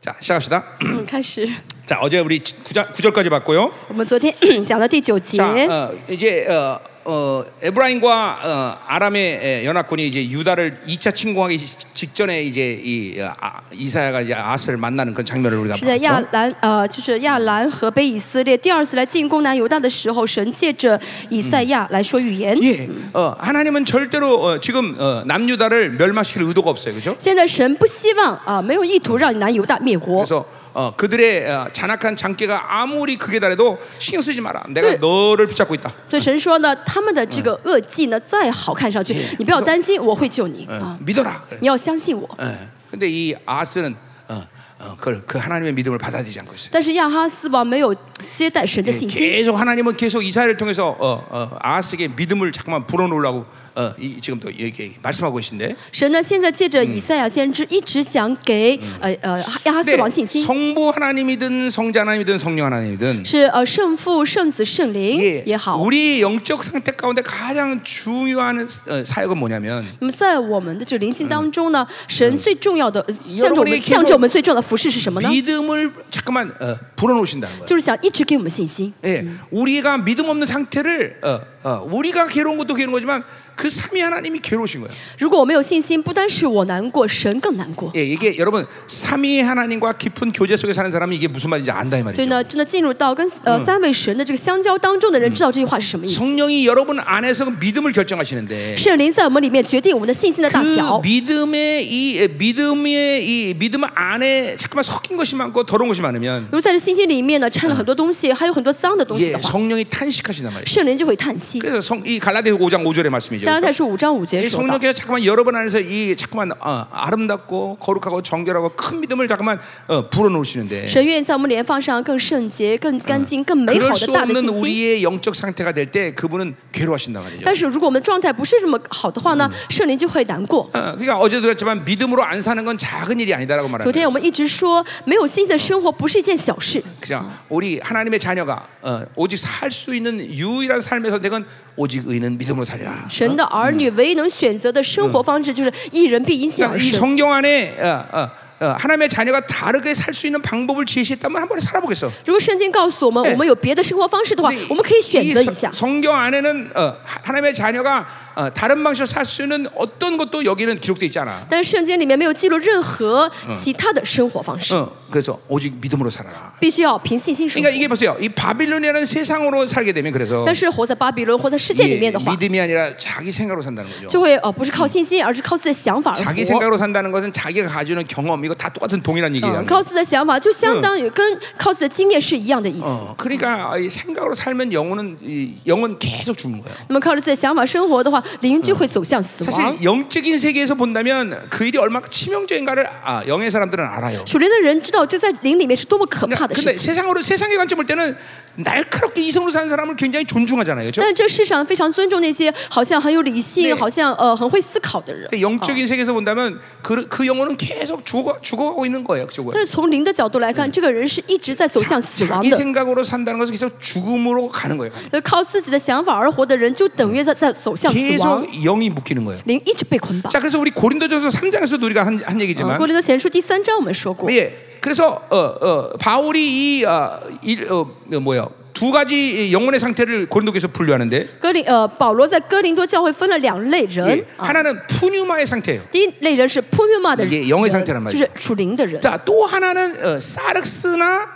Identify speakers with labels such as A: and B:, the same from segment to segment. A: 자 시작합시다.
B: 嗯， 开始。
A: 자 어제 우리 9절, 9절까지 봤고요.
B: 我们昨天 讲到第九节，
A: 자 어, 이제 어, 어, 에브라임과 어, 아람의 에, 연합군이 이제 유다를 2차 침공하기 시- 직전에 이제 이 어, 아, 이사야가 이제 아스를 만나는 그런 장면을 우리가
B: 是在亚
A: 봤죠.
B: 兰呃，就是亚兰和被以色列第二次来进攻南犹大的时候，神借着以赛亚来说预言。
A: 예, 어, 하나님은 절대로 어, 지금 어, 남유다를 멸망시킬 의도가 없어요, 그렇죠?
B: 现在神不希望啊、没有意图让南犹大灭国，
A: 그래서 어, 그들의 어, 잔악한 장기가 아무리 크게 달해도 신경 쓰지 마라. 내가
B: 그-
A: 너를 붙잡고 있다. 어,
B: 所以神说呢，他们的这个恶计呢，再好看上去，你不要担心，我会救你
A: 어,
B: 啊、
A: 믿어라. 그래.
B: 你要相信我。
A: 예. 근데 이 아스는 어, 어, 그걸 그 하나님의 믿음을 받아들이지 않고 있어요.
B: 但是亚哈斯王没有接待神的
A: 예,
B: 信心，
A: 계속 하나님은 계속 이사를 통해서 어, 어, 아스에게 믿음을 잠깐만 불어넣으려고 어, 이, 지금도 이렇게 말씀하고 계신데.
B: 神呢现在借着以赛亚先知一直想给、呃呃亚哈斯
A: 근데
B: 王信心，
A: 성부 하나님이든 성자 하나님이든 성령 하나님이든
B: 是呃圣父、圣子、圣灵
A: 예,
B: 也好。
A: 우리 영적 상태 가운데 가장 중요한 어, 사역은 뭐냐면
B: 那么在我们的这个灵性当中呢，神最重要的呃向着
A: 有
B: 我
A: 的
B: 们
A: 人
B: 向着我们最嗯重要的服饰是什么呢？
A: 믿음을 잠깐만 어, 불어넣으신다는 거예요.
B: 就是想一直给我们信心。
A: 예, 우리가 믿음 없는 상태를 어, 어, 우리가 괴로운 것도 괴로운 거지만 그 삼위 하나님이 괴로우신 거예요.
B: 如果我没有信心，不单是我难过，神更难过。
A: 예, 이게 여러분 삼위 하나님과 깊은 교제 속에 사는 사람이 이게 무슨 말인지 안다 이
B: 所以
A: 말이죠.
B: 呢，真的进入到跟呃三位神的这个相交当中的人，知道这句话是什么意思。
A: 성령이 여러분 안에서 그 믿음을 결정하시는데
B: 圣灵在我们里面决定我们的信心的大
A: 그
B: 小。
A: 믿음의 이 에, 믿음의 이 믿음 안에 잠깐만 섞인 것이 많고 더러운 것이 많으면
B: 如果在这信心里面呢掺了很多东西，还有很多脏的东西
A: 예,
B: 的话，
A: 성령이 탄식하시단 말이죠.
B: 圣灵就会叹息。
A: 그래서 성, 이 갈라디아 5장 5절의 말씀이죠. 그러니까
B: 加拉太书五章五节
A: 이
B: 说到，
A: 성령께서 잠깐만 여러분 안에서 이 잠깐만 어, 아름답고 거룩하고 정결하고 큰 믿음을 잠깐만 어, 불어넣으시는데
B: 神愿意在我们脸放上更圣洁、更干净、更美好
A: 그럴
B: 的
A: 수
B: 大的
A: 없는
B: 信心。
A: 우리의 영적 상태가 될 때 그분은 괴로워하신단 말이죠.
B: 但是如果我们的状态不是这么好的话呢，圣灵就会难过。
A: 어, 그러니까 어제도 그랬지만 믿음으로 안 사는 건 작은 일이 아니다라고
B: 昨
A: 말합니다.
B: 天我们一直说，没有信心的生活不是一件小事。
A: 그냥 우리 하나님의 자녀가 어, 오직 살 수 있는 유일한 삶의 선택은 오직 의는 믿음으로 살리라.
B: 神的儿女唯一能选择的生活方式，就是一人必因信
A: 그러니까
B: 而
A: 이
B: 生。
A: 성경 안에 어, 어, 어, 하나님의 자녀가 다르게 살 수 있는 방법을 제시했다면 한번 살아보겠어.
B: 如果圣经告诉我们，
A: 哎
B: 我们有别的生活方式的话
A: 근데 ，
B: 我们可以选择
A: 이
B: 一
A: 서-
B: 下。
A: 성경 안에는 어, 하- 하나님의 자녀가 어, 다른 방식으로 살 수 있는 어떤 것도 여기는 기록돼 있지 않아.
B: 但是圣经里面没有记录任何其他的生活方式，
A: 어, 그래서 오직 믿음으로 살아라.
B: 必须要凭信心生
A: 그러니까
B: 活。
A: 이게 보세요. 이 바빌론이라는 세상으로 살게 되면 그래서
B: 但是活在巴比伦、活在世界
A: 예,
B: 里面的话，
A: 믿음이 아니라 자기 생각으로 산다는 거죠.
B: 就会呃不是靠信心，而是靠自己的想法而
A: 자기
B: 活。
A: 생각으로 산다는 것은 자기가 가지는 경험 이거 다 똑같은 동일한 얘기예요.
B: 嗯，靠自己的想法就相当于跟靠自己的经验是一样的意思。
A: 어, 그러니까 이 생각으로 살면 영혼은 이 영혼 계속 죽는 거예요.
B: 那么靠着自己的想法生活的话，灵就会走向死亡。
A: 사실 영적인 세계에서 본다면 그 일이 얼마나 치명적인가를 아, 영의 사람들은 알아요.
B: 属灵的人知道这在灵里面是多么可怕
A: 그러니까
B: 的事
A: 근데
B: 情，
A: 세상으로 세상의 관점 볼 때는 날카롭게 이성으로 사는 사람을 굉장히 존중하잖아요, 그렇죠?
B: 但是这世上非常尊重那些好像很有理
A: 네
B: 性、好像呃很会思考的人。啊
A: 근데 영적인 세계에서 본다면 그, 그 영혼은 계속 죽어 죽어가고 있는 거예요, 죽어.
B: 但是从灵的角度来看，这个人是一直在走向死亡
A: 자기
B: 的。
A: 생각으로 산다는 것은 계속 죽음으로 가는 거예요.
B: 而靠自己的想法而活的人，就等于在在走向死亡，
A: 계속 영이 묶이는 거예요.
B: 灵一直被捆绑。
A: 자, 그래서 우리 고린도전서 3장에서도 우리가 한, 한
B: 呃
A: 얘기지만
B: 哥林多前书第三章我们说过，
A: 예. 그래서 어, 어, 바울이 이, 아, 일, 어, 어, 뭐야 두 가지 이 영혼의 상태를 고린도에서 분류하는데
B: 哥林呃保罗在哥林多教会分了两类
A: 예,
B: 人，啊
A: 하나는 푸뉴마의 상태예요.
B: 第一类人是普约玛的
A: 이
B: 人，
A: 게영의상태란말이죠
B: 就是属灵的人。
A: 자, 또 하나는 어, 사르스나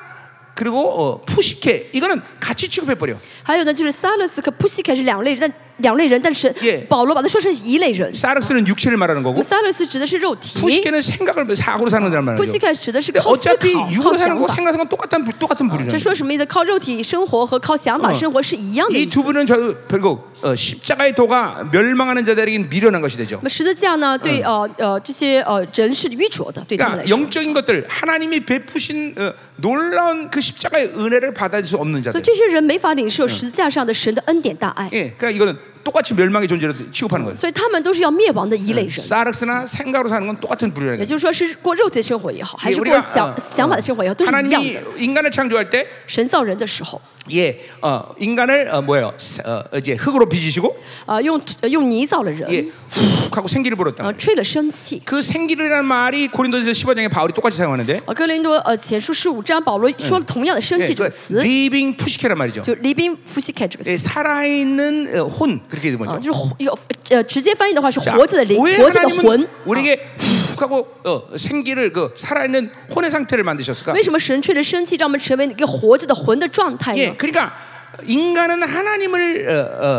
A: 그리고 어, 푸시케 이거는 같이 취급해 버려.
B: 还有呢，就是萨勒斯和普西凯是两类人，但两类人，但是
A: Yeah.
B: 保罗把它说成一类人。
A: 사르스는 육체를 말하는
B: 我
A: 거고
B: 们萨勒斯指的是肉体，
A: 푸시케는 생각을 사고로 사는 사람 말하는
B: 普西
A: 거죠.
B: 凯指的是
A: 근데
B: 靠思
A: 어차피
B: 考、靠
A: 육으로 사는
B: 想
A: 거
B: 法。
A: 생각하는 건 똑같은 불- 똑같은 불이라는
B: 这
A: 거죠.
B: 说什么意思？靠肉体生活和靠想法生活是一样的意
A: 이
B: 思
A: 두 。 분은 결국, 결국 어, 십자가의 도가 멸망하는 자들에게는 미련한 것이 되죠.
B: 那么十字架呢？对呃呃这些呃人是愚拙的，对他们来
A: 그러니까
B: 说。
A: 영적인 것들 하나님이 베푸신 어, 놀라운 그 십자가의 은혜를 받아들일 수 없는
B: 所
A: 자들.
B: 嗯以这些人没法领受十字架上的神的恩典大爱。
A: 예, 그러니까 이거는 똑같이 멸망의 존재로 취급하는 거예요.
B: 所以他们都是要灭亡的一嗯类人。
A: 사르스나 생각으로 사는 건 똑같은 부류라는
B: 也
A: 거예요.
B: 就是说，是过肉体的生活也好，还是过
A: 우리가,
B: 想
A: 어,
B: 想法的生活也好，都是一样
A: 하나님이
B: 的。
A: 인간을 창조할 때,
B: 神造人的时候，
A: 예, 어, 인간을 어, 뭐예요? 어, 이제 흙으로 빚으시고,
B: 啊，用呃用泥造了人，
A: 예, 훅 하고 생기를
B: 然后
A: 불었다.
B: 吹了生气。
A: 그 생기라는 말이 고린도전서 15장에 바울이 똑같이 사용하는데,
B: 啊，哥林多呃前书十五章，保罗说了同样的生
A: 예,
B: 气这
A: 그
B: 个词，
A: living 푸시케란 말이죠.
B: 就 living f u s i k 这个
A: 예,
B: 词
A: 살아있는 어, 혼 그렇게
B: 啊，
A: 되죠.
B: 就是活有呃直接翻译的话是
A: 자
B: 活着的灵，
A: 왜
B: 活着的魂啊
A: 하나님은 。 우리에게 훅 하고 어, 생기를 그 살아있는 혼의 상태를 만드셨을까?
B: 为什么神吹着生气，让我们成为一个活着的魂的状态
A: 예,
B: 呢？
A: 그러니까 인간은 하나님을 어,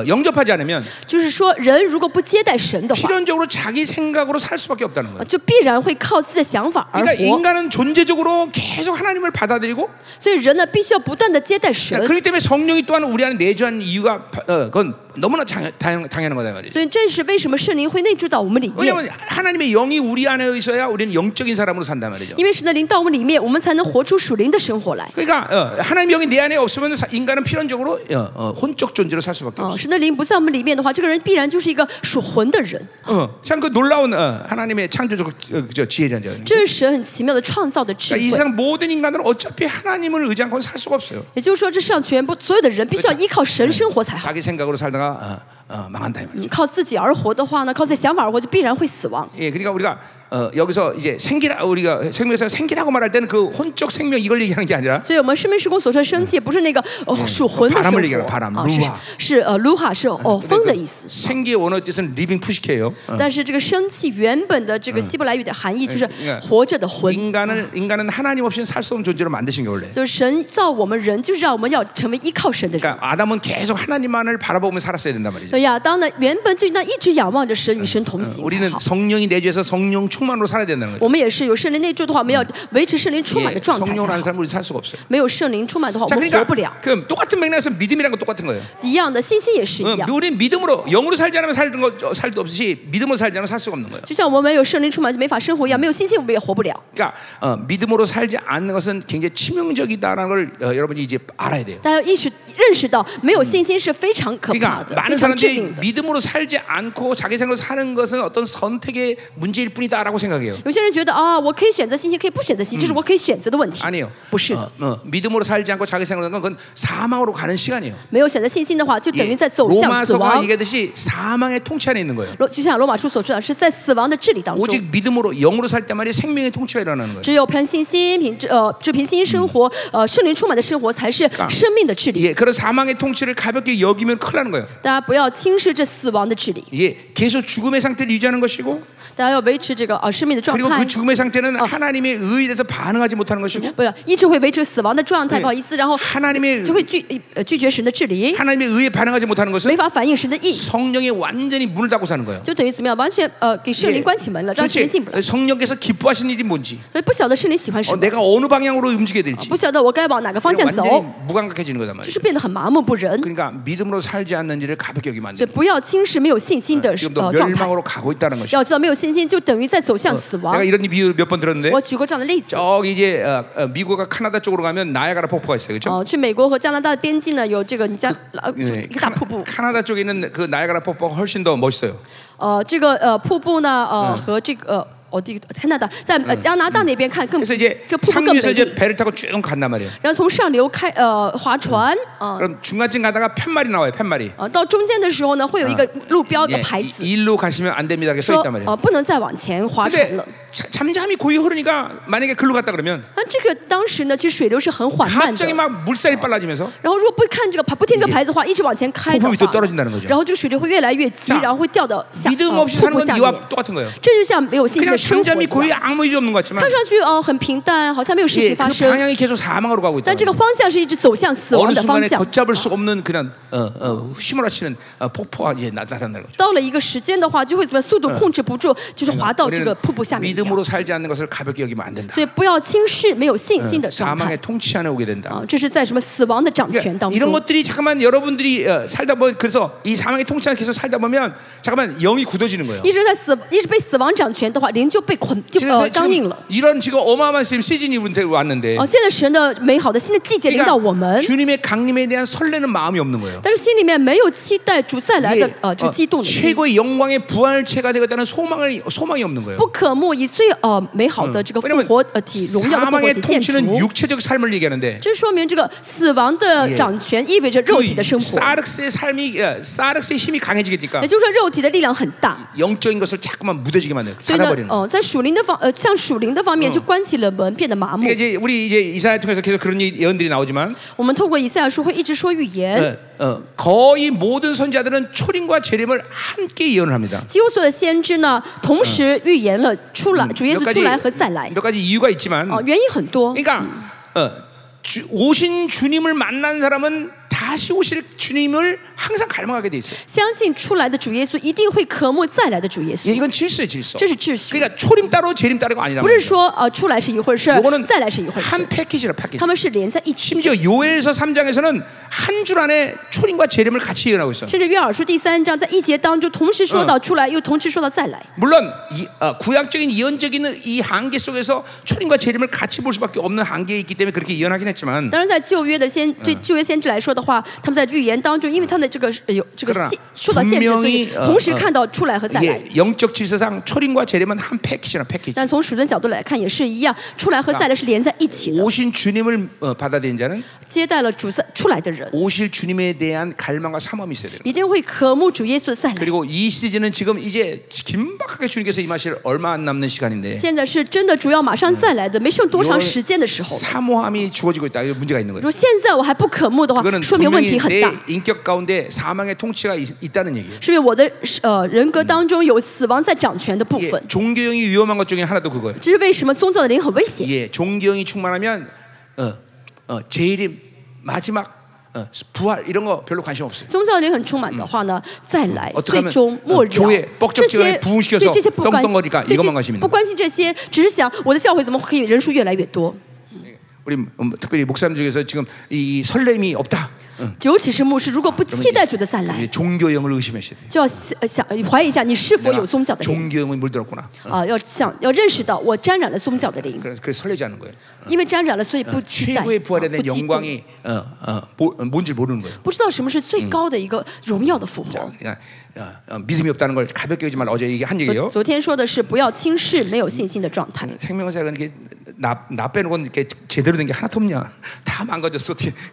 A: 어, 영접하지 않으면
B: 就是说，人如果不接待神的话，
A: 필연적으로 자기 생각으로 살 수밖에 없다는
B: 啊
A: 거예요.
B: 就必然会靠自己的想法而
A: 그러니까
B: 活。
A: 인간은 존재적으로 계속 하나님을 받아들이고
B: 所以人呢，必须要不断的接待神
A: 그러니까 。 그렇기 때문에 성령이 또한 우리 안에 내주한 이유가 바- 어, 그건 너무나 장- 당연, 당연한 거다 말이죠.
B: 所以正是为什么圣灵会内住到我们里面，
A: 왜냐하면 하나님의 영이 우리 안에 있어야 우리는 영적인 사람으로 산단 말이죠.
B: 因为神的灵到我们里面，我们才能活出属灵的生活来。
A: 그러니까 어, 하나님 영이 내 안에 없으면 사- 인간은 필연적으로 어, 어, 혼적 존재로 살 수밖에
B: 啊，
A: 없어.
B: 神的灵不在我们里面的话，这个人必然就是一个属魂的人。
A: 어, 참그 놀라운 어, 하나님의 창조적 어, 그저 지혜잖아요.
B: 这是神很奇妙的创造的智
A: 그러니까 이
B: 慧。
A: 세상 모든 인간들은 어차피 하나님을 의지않고는 살 수가 없어요.
B: 也就是说，这世上全部所有的人必须要依靠神生活才好。
A: 자기 생각으로 살다가 어, 어, 망한다 이 말이죠.
B: 嗯靠自己而活的话呢，靠自己想法而活就必然会死亡。
A: 예, 그러니까 우리가 어, 여기서 이제 생기라 우리가 생명에서 생기라고 말할 때는 그 혼적 생명 이걸 얘기하는 게 아니라
B: 所以，我们生命时空所说的生气，不是那个哦属魂的
A: 바람
B: 生
A: 을얘기하는바람
B: 活啊，
A: ruha
B: 是是呃卢哈是哦风的意思。
A: 그 생기의 원어 뜻은 리빙 푸시케예요. 어.
B: 但是这个生气原本的这个希伯来语的含义就是
A: 嗯
B: 活着的魂。
A: 인간을 인간은 하나님 없이는 살 수 없는 존재로 만드신 게 원래.
B: 就是神造我们人，就是让我们要成为依靠神的人。
A: 그러니까 아담은 계속 하나님만을 바라보며 살았어야 된단 말이죠.
B: 所以亚当呢，原本就应当一直仰望着神，与神同
A: 어,
B: 行才
A: 우리는
B: 好。
A: 성령이 내주에서 성령 충만으로 살아야 된다는 거죠.
B: 我们也是有圣灵内住的话，我们要维持圣灵充满
A: 예,
B: 的状态才
A: 성령을 안
B: 好。
A: 살면 우리 살 수가 없어요.
B: 没有圣灵充满的话，我
A: 자,
B: 们活
A: 그러니까
B: 不了。
A: 그럼 똑같은 맥락에서 믿음이란 건 똑같은 거예요.
B: 一样的，信心也是一
A: 응,
B: 样。
A: 우리는 믿음으로 영으로 살지 않으면 살던 거 살도 없듯이 믿음으로 살지 않으면 살 수가 없는 거예요.
B: 就像我们没有圣灵充满就没法生活一样，没有信心我们也活不了。
A: 그러니까 어, 믿음으로 살지 않는 것은 굉장히 치명적이다라는 걸 어, 여러분이 이제 알아야 돼요.
B: 大家要意识认识到，没有信心是非常可怕
A: 그러니까
B: 的，
A: 많은
B: 非常
A: 사람들이
B: 致命的。
A: 믿음으로 살지 않고 자기 생각으로 사는 것은 어떤 선택의 문제일 뿐이다라고 생각해요.
B: 有些人觉得啊，我可以选择信心，可以不选择信心，这是我可以选择的问题。
A: 아니에요.
B: 不是
A: 어,
B: 的，
A: 어, 믿음으로 살지 않고 자기 생각으로 사는 건 그건 사망으로 가는 시간이에요.
B: 没有选择信心的话，就等
A: 예,
B: 于在走向死
A: 로마서가
B: 亡。
A: 얘기하듯이 사망의 통치 안에 있는 거예요.
B: 罗就像罗马书所说的，是在死亡的治理当中。
A: 오직 믿음으로 영으로 살 때만이 생명의 통치가 일어나는 거예요.
B: 只有凭信心，凭这呃，就凭信心生活，呃，圣灵充满的生活才是生命的治理。
A: 예, 그런 사망의 통치를 가볍게 여기면 큰일 나는 거예요.
B: 大家不要轻视这死亡的治理，
A: 예, 계속 죽음의 상태를 유지하는 것이고
B: 大家要维持这个呃生命的状
A: 그리고 그
B: 态，
A: 죽음의 상태는 하나님의 의에 대해서 반응하지 못하는 것이고
B: 不是一直会维持死亡的状态，
A: 对
B: 不好意思，然后
A: 하나님의
B: 就会拒呃拒绝神的治理，
A: 하나님의 의에 반응하지 못하는
B: 没
A: 것은
B: 法反映神的意，
A: 성령에 완전히 문을 닫고 사는 거예요.
B: 就等于怎么样，完全呃给圣灵
A: 예.
B: 关起门了，让圣灵进不来，
A: 도대체 성령께서 기뻐하시는 일이 뭔지,
B: 所以不晓得圣灵喜欢什
A: 어, 아,
B: 么，
A: 내가 어느 방향으로 움직여야 될지
B: 不晓得我该往哪个方向走，
A: 완전히 무감각해지는 거단
B: 就
A: 말이에요.
B: 是变得很麻木不仁，
A: 그러니까 믿음으로 살지 않는지를 가볍게 여기면 안
B: 所以
A: 돼요.
B: 不要轻视没有信心的呃
A: 지금도
B: 状态，
A: 멸망으로 가고 있다는 것이.
B: 要知道没有信心就等于在走向死
A: 내가
B: 亡。
A: 이런 비유 몇 번 들었는데
B: 我举过这样的例子。
A: 저기 이제 어, 어, 미국과 카나다 쪽으로 가면 나야가라 폭포가 있어요, 그렇죠?
B: 哦，去美国和加拿大的边境呢，有这个你加呃就
A: 예,
B: 一个大瀑布，
A: 카나다 쪽에 있는 그 나야가라 폭포가 훨씬 더 멋있어요.
B: 呃，这个呃瀑布呢，呃和这个呃哦这个加拿大在呃加拿大那边看更
A: 그래서 이제
B: 这瀑布更美
A: 상류에서
B: 丽
A: 이제 ， 배를 타고 쭉 간단 말이에요.
B: 然后从上流开呃划船啊，
A: 그럼 중간쯤 가다가 편말이 나와요. 편말이.
B: 呃到中间的时候呢，会有一个路标的
A: 예,
B: 牌
A: 이-
B: 子
A: 일로 가시면 안 됩니다. 이렇게 써
B: 说
A: 있단 말이에요.
B: 呃不能再往前划船
A: 근데
B: 了。
A: 자- 잠잠히 고이 흐르니까 만약에 글로 갔다 그러면
B: 那这个当时呢，其实水流是
A: 어,
B: 很缓慢的
A: 갑자기 。막 물살이 빨라지면서
B: 然后如果不看这个牌，不听这个牌子的话，一直往前开的
A: 瀑布밑으로떨어진다는거죠
B: 话，然后这个水流会越来越急，
A: 자
B: 然后会掉到下、
A: 믿음
B: 呃、
A: 없이
B: 瀑
A: 사는
B: 布下
A: 건
B: 面
A: 이와 。 똑같은 거예요.
B: 这就像没有信心
A: 그냥
B: 的生活一
A: 잠잠히
B: 样
A: 고이 아무 일이 없는 것
B: 看
A: 같지만
B: 上去哦很平淡，好像没有事
A: 예, 그
B: 情发生，
A: 방향이 계속 사망으로 가고
B: 但
A: 있다.
B: 这个方向是一直走向死亡
A: 어느
B: 的方
A: 순간에
B: 向。
A: 걷잡을 수 없는 그냥 어, 어, 휘몰아치는 어, 폭포가 이제 나- 나타난다는 거죠.
B: 到了一个时间的话，就会怎么速度控制不住，就是滑到这个瀑布下面一样。
A: 嗯
B: 样。
A: 믿음으로 살지 않는 것을 가볍게 여기면 안 된다.
B: 所以不要轻视没有信心的状
A: 사망의
B: 态
A: 통치 안에 오게 된다.
B: 啊！这是在什么死亡的掌
A: 嗯 그러니까
B: 权当
A: 이런
B: 中。
A: 것들이 잠깐만 여러분들이 어, 살다 보면 그래서 이 사망의 통치 안에 계속 살다 보면 잠깐만 영이 굳어지는 거예요.
B: 一直在死，一直被死亡掌权的话，灵就被捆就
A: 지금,
B: 呃
A: 지금
B: 刚硬了。
A: 이런 지금 어마어마한 지금 어, 시즌이 우리한테 왔는데
B: 哦、现在神的美好的新的季节领导我们
A: 그러니까 ， 주님의 강림에 대한 설레는 마음이 없는 거예요.
B: 但是心里面没有期待主再来
A: 이게,
B: 的呃这个
A: 어,
B: 激动的心，
A: 최고의 영광의 부활체가 되겠다는 소망을 소망이 없는 거예요.
B: 不渴慕以最呃美好
A: 嗯
B: 的这个复
A: 왜냐면
B: 活呃体荣耀的复活
A: 사망의
B: 体建筑。
A: 통치는 육체적 삶을 얘기하는데
B: 这说明这个死亡的掌权意味着肉体的生
A: 그
B: 活， 네,
A: 사르스의 삶이 어, 사르스의 힘이 강해지니까
B: 也就是说肉体的力量很大。
A: 영적인 것을 자꾸만 무뎌지게 만드는
B: 所以呢
A: 닫아버리는 ，거예요.
B: 呃，在属灵的方呃像属灵的方面就关起了门，变得麻木
A: 그러니까 。 이제 우리 이제 이사야 통해서 계속 그런 예언들이 나오지만
B: 我们透过以赛亚书会一直说预言，
A: 어, 어, 거의 모든 선자들은 초림과 재림을 함께 예언을 합니다.
B: 几乎所有的先知呢同时预言了出来主耶
A: 몇
B: 稣
A: 가지,
B: 出来和再来。
A: 몇 가지 이유가 있지만
B: 哦，原因很多。
A: 그러니까
B: 음.
A: 어, 주- 오신 주님을 만난 사람은 다시 오실 주님을 항상 갈망하게 돼 있어요.
B: 相信出来的主耶稣一定会渴慕再来的主耶
A: 예,
B: 稣，
A: 이건 질서예요, 질서.
B: 这是秩序，
A: 그러니까 초림 따로 재림 따로가 아니라
B: 不是说呃出来是一回事儿
A: 요거는 ，
B: 再来是一回事
A: 한
B: 儿，
A: 패키지라 패키지.
B: 他们是连在一起。
A: 심지어 요엘서 3장에서는 한 줄 안에 초림과 재림을 같이 예언하고 있어요.
B: 甚至约珥书第三章在一节当中，同时说到出来，又同时说到再来。
A: 물론 이, 어, 구약적인 예언적인 이 한계 속에서 초림과 재림을 같이 볼 수밖에 없는 한계에 있기 때문에 그렇게 예언하긴 했지만
B: 当然，在旧约的先对旧约先知来说的话，他们在预言当中，因为他们的这个呃有这个
A: 그러나
B: 限受到限制，
A: 분명히
B: 所以
A: 어
B: 同时
A: 어
B: 看到出来和再来。
A: 이게 영적 질서상 초림과 재림은 한 패키지나 패키지.
B: 但从属灵角度来看，也是一样，出来和再来是连在一起的。
A: 오신 주님을 어, 받아들인 자는
B: 接待了主再出来的人，
A: 오실 주님에 대한 갈망과 사모함이 있어야 돼요.
B: 一定会渴慕主耶稣的再来。
A: 그리고 이 시즌은 지금 이제 긴박하게 주님께서 임하실 얼마 안 남는 시간인데
B: 现在是真的主要马上再来的，没剩多长时间的时候。
A: 사모함이 죽어지고 있다. 이거 문제가 있는
B: 如
A: 거예요.
B: 果现在我还不渴慕的话
A: 그거는 ，
B: 说明问
A: 분명히
B: 题很大
A: 내 ， 인격 가운데 사망의 통치가 있, 다는 얘기예요.
B: 说明我的呃人格当中有死亡在掌权的部
A: 예,
B: 分。
A: 종교형이 위험한 것 중에 하나도 그거예요.
B: 这是为什么宗教的灵很危险？
A: 예, 종교형이 충만하면 어, 어, 재림, 마지막, 어, 부활 이런 거 별로 관심 없어요.
B: 宗教的灵很充满的话
A: 嗯
B: 呢，再来
A: 어떻게
B: 最
A: 하면
B: 终末
A: 嗯 교회
B: 日啊
A: 뻑적
B: 这
A: 지간에
B: 些
A: 부흥시켜서
B: 对这些不关
A: 떵떵거리까이것만
B: 对这
A: 관심있는거야
B: 不关心这些，只是想我的教会怎么可以人数越来越多？
A: 우리 음, 특별히 목사님 중에서 지금 이 설렘이 없다.
B: 尤其是牧师，如果不期待主的再
A: 예,
B: 来，
A: 종교형을 의심하셔야 돼요.
B: 就要想想呃怀疑一下你是否有
A: 내가
B: 宗教的灵
A: 종교형에 물들었구나.
B: 啊，要想要认识到我沾染了宗教的灵。
A: 그래서 그래서 설레지 않는 거예요.
B: 因为沾染了，所以不期待，啊
A: 최고의
B: 不
A: 부활에
B: 激
A: 대한
B: 动，
A: 영광이 어, 어, 뭐, 어, 뭔지 모르는 거예요.
B: 不知道什么是最高的一个荣耀的复
A: 자,
B: 活。
A: 그냥, 어, 어, 믿음이 없다는 걸 가볍게 여기지만 어제 얘기 한 얘기예요.
B: 昨天说的是不要轻视没有信心的状
A: 嗯
B: 态，
A: 생명사역은 이렇게 나, 나 빼놓고는 이렇게 제대로 된 게 하나도 없냐. 다 망가졌어. 어떻게?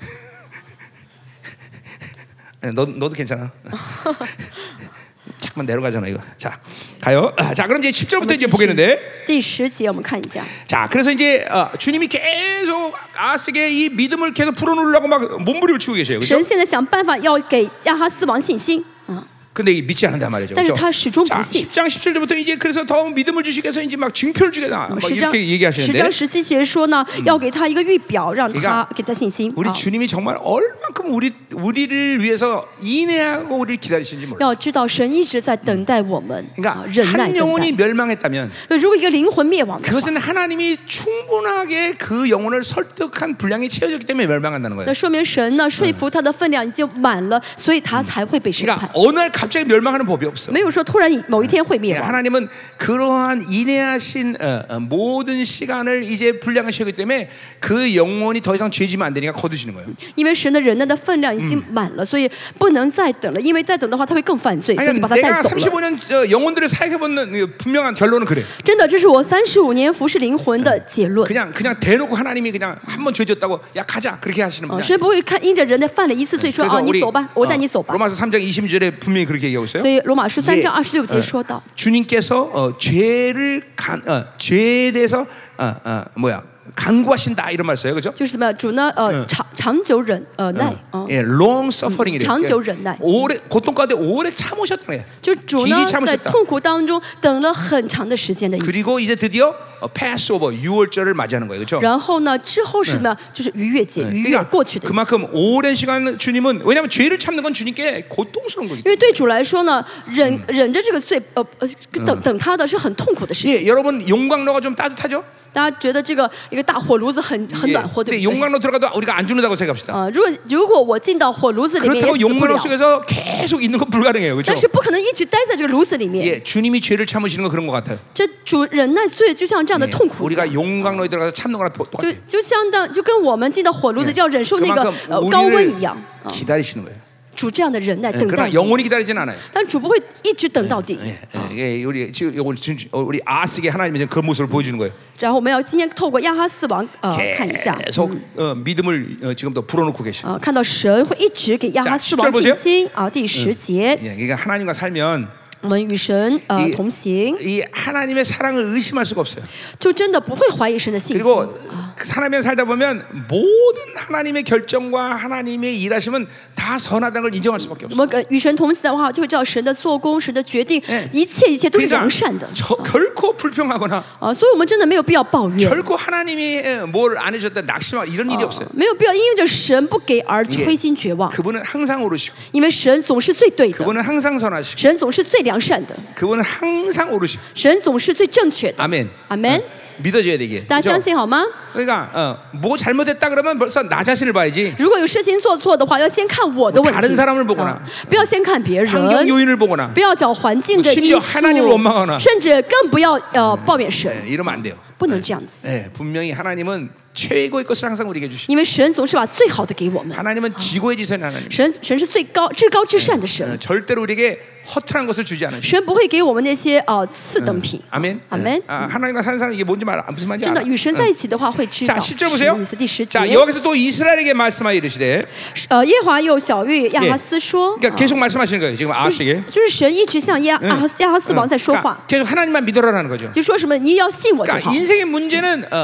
A: 아니, 너 너도 괜찮아. 잠깐만 내려가잖아 이거. 자 가요. 아, 자 그럼 이제 10절부터 이제 보겠는데.
B: 第十节我们看一下，
A: 자 그래서 이제 어, 주님이 계속 아스게 이 믿음을 계속 풀어놓으려고 막 몸부림을 치고 계세요. 그렇죠?
B: 神现在想办法要给亚哈斯王信心啊，
A: 근데 이 믿지 않는단 말이죠.
B: 但是
A: 그렇죠?
B: 他始终
A: 자,
B: 不信。
A: 10장 17절부터 이제 그래서 더 믿음을 주시기 위해서 이제 막 증표를 주겠다. 막
B: 十章
A: 이렇게
B: 十
A: 얘기하시는데
B: 章十七节说呢，要给他一个预表，让
A: 그러
B: 他
A: 니까
B: 给他信心
A: 우리
B: 啊，
A: 주님이 정말 얼만큼 우리 우리를 위해서 인내하고 우리를 기다리시는지 몰라.
B: 要知道神一直在等待我们，啊，
A: 그러니까
B: 忍耐
A: 한
B: 等
A: 영혼이
B: 待。
A: 멸망했다면
B: 如果一个灵魂灭亡的话，
A: 그것은 하나님이 충분하게 그 영혼을 설득한 분량이 채워졌기 때문에 멸망한다는
B: 那
A: 거예요.
B: 说明神呢说服他的分量已经满了，所以他才会被审
A: 그러니까
B: 判。
A: 어느 날 갑자기 멸망하는 법이 없어.
B: 没有说突然某一天会灭
A: 그러니까
B: 亡。
A: 하나님은 그러한 인내하신 어, 어, 모든 시간을 이제 분량을 채우기 때문에 그 영혼이 더 이상 죄지면 안 되니까 거두시는 거예요.
B: 因为神的忍耐的分量已经满了，所以不能再等了。因为再等的话，他会更犯罪，所以就
A: 그러니까
B: 把他带
A: 내가
B: 走了。
A: 35년 어, 영혼들을 사역해보는 어, 분명한 결론은 그래.
B: 真的，这是我三十五年服侍灵魂的结论。
A: 그냥 그냥 대놓고 하나님이 그냥 한 번 죄졌다고 야 가자 그렇게 하시는
B: 哦，
A: 분이
B: 神不会看因着人的犯了一次罪说哦，你走吧，我带你走吧。
A: 어, 로마서 3장 20절에 분명히 그렇게 얘기하고 있어요.
B: 所以罗马书三章
A: 예
B: 二十六节说到，
A: 주님께서 어, 죄를 간, 어, 죄에 대해서 어, 어, 뭐야 간구하신다 이런 말 써요, 그죠
B: 就是怎么样主呢？呃，长长久忍呃耐啊，
A: 예, long suffering 이래요.
B: 장조
A: 예,
B: 忍耐.
A: 오래 고통 가운데 오래 참으셨다는 거예요.
B: 就是主呢
A: 길이참으셨다
B: 在痛苦当中等了很长的时间的意思。
A: 그리고 이제 드디어 어, 패스오버 유월절을 맞이하는 거예요. 그렇죠?
B: 然后呢，之后是呢，就是逾越节，逾越
A: 그러니까
B: 过去的意思。
A: 그만큼 오랜 시간 주님은 왜냐하면 죄를 참는 건 주님께 고통스러운 거기
B: 因
A: 때문에
B: 为对主来说呢，忍忍着这个罪，呃呃，等等他的是很痛苦的事情。
A: 예, 여러분 용광로가 좀 따뜻하죠?
B: 大家觉得这个一个大火炉子很很
A: 예,
B: 暖和，
A: 근데
B: 对不对？
A: 용광로 들어가도 우리가 안 죽는다고 생각합시다.
B: 啊，如果如果我进到火炉子里面也
A: 그렇다고
B: 死不
A: 용광로
B: 了，
A: 속에서 계속 있는 건 불가능해요.
B: 但是
A: 그렇죠?
B: 不可能一直待在这个炉子里面。
A: 예, 주님이 죄를 참으시는 건 그런 것 같아요.
B: 这主忍耐罪就像这样的
A: 예,
B: 痛苦一样，
A: 우리가 용광로에 들어가서 참는 거랑 똑-
B: 就
A: 똑같아요.
B: 就相当就跟我们进到火炉子
A: 嗯
B: 要忍受那个
A: 그만큼
B: 呃高温
A: 우리를
B: 一样。啊
A: 기다리시는 거예요.
B: 主这样的忍耐
A: 예,
B: 等
A: 그러나
B: 待你，
A: 영원히 기다리진 않아요.
B: 但主不会一直等到底。
A: 예, 예, 예, 우리 지금 요걸 지금 우리 아스게 하나님의 지금 그 모습을 보여주는 거예요.
B: 然后我们要今天透过亚哈斯王呃看一下，
A: 계속 어, 믿음을 어, 지금도 불어넣고 계셔.
B: 啊，看到神会一直给亚哈斯王
A: 자10절
B: 信心啊。第十节，
A: 예, 그러니까 하나님과 살면
B: 我们与神呃
A: 이
B: 同行，
A: 이 하나님의 사랑을 의심할 수가 없어요.
B: 就真的不会怀疑神的信心。
A: 그리고 하나님을 살다 보면 모든 하나님의 결정과 하나님의 일하심은 다 선하다는 걸 인정할 수밖에
B: 我
A: 없어요.
B: 们跟与神同行的话，就会知道神的做工、神的决定
A: 예 ，
B: 一切一切都是
A: 그러니까
B: 良善的
A: 저, 결코 불평하거나
B: 啊。所以我们真的没有必要抱怨。
A: 결코 하나님이 에, 뭘안 해줬다 낙심하고 이런 일이 없어요.
B: 哦没有必要因着神不给而灰心绝望，
A: 그분은 항상 오르시고
B: 因为神总是最对的，
A: 그분은 항상 선하시고
B: 神总是最良善的，
A: 그분은 항상 오르시고
B: 神总是最正确的。
A: 아멘.
B: 阿门！
A: 믿어줘야 되게.
B: 大家
A: 그죠?
B: 相信好吗？
A: 그러니까 어, 뭐 잘못했다 그러면 벌써 나 자신을 봐야지.
B: 如果有事情做错的话，要先看我的问
A: 다른사람을보거나
B: 题，啊不要先看别
A: 환경
B: 人，
A: 요인을 보거나
B: 不要找环境的
A: 심지어
B: 因
A: 하나님을원망하거나
B: 素，甚至更不要呃抱怨神，
A: 예, 이러면 안 돼요.
B: 不能这样子，
A: 예, 분명히 하나님은 최고의 것을 항상 우리에게 주시.
B: 因为神总是把最好的给我们，
A: 하나님은 지고의 지선 하나님.
B: 神神是最高至高至善的
A: 어,
B: 神，
A: 절대로 우리에게 허탈한 것을 주지 않으시.
B: 神不会给我们那些呃次等品。
A: 아멘.
B: 阿门
A: 예. 。 아, 하나님과 사는 사람 이게 뭔지 말 무슨 말인지
B: 真
A: 알아.
B: 的与神在一起的话，会知
A: 자,
B: 道。
A: 10절
B: 什
A: 보세요.
B: 么意思？第十节，
A: 자, 여기서 또 이스라엘에게 말씀하여 이르시되.
B: 呃，耶和华又小玉亚哈斯说，
A: 그러니까 계속 말씀하시는 거예요. 지금
B: 啊
A: 아시게.
B: 就是神一直向亚
A: 아,
B: 亚哈斯亚哈斯王在说
A: 그러니까
B: 话，
A: 계속 하나님만 믿어라라는 거죠.
B: 就说什么你要信我就
A: 그러니까
B: 好。
A: 인생의 문제는 어,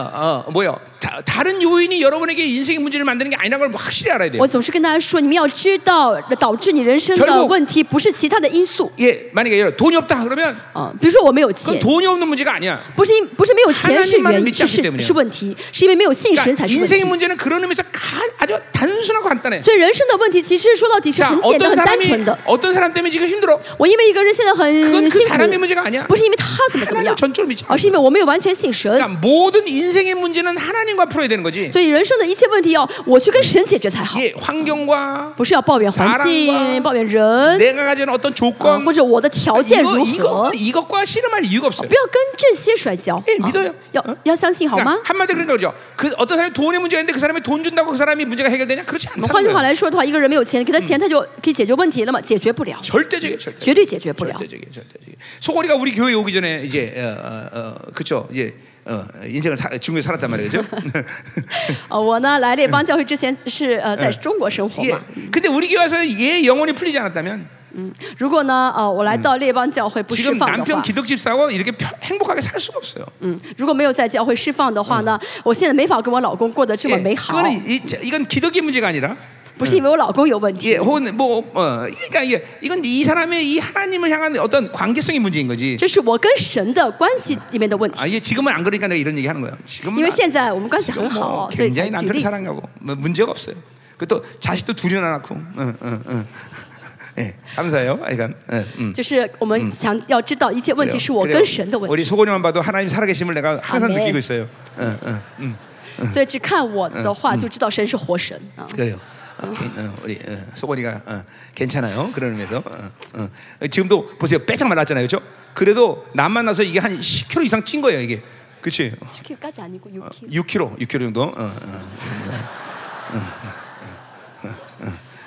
A: 어, 뭐요? 다, 다른 요인이 여러분에게 인생의 문제를 만드는 게 아니라는 걸 확실히 알아야 돼요.
B: 我总是跟大家说，你们要知道，导致你人生
A: 결국
B: 的问题不是其他的因素
A: 예, 만약에 여러분 돈이 없다 그러면
B: 啊，比如说我没有
A: 그건
B: 钱，
A: 돈이 없는 문제가 아니야.
B: 不是因不是没有钱是
A: 하나님만을
B: 原
A: 믿지않기
B: 是
A: 때문이야
B: 是是问题，是因为没有信神
A: 그러니까
B: 才是问
A: 인생의
B: 题。
A: 문제는 그런 의미에서 가, 아주 단순하고 간단해.
B: 所以人生的问题其实说到底是
A: 자,
B: 很简
A: 어떤
B: 单、很单
A: 사람이 그
B: 纯的。
A: 어떤 사람 때문에 지금 힘들어?
B: 我因为一个人现在很
A: 그건그
B: 辛
A: 사람의문제가아니야
B: 苦，不是因为他怎么怎么
A: 하나님을전적으로믿지
B: 样
A: 않는，
B: 而是因为我没有完全信神。
A: 그러니까 모든 인생의 문제는 하나님과 풀어야 되는 거지.
B: 所以人生的一切问题要我去跟神解决才好，
A: 예, 환경과
B: 不是要抱怨环
A: 사람과
B: 境、抱怨人、
A: 내가 가진 어떤
B: 啊
A: 조건
B: 或者我的条件
A: 이거
B: 如何
A: 이거 ， 이것과 씨름할 이유가 없어요.
B: 不要跟这些摔跤。
A: 예
B: 啊
A: 믿어요
B: 要
A: 응
B: 要相信好吗
A: 그러니까 ？ 한마디 그런 거죠. 그 어떤 사람이 돈의 문제가 있는데 그 사람이 돈 준다고 그 사람이 문제가 해결되냐? 그렇지 않다는
B: 换句
A: 거예요.
B: 话来说的话，一个人没有钱，给他钱他就可以解决问题了嘛？解决不了，
A: 절대적이에요, 절대.
B: 嗯绝对解决不了。
A: 절대적이에요, 절대적이에요. 소고리가 우리 교회 오기 전에 이제 어, 어, 어, 그쵸 이제 어, 인생을 사, 중국에 살았단 말이죠.
B: 呃，我呢来列邦教会之前是呃在中国生活
A: 예.
B: 嘛，
A: 근데 우리 교회 와서 얘 영혼이 풀리지 않았다면
B: 如果呢呃我来到列邦教会不释
A: 지금
B: 放的
A: 남편
B: 话，
A: 기독집사하고 이렇게 편- 행복하게 살 수가 없어요.
B: 嗯，如果没有在教会释放的话呢，我现在没法跟我老公过得这么
A: 예.
B: 美好，
A: 그거는 이, 이건 기독의 문제가 아니라
B: 不是因为我老公有问题
A: 예, ， 혹은 뭐 어, 그러니까 이게 이건 이 사람의 이 하나님을 향한 어떤 관계성이 문제인 거지.
B: 这是我跟神的关系里面的问题
A: 아 。 이게 지금은 안 그러니까 내가 이런 얘기 하는 거야. 지금은
B: 因为
A: 안-
B: 现在我们关系
A: 지금
B: 很
A: 뭐
B: 好，所以才
A: 굉장히
B: 举
A: 남편을
B: 例。
A: 사랑하고 뭐 문제가 없어요. 그또 자식도 둘이나 낳고, 응, 응, 응. 예, 감사해요. 그러니까, 예, 음.
B: 就是我们想要知道一切问题
A: 그래요.
B: 啊是我
A: 그래요.
B: 跟神的问
A: 우리
B: 题，
A: 소고님만 봐도 하나님 살아계심을 내가 항상
B: 아멘.
A: 느끼고 있어요. 음. 응, 응, 응.
B: 所以只看我的话就知道神是活神 啊。
A: 그래요. 어, 개- 어, 우리 어, 소고니가 어, 괜찮아요. 그런 의미에서 어, 어. 지금도 보세요. 빼짝 말랐잖아요, 그렇죠? 그래도 남 만나서 이게 한 10kg 이상 찐 거예요, 이게. 그렇지?
B: 10kg까지 아니고 6kg.
A: 6kg, 6kg 정도. 어, 어.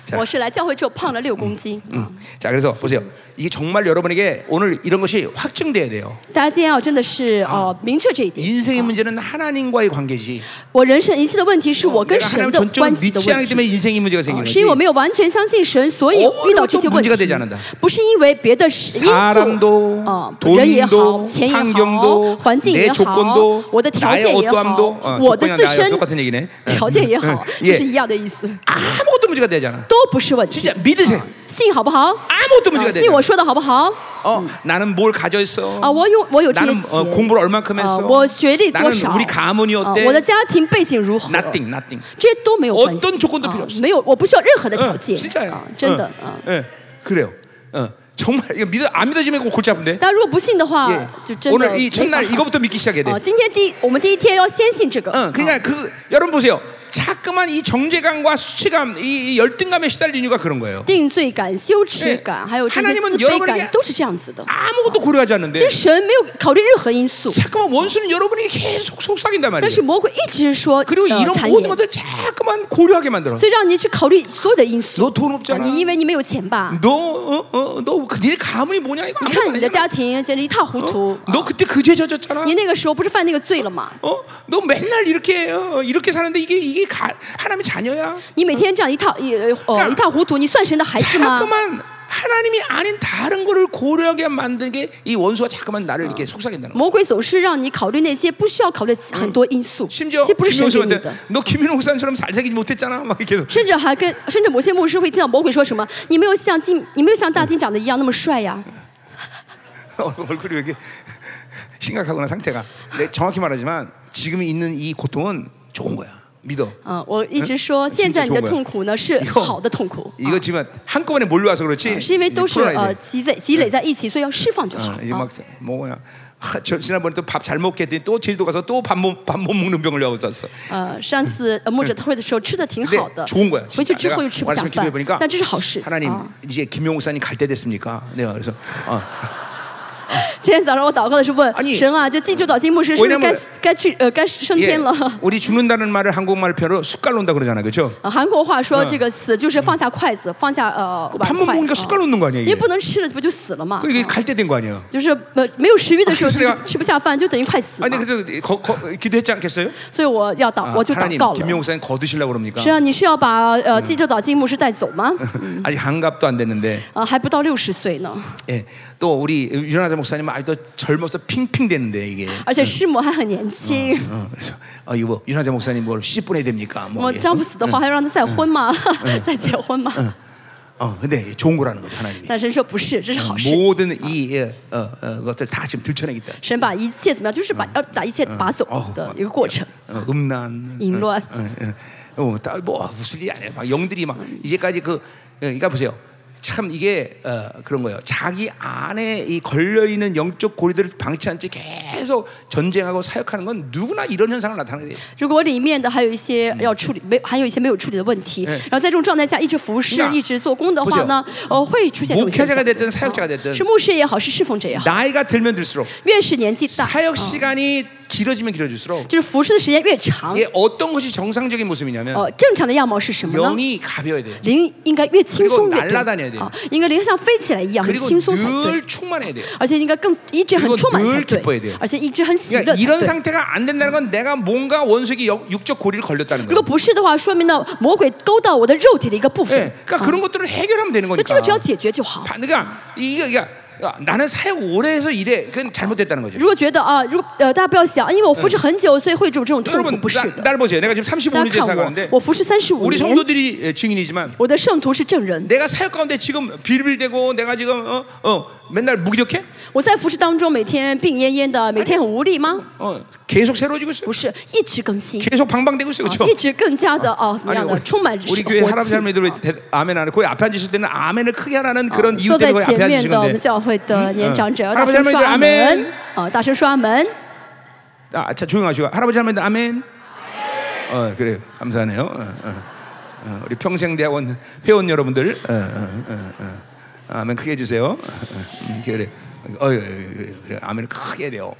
A: 这样
B: 我是来教会之后胖了六公斤。啊。
A: 자, 그래서 보세요. 이게 정말 여러분에게 오늘 이런 것이 확증돼야 돼요.
B: 大家今天要真的是哦明确这一点，
A: 인생의 문제는 하나님과의 관계지.
B: 我人生一切的问题是我跟
A: 내가
B: 神
A: 하나님
B: 的关
A: 전적으로
B: 系的
A: 믿지
B: 问
A: 않기
B: 题。
A: 때문에 인생의 문제가
B: 啊
A: 생기는
B: 是因为我没有完全相信神，所以
A: 어
B: 遇到这些问
A: 문제가되지않는다
B: 题，不是因为别的因素，
A: 사람도
B: 啊，人也好，
A: 돈도
B: 钱也好，
A: 환경도
B: 环境
A: 내
B: 也好
A: 조건도 ，
B: 我的条
A: 나의
B: 件也好
A: 어떠함도 ，
B: 我的
A: 조건이나
B: 自
A: 나의
B: 身
A: 똑같은 얘기네. 어.
B: 条件也好
A: 예.
B: 这是一样的意思，
A: 아무것도 문제가 되잖아.
B: 都不是问题
A: 진짜 。 믿으세요.
B: 信好不好？
A: 아무것도 문제가
B: 啊
A: 되지
B: 信我说的好不好？
A: 어, 나는 뭘 가져있어?
B: 啊，我有我有这些
A: 나는
B: 钱
A: 어, ， 공부를 얼만큼
B: 啊
A: 했어? ，
B: 我学历多
A: 나는
B: 少？
A: 우리 가문이
B: 啊
A: 어때?
B: 我的家庭背景如何？
A: nothing, nothing.
B: 这些都没有关系。
A: 어떤조건도필요없어
B: 啊没有，我不需要任何的条
A: 어,
B: 件。
A: 진짜야.
B: 啊真的
A: 어,
B: 啊。
A: 예, 그래요. 어, 정말 이거 믿어 안 믿어지면 골치 아픈데.
B: 但如果不信的话
A: 예. ，
B: 就真的
A: 오늘 이
B: 没法
A: 첫날 。 이거부터 믿기 시작해야 돼.
B: 啊，今天第一我们第一天要先信这个。
A: 어,
B: 啊
A: 그러니까 그 여러분 보세요. 자꾸만 이 정죄감과 수치감, 이, 이 열등감에 시달리는 이유가 그런 거예요.
B: 定罪感、羞耻
A: 예
B: 感，还有这些
A: 하나님은
B: 自
A: 여러
B: 卑
A: 분에게
B: 感，都是这样子的。
A: 아무것도 고려하지
B: 其
A: 않는데
B: 实神没有考虑任何因素，
A: 자꾸만 원수는 여러분이 계속 속삭인단
B: 但
A: 말이에요.
B: 是魔鬼一直说呃
A: 그리고
B: 谗
A: 이런
B: 言
A: 모든 ， 것들 자꾸만 고려하게 만들어.
B: 所以让你去考虑所有的因素。
A: 너 돈 없잖아.
B: 啊你因为你没有钱吧？
A: 너 어, 어, 너그 니네 가문이 뭐냐 이거
B: 你
A: 아무것도
B: 看你的
A: 아니잖아.
B: 家庭简直一塌糊涂
A: 어? 。너 그때 그 죄 져졌잖아.
B: 你那个时候不是犯那个罪了吗？
A: 어? 너 맨날 이렇게 어, 이렇게 사는데 이게 이게 가, 하나님의 자녀야.
B: 你每天这样一塌一
A: 看
B: 呃一塌糊涂，你算神的孩子吗？
A: 자꾸만 하나님이 아닌 다른 거를 고려하게 만든 게 이 원수가 자꾸만 나를 이렇게 속삭인다는 거.
B: 魔鬼总是让你考虑那些不需要考虑很多因素，
A: 심지어
B: 这不是神给你
A: 김용수한테
B: 的。
A: 너 김민호 목사님처럼 잘 살기 못했잖아. 막 이렇게 해서
B: 甚至还跟，甚至某些牧师会听到魔鬼说什么：“你没有像金，你没有像大金长得一样那么帅呀、
A: 얼굴이 왜 이렇게 심각하구나 상태가. 내 정확히 말하지만 지금 있는 이 고통은 좋은 거야. 믿어.
B: 嗯、我一直说，
A: 嗯
B: 现在你的
A: 真是
B: 痛苦呢是
A: 以后
B: 好的痛苦，
A: 이거 지금 한꺼번에 몰려와서 그렇지.
B: 是因为
A: 이제
B: 都是
A: 풀어놔야
B: 呃
A: 돼.
B: 积累积累在一起，所以要释放就好
A: 어, 이제
B: 啊
A: 막 뭐야. 하, 저 지난번에 또 밥 잘 먹게 했더니 또 제주도 가서 또 밥 못 밥 못 먹는 병을 얻었어.
B: 呃，上次呃牧者特会的时候吃的挺
A: 근데
B: 好的，
A: 좋은 거야.
B: 回
A: 진짜.
B: 去之
A: 내가
B: 后又吃不下
A: 말씀
B: 饭
A: 기도해 보니까 ，
B: 但这是好事。
A: 하나님
B: 啊
A: 이제 김용사님 갈 때 됐습니까? 내가 그래서 어.
B: 今天早上我祷告的时候
A: 아니
B: 问神啊，这济州岛金牧师是不是该该去呃该升
A: 예,
B: 天了？
A: 우리 죽는다는 말을 한국말표로 숟갈 놓는다 그러잖아요, 그렇죠?
B: 啊，韩国话说这个死就是放下筷子，放下呃碗
A: 밥
B: 筷，
A: 먹으니까
B: 啊
A: 숟갈 놓는 거 아니야
B: 因为
A: 이게?
B: 不能吃了，不就死了嘛？
A: 그 이게 갈 때 된 거 아니야?
B: 就是呃没有食欲的时候，
A: 啊 就是
B: 就是
A: 这样啊
B: 吃不下饭，就等于快死
A: 아니
B: 了。
A: 그래서 거- 거- 기도했지 않겠어요?
B: 所以我要祷，
A: 아,
B: 我就祷
A: 하나님
B: 告了。
A: 김용사님 거두시려고 그럽니까?
B: 实际上你是要把呃
A: 嗯
B: 济州岛金牧师带 走吗？
A: 아직 한갑도 안 됐는데
B: 啊，还不到六十岁呢，
A: 예, 또 우리 유나자 목사님은 아직도 젊어서 핑핑대는데 이게
B: 而且师母还很
A: 嗯
B: 年轻。
A: 어, 그래서 아, 이거 뭐 유나자 목사님 뭘 씹어내야 됩니까?
B: 我
A: 뭐 예.
B: 丈夫死的话，还要让他再婚吗？
A: 嗯
B: 再结婚吗？
A: 어, 근데 좋은 거라는 거죠 하나님이
B: 但神说不是，这是好事。
A: 모든 이 예, 어, 어, 것들 다 지금 들춰내겠다 어,
B: 神把一切怎么样，就是
A: 嗯
B: 把要把一切拔走
A: 哦
B: 的一个过程。
A: 어, 음란
B: 淫乱，
A: 어, 다, 뭐 웃을 일이 아니야. 막 영들이 막 이제까지 그 예, 그러니까 보세요. 참 이게 어, 그런 거예요. 자기 안에 이 걸려 있는 영적 고리들을 방치한 채 계속 전쟁하고 사역하는 건 누구나 이런 현상을 나타내게 돼.
B: 如果里面的还有一
A: 嗯
B: 些要处理，没还有一些没有处理的问题，
A: 哎
B: 然后在这种状态下一直服侍、一直做工的话呢，呃，会出现这种现象
A: 목회자가 。 됐든 사역자가 됐든
B: 是牧师也好，是侍奉者也好，
A: 나이가 들면 들수록
B: 越是年纪大，
A: 사역 시간이 길어지면 길어질수록
B: 就是服侍的时间越长，
A: 이게 어떤 것이 정상적인 모습이냐면
B: 呃，正常的样貌是什么呢？
A: 어, 영이 가벼워야 돼요.
B: 灵应该越轻松越
A: 그리고날아다녀야돼요
B: 对啊，应该灵像飞起来一样，很
A: 그리고
B: 轻松才对，
A: 늘 충만해야 돼요.
B: 而且应该更一直很充满才
A: 그리고늘기뻐야돼
B: 对
A: 요 ，
B: 而且一直很喜乐
A: 그러니까
B: 才
A: 이런
B: 对。
A: 상태가 안 된다는 건 내가 뭔가 원수에게 역- 육적 고리를 걸렸다는
B: 如
A: 거예요.
B: 果不是的话，说明呢魔鬼勾到我的肉体的一个部
A: 예,
B: 分。
A: 그러니까
B: 啊
A: 그런 것들을 해결하면 되는
B: 所以
A: 거니까.
B: 这个只要解决就好。
A: 바- 그러니까 이게 그러니까 나는 사역 오래 해서 이래. 그건 잘못됐다는 거죠.
B: 如果觉得啊，如果呃大家不要想，啊因为我服侍很久，所以会有这种痛苦，
A: 여러분
B: 不是
A: 뭐, 나 뭐,
B: 的。
A: 날 보세요. 내가 지금
B: 大
A: 35년째
B: 家看我
A: 사역하는데 ，
B: 我服侍三十五
A: 우리
B: 年，
A: 성도들이 예, 증인이지만
B: 我的圣徒是证人。
A: 내가 사역 가운데 지금 비빌대고 내가 지금 어, 어, 맨날 무기력해?
B: 我在服侍当中每天病恹恹的，每天很无力吗？
A: 어, 계속 새로워지고 있어요.
B: 不是，一直更新，
A: 계속 방방대고 있어요.
B: 啊
A: 그렇죠?
B: 一直更加的哦怎么
A: 아니,
B: 样的，
A: 우리,
B: 充满
A: 우리
B: 活
A: 교회
B: 气。
A: 할아버지할머니들 왜 대- 아멘 안 해? 거기 앞에 앉으실 때는 아멘을 크게 하라는 그런 이유
B: 坐在
A: 때문에 거기
B: 前
A: 앞에
B: 面的我
A: 앉으시는데
B: 们教会的年长者，
A: 嗯
B: 要大声
A: 할아버지할머니들
B: 说阿
A: 아멘
B: 门，啊，大声说阿门。
A: 아, 자, 조용하시고 할아버지 할머니들 아멘. 어, 그래요. 감사하네요. 어, 어, 어, 우리 평생대학원 회원 여러분들, 어, 어, 어, 어. 아멘 크게 해주세요. 어, 어, 음, 그래, 어, 어, 그래, 그래, 아멘을 크게 해야 돼요.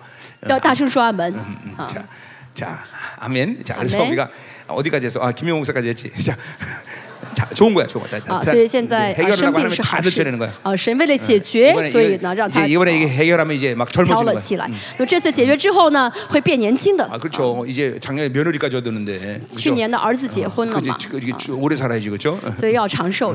B: 要大声说阿门
A: 음,
B: 啊！
A: 자, 자, 아멘. 자, 그래서
B: 어. 아멘.
A: 우리가 어디까지 했어? 아, 김용 목사까지 했지. 자, 자, 좋은 거야, 좋은 거야. 다- 다-
B: 啊，
A: 다-
B: 所以现在啊，
A: 해결을
B: 生
A: 하고
B: 病
A: 하면
B: 是
A: 다
B: 好
A: 들춰내는
B: 事
A: 거야.
B: 啊，神为了解决，
A: 이번에
B: 所以
A: 이거-
B: 呢，让他啊
A: 이제 이번에 이게 해결하면 이제 막
B: 飘
A: 젊어지는
B: 了
A: 거야.
B: 起来。那么这次解决之后呢，会变年轻的
A: 아 。 그렇죠. 이제 작년에 며느리까지 얻었는데. 그죠?
B: 去年的儿子结婚了
A: 그지
B: 嘛，
A: 이게 쭉 오래 살아야지 그죠?
B: 所以要长寿。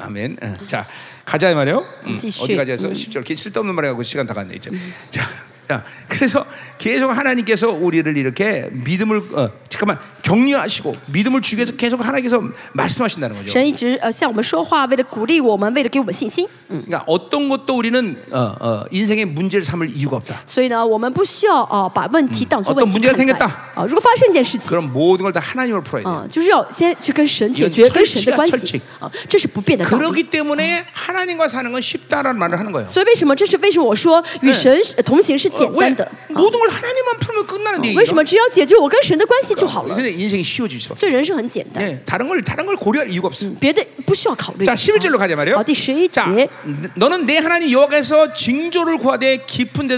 A: 아멘. 어, 자 가자 이 말이요. 음,
B: 지식.
A: 음. 어디 가자해서 10절. 이렇게 쓸데없는 말해 갖고 시간 다 갔네 이제. 자 야, 그래서 계속 하나님께서 우리를 이렇게 믿음을 어, 잠깐만 격려하시고 믿음을 주기 위해서 계속 하나님께서 말씀하신다는 거죠.
B: 神一直呃向我们说话，为了鼓励我们，为了给我们信心。
A: 그러니까 어떤 것도 우리는 어, 어, 인생의 문제를 삼을 이유가 없다.
B: 所以呢，我们不需要啊、把问题当做问题
A: 어떤문제가
B: 看待
A: 생겼다
B: 啊、如果发生一件事情。
A: 그럼 모든 걸 다 하나님으로 풀어야 돼.
B: 啊、就是要先去跟神解
A: 이건
B: 决
A: 철
B: 跟神
A: 칙이야
B: 的关
A: 철칙
B: 系啊、这是不变的道理。
A: 그러기 때문에 하나님과 사는 건 쉽다라는 말을 하는 거예요.
B: 所以为什么这是为什么我说与神呃同行是
A: 어,
B: 简
A: 왜
B: 单的？
A: 모든 걸 하나님만 풀면 끝나는데
B: 为什么只要解决我跟神的关系就好了？
A: 근데 인생이 쉬워질 수 없어.
B: 所以人生很简单，
A: 예, 다른 걸 다른 걸 고려할 이유가 없어.
B: 别的不需要考虑。
A: 자, 11절로 가자 말이에요.
B: 好，第十一
A: 자,
B: 节，
A: 너는 내 하나님 여호와께서 징조를 구하되 깊은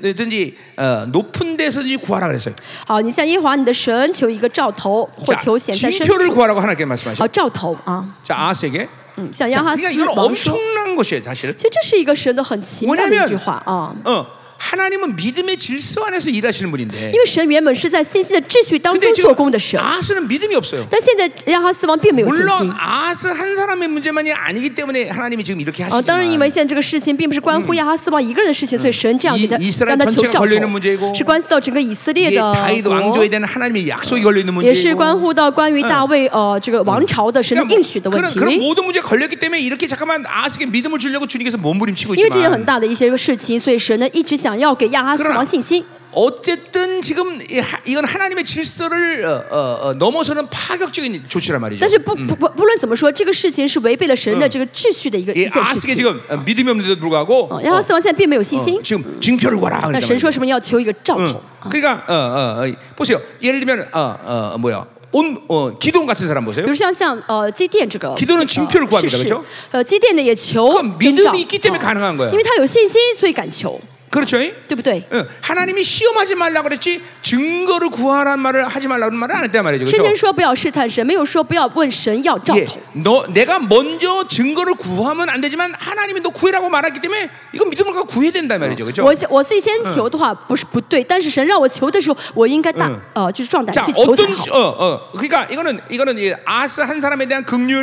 A: 데든지 어, 높은 데서든지 구하라 그랬어요.
B: 好，你向耶和华你的神求一个兆头，或
A: 자,
B: 求显在深处。
A: 징표를 구하라고 하나님께 말씀하셨어요.
B: 好，兆头啊，
A: 자, 아세게.
B: 嗯，向亚
A: 자,
B: 哈斯
A: 그러니까 이건
B: 王说，
A: 엄청난 것이에요, 사실은.
B: 其实这是一个神的很奇妙的一句话啊，
A: 어, 하나님은 믿음의 질서 안에서 일하시는 분인데.
B: 因为神原本是在信息的秩序当
A: 근데
B: 中
A: 지금
B: 做工的神，
A: 아스는 믿음이 없어요.
B: 但现在亚哈斯王并没有信
A: 물론
B: 心。
A: 아스 한 사람의 문제만이 아니기 때문에 하나님이 지금 이렇게
B: 啊，当然，因
A: 하시지만
B: 为现在这个事情并不是关乎亚哈斯王一个人的事嗯情，所以神这样给他
A: 이이스라엘
B: 让他求
A: 전체가걸려있는문제이고
B: 兆头，是关系到整个以色列
A: 이게
B: 的
A: 다윗
B: 国
A: 왕조에 ， 대한 하나님의 약속이 걸려 있는
B: 也是
A: 문제고.
B: 关乎到关于大卫呃这个王朝的神的应许的
A: 그런,
B: 问
A: 그런
B: 题。
A: 모든 문제 걸렸기 때문에 이렇게 잠깐만 아스게 믿음을 주려고 주님께서 몸부림치고
B: 因为这些很
A: 있지만
B: 大的一些个事情，所以神呢一直想要给亚哈斯王信心。
A: 어쨌든 지금 이 하- 이건 하나님의 질서를 어, 어, 어, 넘어서는 파격적인 조치란 말이죠.
B: 但是不不不不论怎么说，这个事情是违背了神的这个秩序的一个
A: 이
B: 一件事
A: 예, 아스게
B: 情。
A: 지금 어, 믿음이 없는데도 불구하고
B: 哦，
A: 어,
B: 亚哈斯王现在并没有信心
A: 어, 。 지금 징표를 구하라.
B: 那
A: 그랬단
B: 神
A: 말이죠.
B: 说什么要嗯求一个兆头
A: 응. ？ 그러니까 어, 어, 어, 이- 보세요. 예를 들면 어, 어, 뭐야 온 어, 기동 같은 사람
B: 比
A: 보세요.
B: 如像像呃基甸这个
A: 기도는징표를구합니다
B: 呃是
A: 그죠
B: 呃基甸呢也求
A: 그건
B: 征
A: 믿음이
B: 兆
A: 있기 때문에
B: 哦
A: 가능한
B: 因
A: 거예요.
B: 为他有信心，所以敢求，
A: 그렇죠? 이?
B: 对不对？
A: 응. 하나님이 시험하지 말라 그랬지 증거를 구하라는 말을 하지 말라 그런 말은 안 했단 말이죠.
B: 圣经
A: 그렇죠?
B: 说不要试探神，没有说不要问神要兆
A: 예,
B: 头。
A: 너 내가 먼저 증거를 구하면 안 되지만 하나님이 너 구해라고 말했기 때문에 이건 믿음을 갖고 구해야 된단 말이죠. 그렇죠?
B: 我我自己先求的话不是不对，但是神让我求的时候，我应该大
A: 嗯
B: 呃就是壮胆
A: 자,
B: 去求才
A: 어떤
B: 好。
A: 어, 어. 그러니까 이거는 이거는 이 아스 한 사람에 대한 긍휼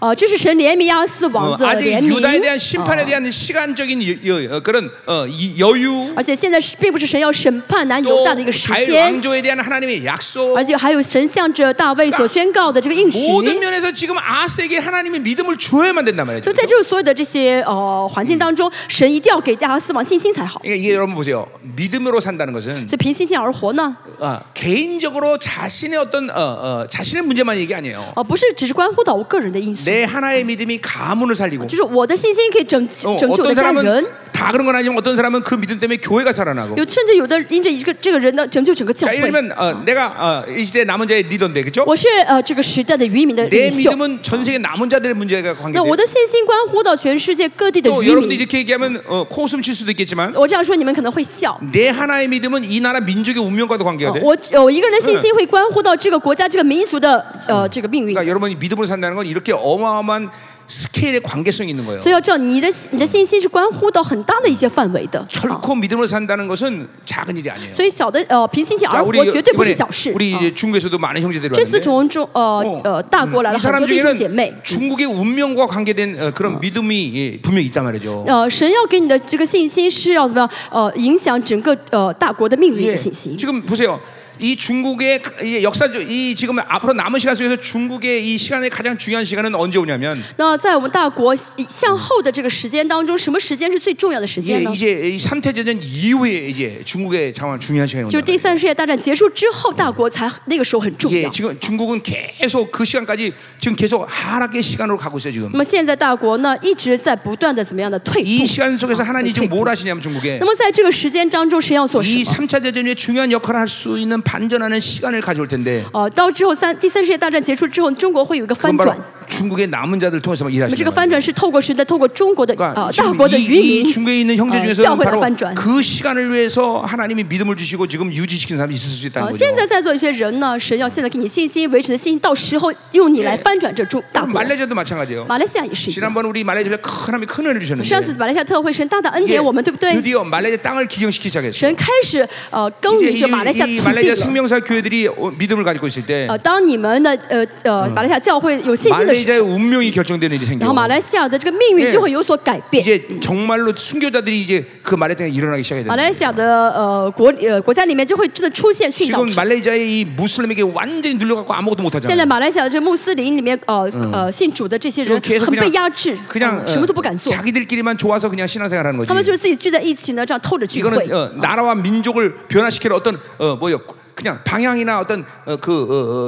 B: 呃，这是神怜悯亚斯
A: 어,
B: 王的
A: 아직
B: 怜
A: 유다에 대한 어.
B: 悯。啊
A: 심판에 대한 시간적인 여, 여, 어, 그런 어, 이, 여유
B: 而且现在是并不是神要审判南犹
A: 또
B: 大的一个时
A: 다윗
B: 间，
A: 왕조에 대한 하나님의 약속
B: 而且还有神向着大卫所宣告的这个应许。
A: 모든 면에서 지금 아스에게 하나님의 믿음을 줘야만 된단 말이죠.
B: 就在这个所有的这些呃环境当中，神一定要给亚哈斯王信心才好。
A: 그러니까 이게 여러분 보세요. 믿음으로 산다는 것은
B: 所以凭信心而活呢，
A: 어, 개인적으로 자신의 어떤 어, 어, 자신의 문제만 얘기 아니에요.
B: 呃，不是只是关乎到我个人的因素，
A: 내 하나의 믿음이 가문을 살리고
B: 就是我的信心可以拯
A: 어,
B: 拯哦救我
A: 어떤
B: 的家人
A: 사람은 。다 그런 건 아니지만 어떤 사람은 그 믿음 때문에 교회가 살아나고
B: 有甚至有的因着一个这个人的拯救整个教
A: 자,
B: 会。
A: 이러면 어, 뭐, 내가 어, 이 시대 남은 자의 리더인데 그죠?
B: 我是呃这个时代的渔民的
A: 내
B: 领袖，
A: 믿음은 전 세계 남은 자들의 문제가
B: 那
A: 관계돼요.
B: 我的信心关乎到全世界各地的
A: 또
B: 渔
A: 여러분들이
B: 民。
A: 이렇게 얘기하면 어, 코웃음 칠 수도 있겠지만
B: 我这样说你们可能会笑。
A: 내 하나의 믿음은 이 나라 민족의 운명과도 관계가 돼.
B: 呃我有一个人的信心会关乎到这个国家、这个民族的呃这个命运，
A: 그러니까 여러분이 믿음으로 산다는 건 이렇게 어마어마한 스케일의 관계성이 있는 거예요.
B: 所以要知道你的你的信心是关乎到很大的一些范围的。啊
A: 결코 그 믿음으로 산다는 것은 작은 일이 아니에요.
B: 所以小的呃凭信心
A: 자,
B: 而
A: 우리
B: 活绝对不是
A: 이번에
B: 아, 小事。
A: 우리
B: 啊
A: 이제 중국에서도 많은 형제들이
B: 这次
A: 왔는데 어。
B: 从中呃呃大国来
A: 이
B: 了很
A: 사람
B: 多弟兄姐
A: 중에는
B: 妹。
A: 중국의 운명과 관계된 어, 그런 믿음이 예, 분명히 있단 말이죠.
B: 呃，神要给你的这个信心是要怎么样？呃，影响整个呃大国的命运
A: 예,
B: 的信心。
A: 지금 보세요. 이 중국의 이 역사적 이 지금 앞으로 남은 시간 속에서 중국의 이 시간의 가장 중요한 시간은 언제 오냐면
B: 那在我们大国向后的这个时间当中，什么时间是最重要的时
A: 예,
B: 间呢？
A: 이제 이 3태 대전 이후에 이제 중국의 정말 중요한 시간이
B: 就是
A: 온다.
B: 第三次世界大战结束之后，大国才那个时候很重
A: 예,
B: 要。
A: 지금 중국은 계속 그 시간까지 지금 계속 하락의 시간으로 가고 있어요, 지금.
B: 那么现在大国呢，一直在不断的怎么样的退
A: 이
B: 步。
A: 시간 속에서 하나님 이 지금
B: 그렇게.
A: 뭘 하시냐면 중국에
B: 那么在这个时间当中，神要做什
A: 이
B: 么？
A: 3차 대전의 중요한 역할을 할 수 있는 반전하는 시간을 가져올 텐데
B: 呃，到之后三第三次世界大战结束之后，中国会有一个
A: 그건
B: 翻转
A: 바로 。 중국의 남은 자들 통해서
B: 那么这
A: 일하시는
B: 个
A: 거예요.
B: 翻转是透过神的，透过中国的
A: 그러니까
B: 呃大国
A: 지금
B: 的
A: 이,
B: 渔
A: 이
B: 民
A: 중국에 어, 있는 형제
B: 呃
A: 중에서는
B: 教会的
A: 바로
B: 翻转。
A: 그 시간을 위해서 하나님이 믿음을 주시고 지금 유지시킨 사람이 있을 수 어, 있다는
B: 呃，
A: 거죠.
B: 现在在座有些人呢，神要现在给你信心，维持你的信心，到时候用你来翻转这中大
A: 그럼
B: 国。
A: 뭐. 말레이시아도 마찬가지예요.
B: 马来西亚也是一样。
A: 지난번 우리 말레이시아에 큰 하나님이 큰 은혜를
B: 上
A: 주셨는데
B: 次马来西亚特会神大大恩
A: 이게
B: 典我们，对不对？
A: 드디어 말레이시아 땅을 기경시키기 시작했어요.
B: 神开始呃耕
A: 이제
B: 耘
A: 이,
B: 着马来西亚
A: 이
B: 土
A: 말레이시아
B: 地
A: 생명사 교회들이 어, 믿음을 가지고 있을 때
B: 呃，当你们的呃呃马来西亚教会有信心的时候，
A: 말레이자의 운명이 결정되는 일이
B: 然
A: 생겨요.
B: 后马来西亚的这个命
A: 예
B: 运就会有所改变。
A: 이제 정말로 순교자들이 이제 그 말레이자에 일어나기 시작해야
B: 马
A: 돼요.
B: 来西亚的呃国呃国家里面就会真的出现殉道
A: 지금
B: 者。
A: 말레이자의 이 무슬림에게 완전히 눌려갖고 아무것도
B: 现
A: 못하잖아요.
B: 在马来西亚的这穆斯林里面，呃呃，信主的这些人
A: 이거 계속
B: 很被
A: 그냥
B: 压制，
A: 그냥
B: 嗯
A: 어,
B: 什么都不敢做，
A: 자기들끼리만 좋아서 그냥 신앙생활하는
B: 他们
A: 거지.
B: 就是自己聚在一呃起呢，这样透着聚会
A: 이거는 。 어, 나라와 민족을 변화시키는 어떤 어, 뭐요 그냥 방향이나 어떤 어, 그 어,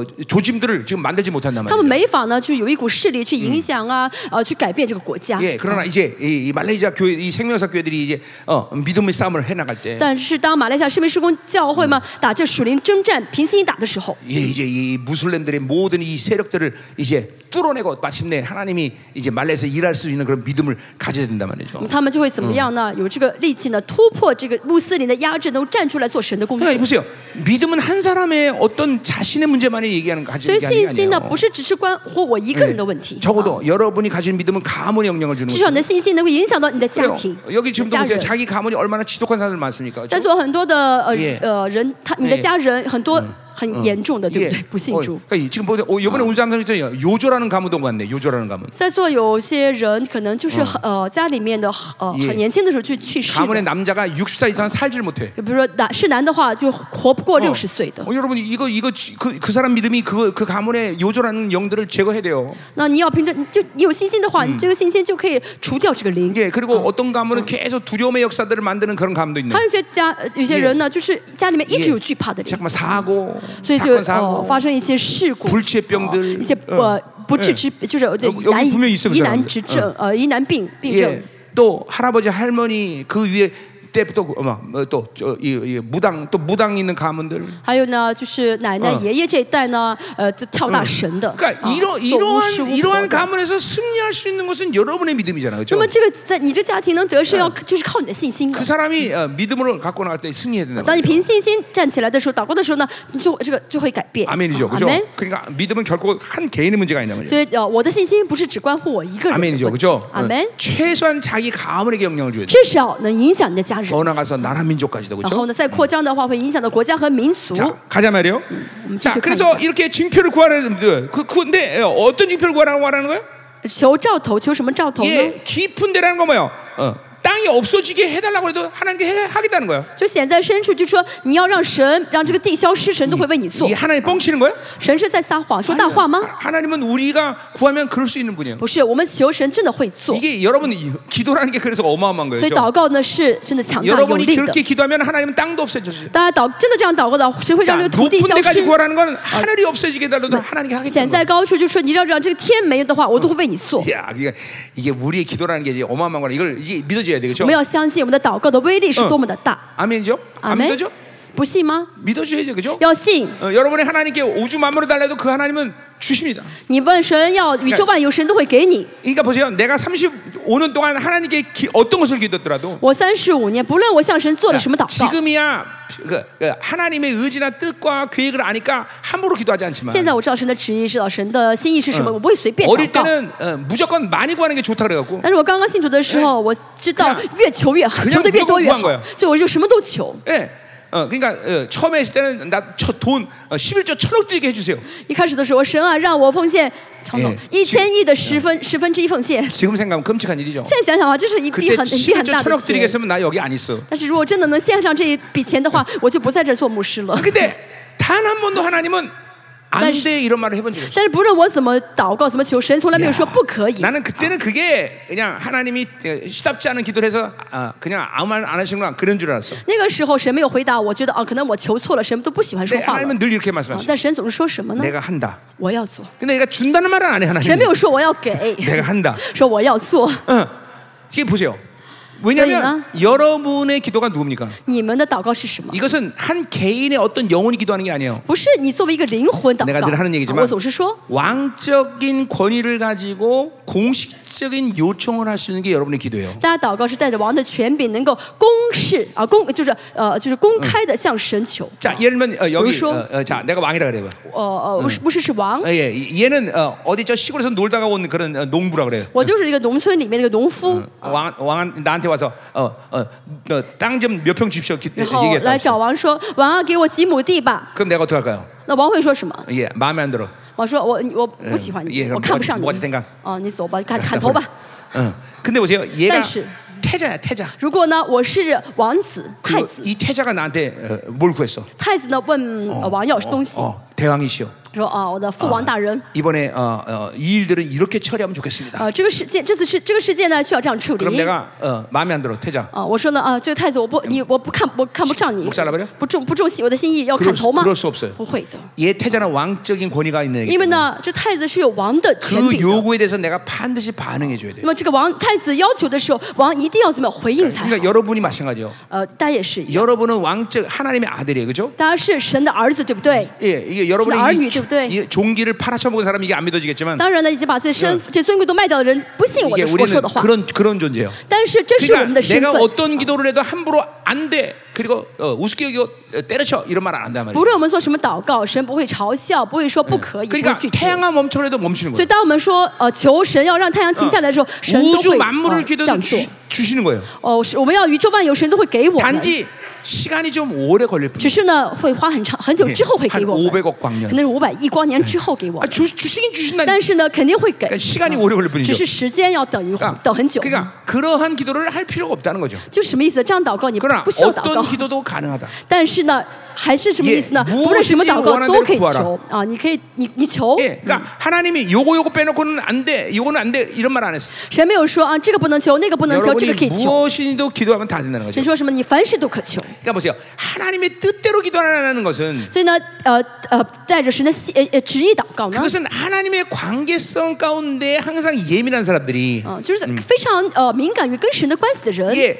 A: 어, 조짐들을 지금 만들지 못한단
B: 他们
A: 말이에요.
B: 没法呢，去有一股势力去影响啊，呃，去改变这个国家。
A: 예, 그러나 이제 이, 이 말레이시아 교회, 이 생명사 교회들이 이제 어, 믿음의 싸움을 해나갈 때,
B: 但是当马来西亚市民施工教会嘛，打这属灵征战、平心打的时候，
A: 예, 이제 이 무슬림들의 모든 이 세력들을 이제 뚫어내고 마침내 하나님이 이제 말레이시아 일할 수 있는 그런 믿음을 가져야 된단 말이죠.
B: 他们就会怎么样呢？有这个力气呢，突破这个穆斯林的压制，能够站出来做神的工作
A: 그러니까 。 보세요. 믿음은 한 사람의 어떤 자신의 문제만을 얘기하는 거
B: 所以
A: 가지는 게
B: 信心呢，
A: 아니에요. 예.
B: 不是只是关乎我一个人的问题，啊
A: 적어도 여러분이 가진 믿음은 가문에 영향을 주는
B: 至少
A: 거죠.
B: 你的信心能够影响到你的家
A: 그래요.
B: 庭、
A: 여기
B: 你的
A: 지금도
B: 家
A: 보세요.
B: 人。
A: 자기 가문이 얼마나 지독한 사람들 많습니까?
B: 在
A: 그렇죠?
B: 座很多的呃
A: 예
B: 呃人，他你的
A: 예
B: 家人很
A: 嗯
B: 多很严重的，对
A: 예.
B: 不对？不信
A: 어,
B: 主。
A: 그러니까 지금 보세요. 어, 이번에 온 사람들에서 요조라는 가문도 봤네. 요조라는 가문.
B: 在座有些人可能就是很
A: 嗯
B: 呃家里面的呃
A: 예
B: 很年轻的时候就去世
A: 가문의
B: 的，
A: 남자가 60살 이상 살지를 못해.
B: 比如说男是男的话就活不过
A: Oh
B: 六十岁的
A: 어, 。 여러분 이거 이거 그, 그 사람 믿음이 그, 그 가문의 요조라는 영들을 제거해야 돼요.
B: 那你要凭着就你有信心的话，
A: 嗯
B: 你这个信心就可以除掉这个灵。
A: 예, 그리고 어떤 가문은 계속 두려움의 역사들을 만드는 그런 가문도 있네.
B: 还有一些家呃有些人呢，就是家里面一直有惧怕的灵，
A: 잠깐만 사고,
B: 所以就
A: 사건 사고,
B: 呃发生一些事故，
A: 불치의 병들, 嗯
B: 一些
A: 어,
B: 呃不治之就是呃
A: 여기
B: 难以
A: 분명히있어요그
B: 疑难
A: 사람들
B: 之症
A: 嗯
B: 呃疑难病病症
A: 예, 。또 할아버지 할머니 그 위에 때부터 뭐 또또이 무당 또 무당 있는 가문들.
B: 还有呢，就是奶奶、
A: 嗯
B: 爷爷这一代呢，呃，就跳大神的，
A: 그러니까
B: 啊
A: 이러
B: 做巫师
A: 이러한
B: 巫婆
A: 이러한
B: 的。
A: 가문에서 승리할 수 있는 것은 여러분의 믿음이잖아요,
B: 那么
A: 그렇죠?
B: 这个在你这家庭能得胜，要嗯就是靠你的信心的
A: 그 。 사람이 어, 믿음으로 갖고 어, 나갈 때 승리해야 된다.
B: 当你凭信心站起来的时候，祷告的时候呢，你就呃这个就会改变。
A: 아멘이죠,
B: 啊
A: 그렇죠?
B: 阿门
A: 그러니까 믿음은 결코 한 개인의 문제가 아니란 말이에요.
B: 所以呃，我的信心不是只关乎我一个人。
A: 아멘이죠, 그렇죠?
B: 阿门。
A: 최소한 자기 가문에게 영향을 줘야 돼.
B: 至少能影响你的家人，
A: 더 나가서 나라 민족까지도
B: 然
A: 그렇죠?
B: 后呢，再扩张的话，会影响到国家和民族。
A: 자, 가자 말이요. 음, 자,
B: 지속하겠습니다.
A: 그래서 이렇게 징표를 구하라는 그 근데 어떤 징표를 구하라고 말하는 거예요?
B: 求兆头，求什么兆头呢？
A: 예, 깊은 데라는 건 뭐예요? 어, 땅이 없어지게 해달라고 해도 하나님께 해, 하겠다는 거예요.
B: 就显在深处，就说你要让神让这个地消失，神都会为你做
A: 이 。 하나님 뻥치는 거예요?
B: 神是在撒谎，说大话
A: 아니요.
B: 吗？
A: 하- 하나님은 우리가 구하면 그럴 수 있는 분이에요.
B: 不是，我们求神真的会做，
A: 이게 여러분 이- 기도라는 게 그래서 어마어마한
B: 所
A: 거예요.
B: 以祷告呢是真的强大有
A: 여러분이
B: 力的
A: 그렇게 。 기도하면 하나님은 땅도 없애주세요.
B: 大家祷真的这样祷告的，神会让
A: 자,
B: 这个土地
A: 높은
B: 消
A: 데까지
B: 失。
A: 구하라는 건 하늘이 없어지게 해달라도 하나님께
B: 显
A: 하겠다는 거예요.
B: 在高处，就说你要让这个天没有的话，我都会为你做。
A: 야, 이게 이게 우리의 기도라는 게 이제 어마어마한 거라 이걸 이제 믿어줘야 되겠죠?
B: 我们要相信我们的祷告的威力是
A: 嗯
B: 多么的大。
A: 아멘이죠?
B: 阿
A: 안
B: 门
A: 믿어죠? 。
B: 不信吗？
A: 믿어줘야죠, 그죠?
B: 要信。
A: 어, 여러분의 하나님께 우주 만물을 달래도 그 하나님은 주십니다.
B: 你问神要宇宙万有，神都会给你。
A: 그러니까 보세요. 내가 35년 동안 하나님께 기- 어떤 것을 기도했더라도
B: 我三十五年，不论我向神做了什么祷告，
A: 지금이야 그, 그 하나님의 의지나 뜻과 계획을 아니까 함부로 기도하지
B: 现
A: 않지만
B: 在我知道神的旨意，知道神的心意是嗯什么，我不会随便祷
A: 어릴
B: 告。
A: 때는 어, 무조건 많이 구하는 게 좋다 그래갖고
B: 但是我刚刚信主的时候，我知道
A: 그냥
B: 越求越好，
A: 그냥
B: 求的越多越好
A: 무조건구한거예요 ，
B: 所以我就什么都求。
A: 예. 어, 그러니까 어, 처음에 했을 때는 나 돈 어, 11조 천억 드리게 해주세요.
B: 一开始的时候，神啊，让我奉献，长总
A: 哎
B: 一千亿的十分十分之一奉献。
A: 지금 생각하면 끔찍한 일이죠.
B: 现在想想啊，这是一笔
A: 그때
B: 很一笔很大
A: 11조
B: 的
A: 천억
B: 钱。
A: 드리겠으면 나 여기 안 있어.
B: 但是如果真的能献上这一笔钱的话，我就不在这儿做牧师 了。
A: 근데 단 한 번도 하나님은 안 돼 이런 말을 해본 적이 없어요.
B: 但是不论我怎么祷告，怎么求，神从来没有说不可以。
A: 나는 그때는 그게 그냥 하나님이 어, 시답지 않은 기도를 해서 아, 그냥 아무 말 안 하시는구나 그런 줄 알았어.
B: 那个时候神没有回答，我觉得啊，可能我求错了，神都不喜欢说
A: 근데
B: 话了。
A: 하나님은 늘 이렇게
B: 啊
A: 말씀하시죠.
B: 但神总是说什么呢？
A: 내가 한다.
B: 我要做，
A: 근데 내가 준다는 말은 안 해
B: 神没
A: 하나님.
B: 有说我要给，
A: 내가 한다.
B: 说我要做。
A: 응. 이게 보세요. 왜냐하면 여러분의 기도가 누굽니까?
B: 你们的祷告是什么？
A: 이것은 한 개인의 어떤 영혼이 기도하는 게 아니에요.
B: 不是你作为一个灵魂祷
A: 내가늘
B: 告。
A: 하는얘기지만
B: 啊我总是说，
A: 왕적인 권위를 가지고 공식적인 요청을 할 수 있는 게 여러분의 기도예요.
B: 大家祷告是带着王的权柄，能够公示啊公就是呃就是公开的向神求。
A: 자, 예를 들면 어, 여기
B: 요쇼.
A: 어, 어, 자, 내가 왕이라 그래요. 嗯
B: 呃呃，不是不是是王
A: 어, ， 예, 이- 얘는 어, 어디 저 시골에서 놀다가 온 그런 어, 농부라 그래요. 嗯
B: 我就是一个农村里面那个农夫。
A: 왕, 왕 나한테 와서 어, 어어땅좀 몇 평 주십시오. 기-
B: 然后来
A: 얘기했다.
B: 找王说：“王啊，给我几亩地吧。
A: 그럼 내가 어떻게 할까요? ”
B: 那王会说什么？
A: 예, 마음에 안 들어.
B: 王说：“我我不喜欢
A: 예
B: 你，我看不上你
A: 뭐가됐든가 。
B: 哦，你走吧，砍砍头 吧。
A: 응. 어. 근데 보세요, 얘가
B: 딸씨.
A: 태자야, 태자.
B: 如果呢，我是王子太
A: 그리고
B: 子，
A: 이 태자가 나한테 어, 뭘 구했어?
B: 太子呢问
A: 哦
B: 呃王要
A: 어,
B: 东西，
A: 어, 대왕이시여.
B: 说啊，我的父王大人，
A: 이번에 어, 어, 이 일들은 이렇게 처리하면 좋겠습니다.
B: 啊，这个事件，这次是这个事件呢需要这样处
A: 그럼
B: 理。
A: 내가 어, 마음에 안 들어, 태자.
B: 啊，我说呢，啊，这个太子，我不，你我不看，我看不上你
A: 목살라버려 ，
B: 不中不中喜我的心意，要砍
A: 그럴,
B: 头
A: 수-
B: 吗？
A: 그럴 수 없어요.
B: 不会的，
A: 얘 태자는 왕적인 권위가 있는
B: 因
A: 애기
B: 为
A: 때문에
B: 呢，这太子是有王的权
A: 그
B: 柄的。
A: 요구에 대해서 내가 반드시 반응해 줘야 돼요.
B: 那么这个王太子要求的时候，王一定要怎么样回哎应才
A: 그러니까
B: 好？
A: 여러분이 마찬가지요.
B: 呃，大家也是一样，
A: 여러분은 왕적 하나님의 아들이에요, 그죠?
B: 大家是神的儿子，对不对？
A: 예, 이게 여러분의 이,
B: 아름이
A: 조-
B: 좋대.
A: 이 종기를 팔아쳐먹은 사람이 이게 안 믿어지겠지만
B: 当然呢，已经把自己身这尊贵都卖掉的人，不信我
A: 이게
B: 的我说
A: 우리는
B: 的话。
A: 그런 그런 존재예요.
B: 但是这是我们
A: 그러니까
B: 的身
A: 내가
B: 份，
A: 어떤 기도를 해도 함부로 안 돼. 그리고 어, 우습게 여기고 어, 때려쳐 이런 말 안 한단
B: 不
A: 말이에요.
B: 论我们做什么祷告，神不会嘲笑，不会说不嗯可以，啊不会
A: 그러니까
B: 拒绝。
A: 태양아 멈춰라도 멈추는
B: 所以
A: 거예요.
B: 当我们说呃求神要让太阳停下来的时候，神都
A: 우주
B: 会、
A: 만물을
B: 呃、这
A: 기도도
B: 样做。
A: 주, 주시는 뭐 거예요.
B: 哦，是我们要宇宙万有，神都会给我们。
A: 단지 시간이 좀 오래 걸릴 뿐.
B: 只是呢，会花很长很久之后会
A: 한
B: 给我们，
A: 500억광년
B: 可能是五百亿光年之后给我
A: 아,
B: 们，
A: 주 주시긴 주신다니까.
B: 但是呢，肯定会给。
A: 그러니까 시간이 오래 걸릴
B: 只
A: 뿐이죠.
B: 是时间要等于等很久，
A: 그러니까 그러한 기도를 할 필요가 없다는 거죠.
B: 就什么意思？这样祷告你
A: 그러나
B: 不需要祷告
A: 어떤 ， 기도도 가능하다.
B: 但是呢，还是什么意思呢？
A: 예
B: 无论什么祷告
A: 무엇이든지원하는대로
B: 都可以
A: 구하라
B: 求啊，你可以你你求，
A: 예, 그러니까 하나님이 요거 요거 빼놓고는 안 돼, 요거는 안 돼 이런 말 안 했어.
B: 谁没有说啊这个不能求，那个不能求，这个可
A: 여러분이
B: 以求？
A: 무엇이도 기도하면 다 된다는 거죠.
B: 神说什么？你凡事都可求。
A: 그러니까 보세요. 하나님의 뜻대로 기도하라는 것은
B: 所以呢，呃呃，带着神的喜呃呃旨意祷告呢，
A: 그것은 하나님의 관계성 가운데 항상 예민한 사람들이
B: 嗯、就是非常呃敏感于跟神的关系的人，
A: 이게 예,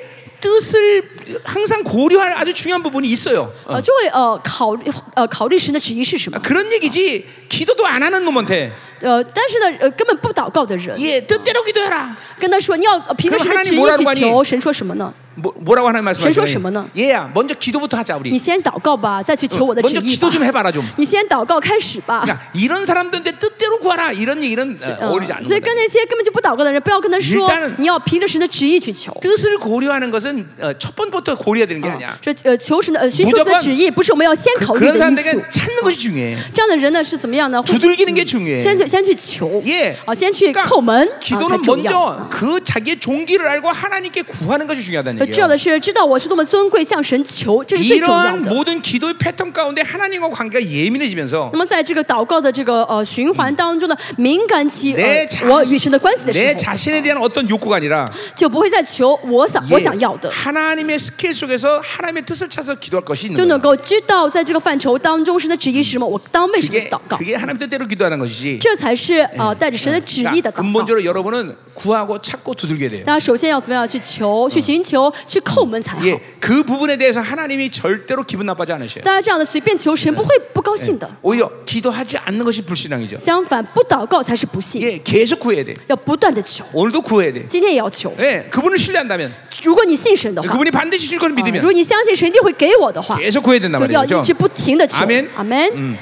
A: 뜻을 항상 고려할 아주 중요한 부분이 있어요.
B: 呃，就会呃考虑呃考虑神的旨意是什
A: 아,
B: 么。
A: 그런 얘기지 기도도 안 하는 놈한테
B: 呃，但是呢，呃，根本不祷告的人，
A: 예 뜻대로 기도해라.
B: 跟他说你要呃凭着神的旨意去求，神说什么呢？
A: 뭐, 뭐라고 하나님
B: 전说什么呢?
A: 말씀하시나요? 얘야 먼저 기도부터 하자
B: 你
A: 우리.
B: 先祷告吧，再去求我的旨
A: 먼저
B: 意吧
A: 기도
B: 아。
A: 。좀 해봐라 좀.
B: 你先祷告开始吧。
A: 그러니까 이런 사람들한테 뜻대로 구하라 이런 얘기는 어,
B: 嗯
A: 어울리지 않는
B: 所以
A: 거다.
B: 跟那些根本就不祷告的人，不要跟他说
A: 일단은
B: 你要凭着神的旨意去求。
A: 뜻을 고려하는 것은 어, 첫 번부터 고려해야 되는 게
B: 啊
A: 아니야.
B: 这呃，求神的呃，寻求神的旨意，不是我们要先考虑
A: 그런
B: 的因素
A: 사람들에게 。 찾는 것이 중요해.
B: 这样的人呢是怎么样呢？会
A: 두들기는게중요해
B: 先去先去求，
A: 예
B: 啊，先去叩门，啊，才
A: 기도는
B: 重要。
A: 먼저 그 자기의 종기를 알고 하나님께 구하는 것이 중요하다는
B: 重要
A: 얘기예요.
B: 的是知道我是多么尊贵，向神求，这是最重要
A: 이러한
B: 的。
A: 모든 기도의 패턴 가운데 하나님과 관계가 예민해지면서
B: 那么在这个祷告的这个呃循环当中呢，敏感起
A: 내
B: 呃
A: 자,
B: 我与神的关系呃的时
A: 내
B: 候，
A: 자신에 대한 어떤 욕구가 아니라
B: 就不会再求我想
A: 예,
B: 我想要的，
A: 하나님의 스킬 속에서 하나님의 뜻을 찾아서 기도할 것이
B: 就
A: 있는
B: 能
A: 거예요.
B: 够知道在这个范畴当中神的旨意是什么，我当为什么
A: 그게,
B: 祷告，
A: 그게 하나님 뜻대로 기도하는 것이지.
B: 这才是呃带着神的旨意
A: 그러니까
B: 的祷告。
A: 근본적으로 여러분은 구하고 찾고 두들겨야 돼요.
B: 大家首先要怎么样去求、去寻求、去叩门才好。
A: 예, 그 부분에 대해서 하나님이 절대로 기분 나빠지 않으셔요.
B: 大家这样的随便求神不会不高兴的。
A: 嗯 오히려 기도하지 않는 것이 불신앙이죠.
B: 相反，不祷告才是不信，
A: 예, 계속 구해야 돼.
B: 要不断的求，
A: 오늘도 구해야 돼.
B: 今天也要求。
A: 예, 그분을 신뢰한다면 예,
B: 如果你信神的话，
A: 아, 그분이 반드시 줄 것을
B: 啊如果
A: 믿으면
B: 你相信神一定会给我的话，
A: 계속 구해야 된단
B: 就要
A: 그러니까. 말이에요.
B: 一直
A: 그렇죠?
B: 不停的求
A: 아멘 。
B: 阿门。嗯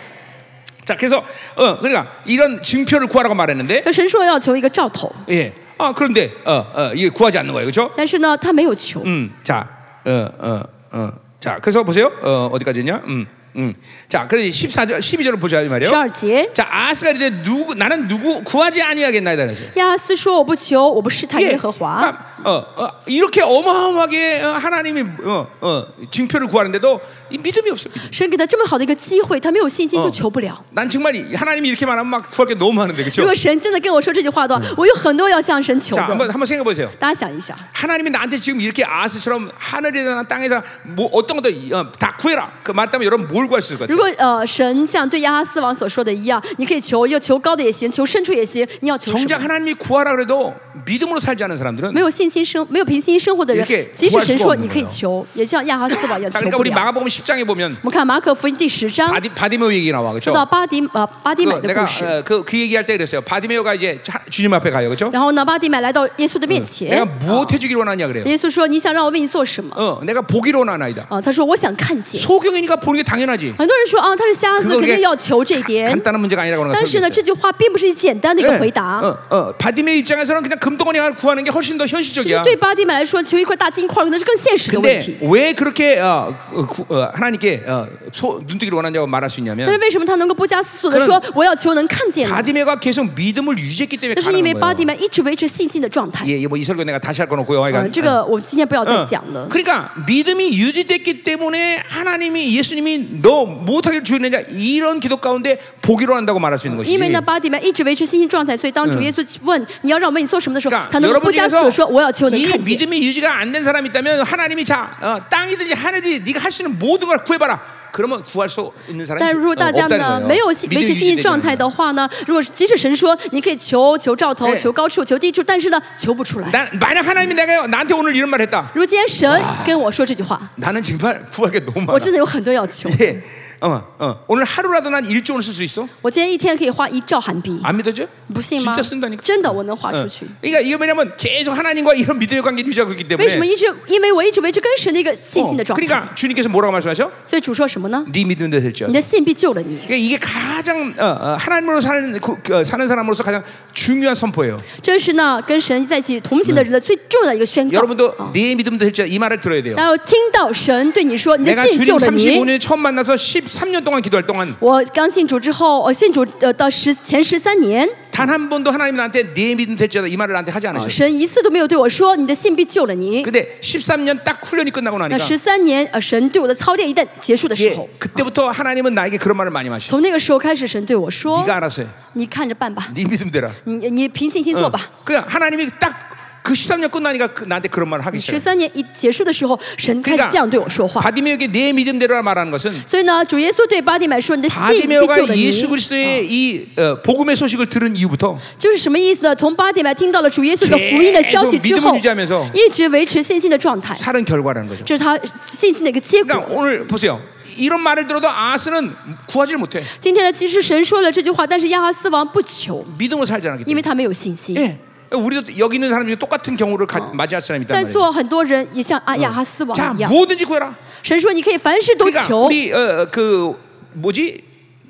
A: 자, 그래서 어, 그러니까 이런 증표를 구하라고 말했는데
B: 这神说要求一个兆头，
A: 예. 아, 그런데 어, 어, 이게 구하지 않는 거예요. 그렇죠?
B: 但是呢，他没有求。
A: 음. 자. 어, 어, 어. 자, 그래서 보세요. 어, 어디까지냐? 음. 음. 자, 그래서 14절 12절을 보자 이
B: 十
A: 말이에요.
B: 二节，
A: 자, 아스가 이제 누구 나는 누구 구하지 아니하겠나이다 그랬어요.
B: 亚斯说：“我不求，我不试探耶和华。
A: 그러니까, 어, 어, 이렇게 어마어마하게 어, 하나님이 어, 어, 증표를 구하는데도 이 믿음이 없어. 요
B: 神给他这么好的一个机会，他没有信心就求不了。
A: 난 정말 이- 하나님이 이렇게 말하면 막 구할 게 너무 많은데
B: 如
A: 그렇죠?
B: 果神真的跟我说这句话的话，我有很多要向神求
A: 자,
B: 的。
A: 한번 한번 생각해 보세요.
B: 大家想一想，
A: 하나님이 나한테 지금 이렇게 아스처럼 하늘이나 땅에서 뭐 어떤 것도 이- 어, 다 구해라. 그 말다면 여러분 뭘 구할 수 있을 것 같아요?
B: 如果呃神像对亚哈斯王所说的一样，你可以求，要求高的也行，求深处也行，你要求什么
A: 정작 ？ 하나님이 구하라 그래도 믿음으로 살지 않은 사람들은
B: 没有信心生，没有凭信心生活的人
A: 이렇게，
B: 即使
A: 구할
B: 神
A: 수가
B: 说
A: 없는
B: 你可以
A: 거예요
B: 求，也像亚哈斯王一样
A: 자,
B: 求
A: 그러니까
B: 不
A: 우리
B: 了。
A: 마가복음 10장에 보면
B: 我们看马可福音第十章，
A: 바디 바디메오 얘기 나와
B: 说
A: 그렇죠?
B: 到巴迪呃巴迪买
A: 그
B: 的
A: 내가
B: 故事。
A: 어, 그, 그 얘기할 때 그랬어요. 바디메오가 이제 하- 주님 앞에 가요, 그렇죠?
B: 然后呢，巴迪买来到耶稣的面前
A: 내가 ， 무엇 해주기로 원하냐 그래요.
B: 耶稣说：“你想让我为你做什么
A: 어, 내가 보기로 원하나이다. ？”
B: 嗯啊，他说：“我想看见。
A: 소경이니까 보는 게 당연하지.
B: 很多人说啊，他是瞎子，
A: 그거
B: 肯定
A: 그게
B: 要求这一点。
A: 간단한 문제가 아니라고 하는
B: 但
A: 것을
B: 是呢，这句话并不是简单的一个回
A: 예,
B: 答。
A: 어, 어, 바디메이 입장에서는 그냥 금덩어리 하나 구하는 게 훨씬 더
B: 其实
A: 현실적이야.
B: 对巴蒂们来说，求一块大金块可能是更现实的问
A: 근데
B: 题。
A: 왜 그렇게 어, 어, 구- 어, 하나님께 어, 소, 눈뜨기를 원한다고 말할 수
B: 但
A: 있냐면
B: 是为什么他能够不加思索的
A: 그런
B: 说我要求能看
A: 예.
B: 见呢？
A: 바디메가 계속 믿음을 유지했기 때문에
B: 那是因为
A: 가능한
B: 巴蒂
A: 거예요.
B: 们一直维持信心的状态。
A: 예, 예, 뭐이 설교 내가 다시 할 건 없고요. 그러니까,
B: 嗯，这个我今天不要再
A: 어,
B: 讲了。
A: 그러니까 믿음이 유지됐기 때문에 하나님이 예수님이 너 못하게 주느냐 이런 기도 가운데 보기로 한다고 말할 수 있는
B: 因
A: 것이지.
B: 为呢，巴蒂们一直维持信心状态，所以当主耶稣问你要让我为你做什么的时候，
A: 그러니까
B: 他能够不
A: 여러분
B: 加思
A: 중에서
B: 索说我要求能
A: 이
B: 看见。
A: 믿음이 유지가 안 된 사람이 있다면 하나님이 자 어, 땅이든지 하늘이든지 네가 할 수 있는 모든 걸 구해봐라. 그러면 구할 수 있는
B: 但
A: 사람이
B: 是如果
A: 어,
B: 大家
A: 없다는
B: 呢
A: 거예요.
B: 没有信
A: 믿음이
B: 维持信心
A: 유지되지
B: 状态
A: 않으면.
B: 的话呢，如果即使神说你可以求求兆头、
A: 哎
B: 求高处、求低处，但是呢求不出来。
A: 난, 만약 하나님이 내가 나한테 오늘 이런 말 했다.
B: 如果今天神跟我说这句话，
A: 나는 정말 구할 게 너무
B: 我
A: 많아.
B: 真的有很多要求。
A: 예. 어, 어. 오늘 하루라도 난 일조를 쓸 수 있어?
B: 我今天一天可以花一兆韩币，
A: 안 믿어져?
B: 不信吗
A: 진짜 ？ 쓴다니까.
B: 真的，我能花
A: 어.
B: 出去。
A: 그러니까 이게 뭐냐면 계속 하나님과 이런 믿음의 관계를 유지하고 있기
B: 为
A: 때문에
B: 什么一直？因为我一直维持跟神的一个信
A: 어,
B: 心的状态。
A: 그러니까 주님께서 뭐라고 말씀하셔?
B: 所以主嗯说什么呢？
A: 네 믿는 데 될지어다
B: 你的信必救了你，
A: 그러니까 이게 가장 어, 어, 하나님으로 사는 그, 그, 어, 사는 사람으로서 가장 중요한 선포예요.
B: 这是呢跟神在一起同行的嗯人的最重要的一个宣告。
A: 여러분도 네 믿음도 될지 이 말을 들어야 돼요.
B: 大家要听到神对你说：“你的
A: 내가
B: 信
A: 주님
B: 救了你。
A: 35년에 처음 만나서 13년 동안 기도할 동안
B: 我”刚信主之后，我信主呃到十前十三年，
A: 단 한 번도 하나님 나한테 네 믿음 될지어다 이 말을 나한테 하지 않으셨어요.
B: 神一次都没有对我说：“你的信必救了你。
A: 근데 13년 딱 훈련이 끝나고
B: 那
A: 나니까
B: 十三年呃，神对我的操练一旦结束的时
A: 예,
B: 候，
A: 그때부터 하나님은 나에게 그런 말을 많이 하시죠.
B: 从那个时候开始，神对我说
A: 네가 ：“ 알아서 해.
B: 你看着办吧，
A: 네 믿음 되라.
B: 你你凭信心做
A: 어.
B: 吧。
A: 그냥 하나님이 딱 그 13년 끝나니까 그- 나한테 그런 말을 하기
B: 十
A: 시작해요.
B: 三年一结束的时候，神开始这样对我说话。
A: 바디메오에게 네 믿음대로라 말하는 것은
B: 所以呢，主耶稣对巴蒂买说：“你的信必救了
A: 바디메오가
B: 你。”
A: 예수 그리스도의 이 어, 복음의 소식을 들은 이후부터
B: 就是什么意思呢？从巴蒂买听到了主耶稣的福音的消息之后
A: 계속믿음을유지하면서 ，
B: 一直维持信心的状态，
A: 살은 결과라는 거죠.
B: 这是他信心的一个结
A: 그러니까
B: 果。
A: 오늘 보세요. 이런 말을 들어도 아스는 구하지 를 못해.
B: 今天呢，即使神说了这句话，但是亚哈斯王不求，
A: 믿음으로 살지 않았기
B: 因为
A: 때문에.
B: 他没有信心。
A: 예. 우리도 여기 있는 사람 중에 똑같은 경우를 가- 맞이할 사람이 있단
B: 在
A: 말이에요.
B: 座很多人也像啊亚哈斯
A: 자
B: 王一样，
A: 뭐든지 구해라.
B: 神说你可以凡事都
A: 그러니까
B: 求。
A: 우리 어, 어, 그 뭐지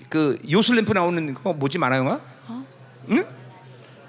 A: 그 요술램프 나오는 거 뭐지 만화영화? 응?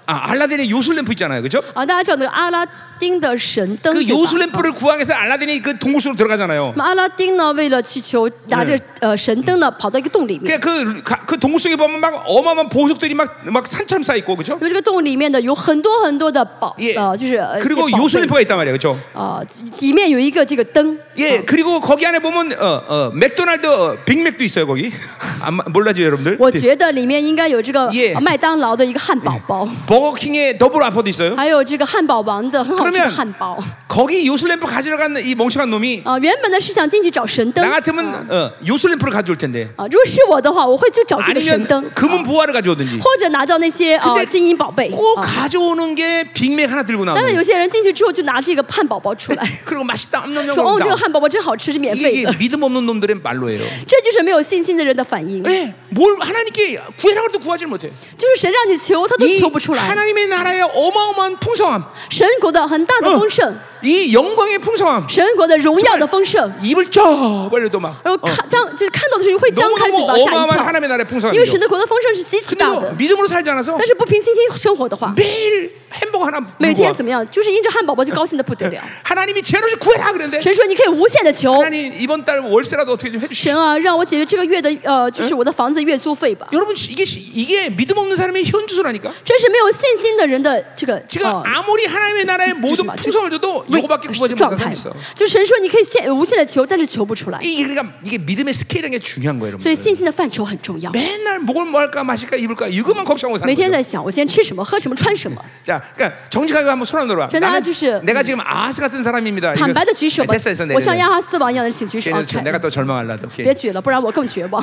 A: 아 알라딘의 요술램프 있잖아요, 그죠?
B: 啊，大家知道那个阿拉丁的神灯
A: 그
B: 对吧
A: 요술램프를 구하기 위해서 알라딘이 그 동굴 속으로 들어가잖아요.
B: 那么阿拉丁呢，为了去求拿着呃神灯呢，跑到一个洞里面。
A: 그냥 그, 가- 그 동굴 속에 보면 막 어마어마한 보석들이 막, 막 산처럼 쌓여 있고, 그죠?
B: 因为这个洞里面的有很多很多的宝，
A: 예.
B: 呃，就是呃一些
A: 그리고
B: 宝贝
A: 요술램프가 있단 말이에요, 그죠?
B: 啊，里面有一个这个灯，呃
A: 예, 그리고 거기 안에 보면 어, 어, 맥도날드 어, 빅맥도 있어요, 거기. 안 마- 몰라죠, 여러분들?
B: 我觉得里面应该有这个
A: 예
B: 麦当劳的一个汉堡包，
A: 버거킹의 더블 아퍼도 있어요.
B: 还有这个汉堡王的很好吃
A: 그러면
B: 的汉堡。
A: 거기 요술램프 가지러 간 이 멍청한 놈이
B: 啊，原本呢是想进去找神灯
A: 나 ， 같으면 어, 요술램프를 가져올 텐데
B: 啊，如果是我的话，我会去找这个神灯啊
A: 아니면 ， 금은 보화를 가져오든지
B: 或者拿到那些
A: 근데
B: 呃金银宝贝。
A: 꼭
B: 啊
A: 가져오는 게 빅맥 하나 들고
B: 当然，
A: 나오는
B: 有些人进去之后就拿这个汉堡包出来，
A: 그리고 맛있다 엄념
B: 说：“ 哦，这个
A: 다
B: 汉堡包真好吃，是免
A: 이게,
B: 费
A: 이게
B: 的。
A: 믿음 없는 놈들의 말로예요. ”
B: 这就是没有信心的人的反应，
A: 예, 뭘 하나님께 구해라고 해도 구하지 못해.
B: 就是神让你求，他都
A: 이
B: 求不出来。
A: 하나님의 나라의 어마어마한 풍성함,
B: 神国的很大的丰盛，
A: 이 영광의 풍성함,
B: 神国的荣耀的丰盛，
A: 입을 쩍 벌려도 막
B: 然后看张就是看到的时候会张
A: 너무
B: 开嘴
A: 너무
B: 巴吓一
A: 어마어마한
B: 跳。
A: 하나님의 나라의
B: 因
A: 풍성함이죠.
B: 为神的国的丰盛是极其大
A: 근데
B: 的，
A: 믿음으로 살지 않아서
B: 但是不凭信心生活的话，
A: 매일 햄버거 하나
B: 每
A: 물고
B: 天
A: 와.
B: 怎么样，就是因着汉堡包就高兴的不得 了。
A: 하나님이 제로씩 구해라 그랬는데
B: 神说你可以无限的求，
A: 하나님 이번 달 월세라도 어떻게 좀 해주시오.
B: 神啊，让我解决这个月的呃，就是我的房子月租费吧。
A: 여러분 이게 시- 이게 믿음 없는 사람의 현주소라니까.
B: 这是没有信心的人的这个
A: 지금
B: 呃
A: 아무리 하나님의 나라의
B: 지- 지지
A: 모든
B: 마, 지-
A: 풍성을 줘도 이거밖에 구하지
B: 状
A: 못하는
B: 态
A: 사람이 있어. 。
B: 就神说你可以限无限的求，但是求不出来。
A: 이게 그러니까 이게 믿음의 스케일이라는 게 중요한 거예요,
B: 所以
A: 여러분.
B: 信心的范畴很重要。
A: 맨날 먹을 뭐 할까 마실까 입을까 이것만 걱정하고
B: 每
A: 사는
B: 天
A: 거예요.
B: 在想我今天吃什么、喝什么、穿什么。
A: 자, 그러니까 정직하게 한번 손 한번 들어봐.
B: 저는 아저씨.
A: 내가 지금 아스 같은 사람입니다.
B: 坦白的举手
A: 이거-
B: 吧
A: 됐어, 됐어, ，
B: 我像
A: 내려.
B: 亚哈斯王一哎样的，请举手。
A: 걔는
B: 啊 네.
A: 지금 내가 또 절망할라. 어?
B: 别举了，不然我更绝望。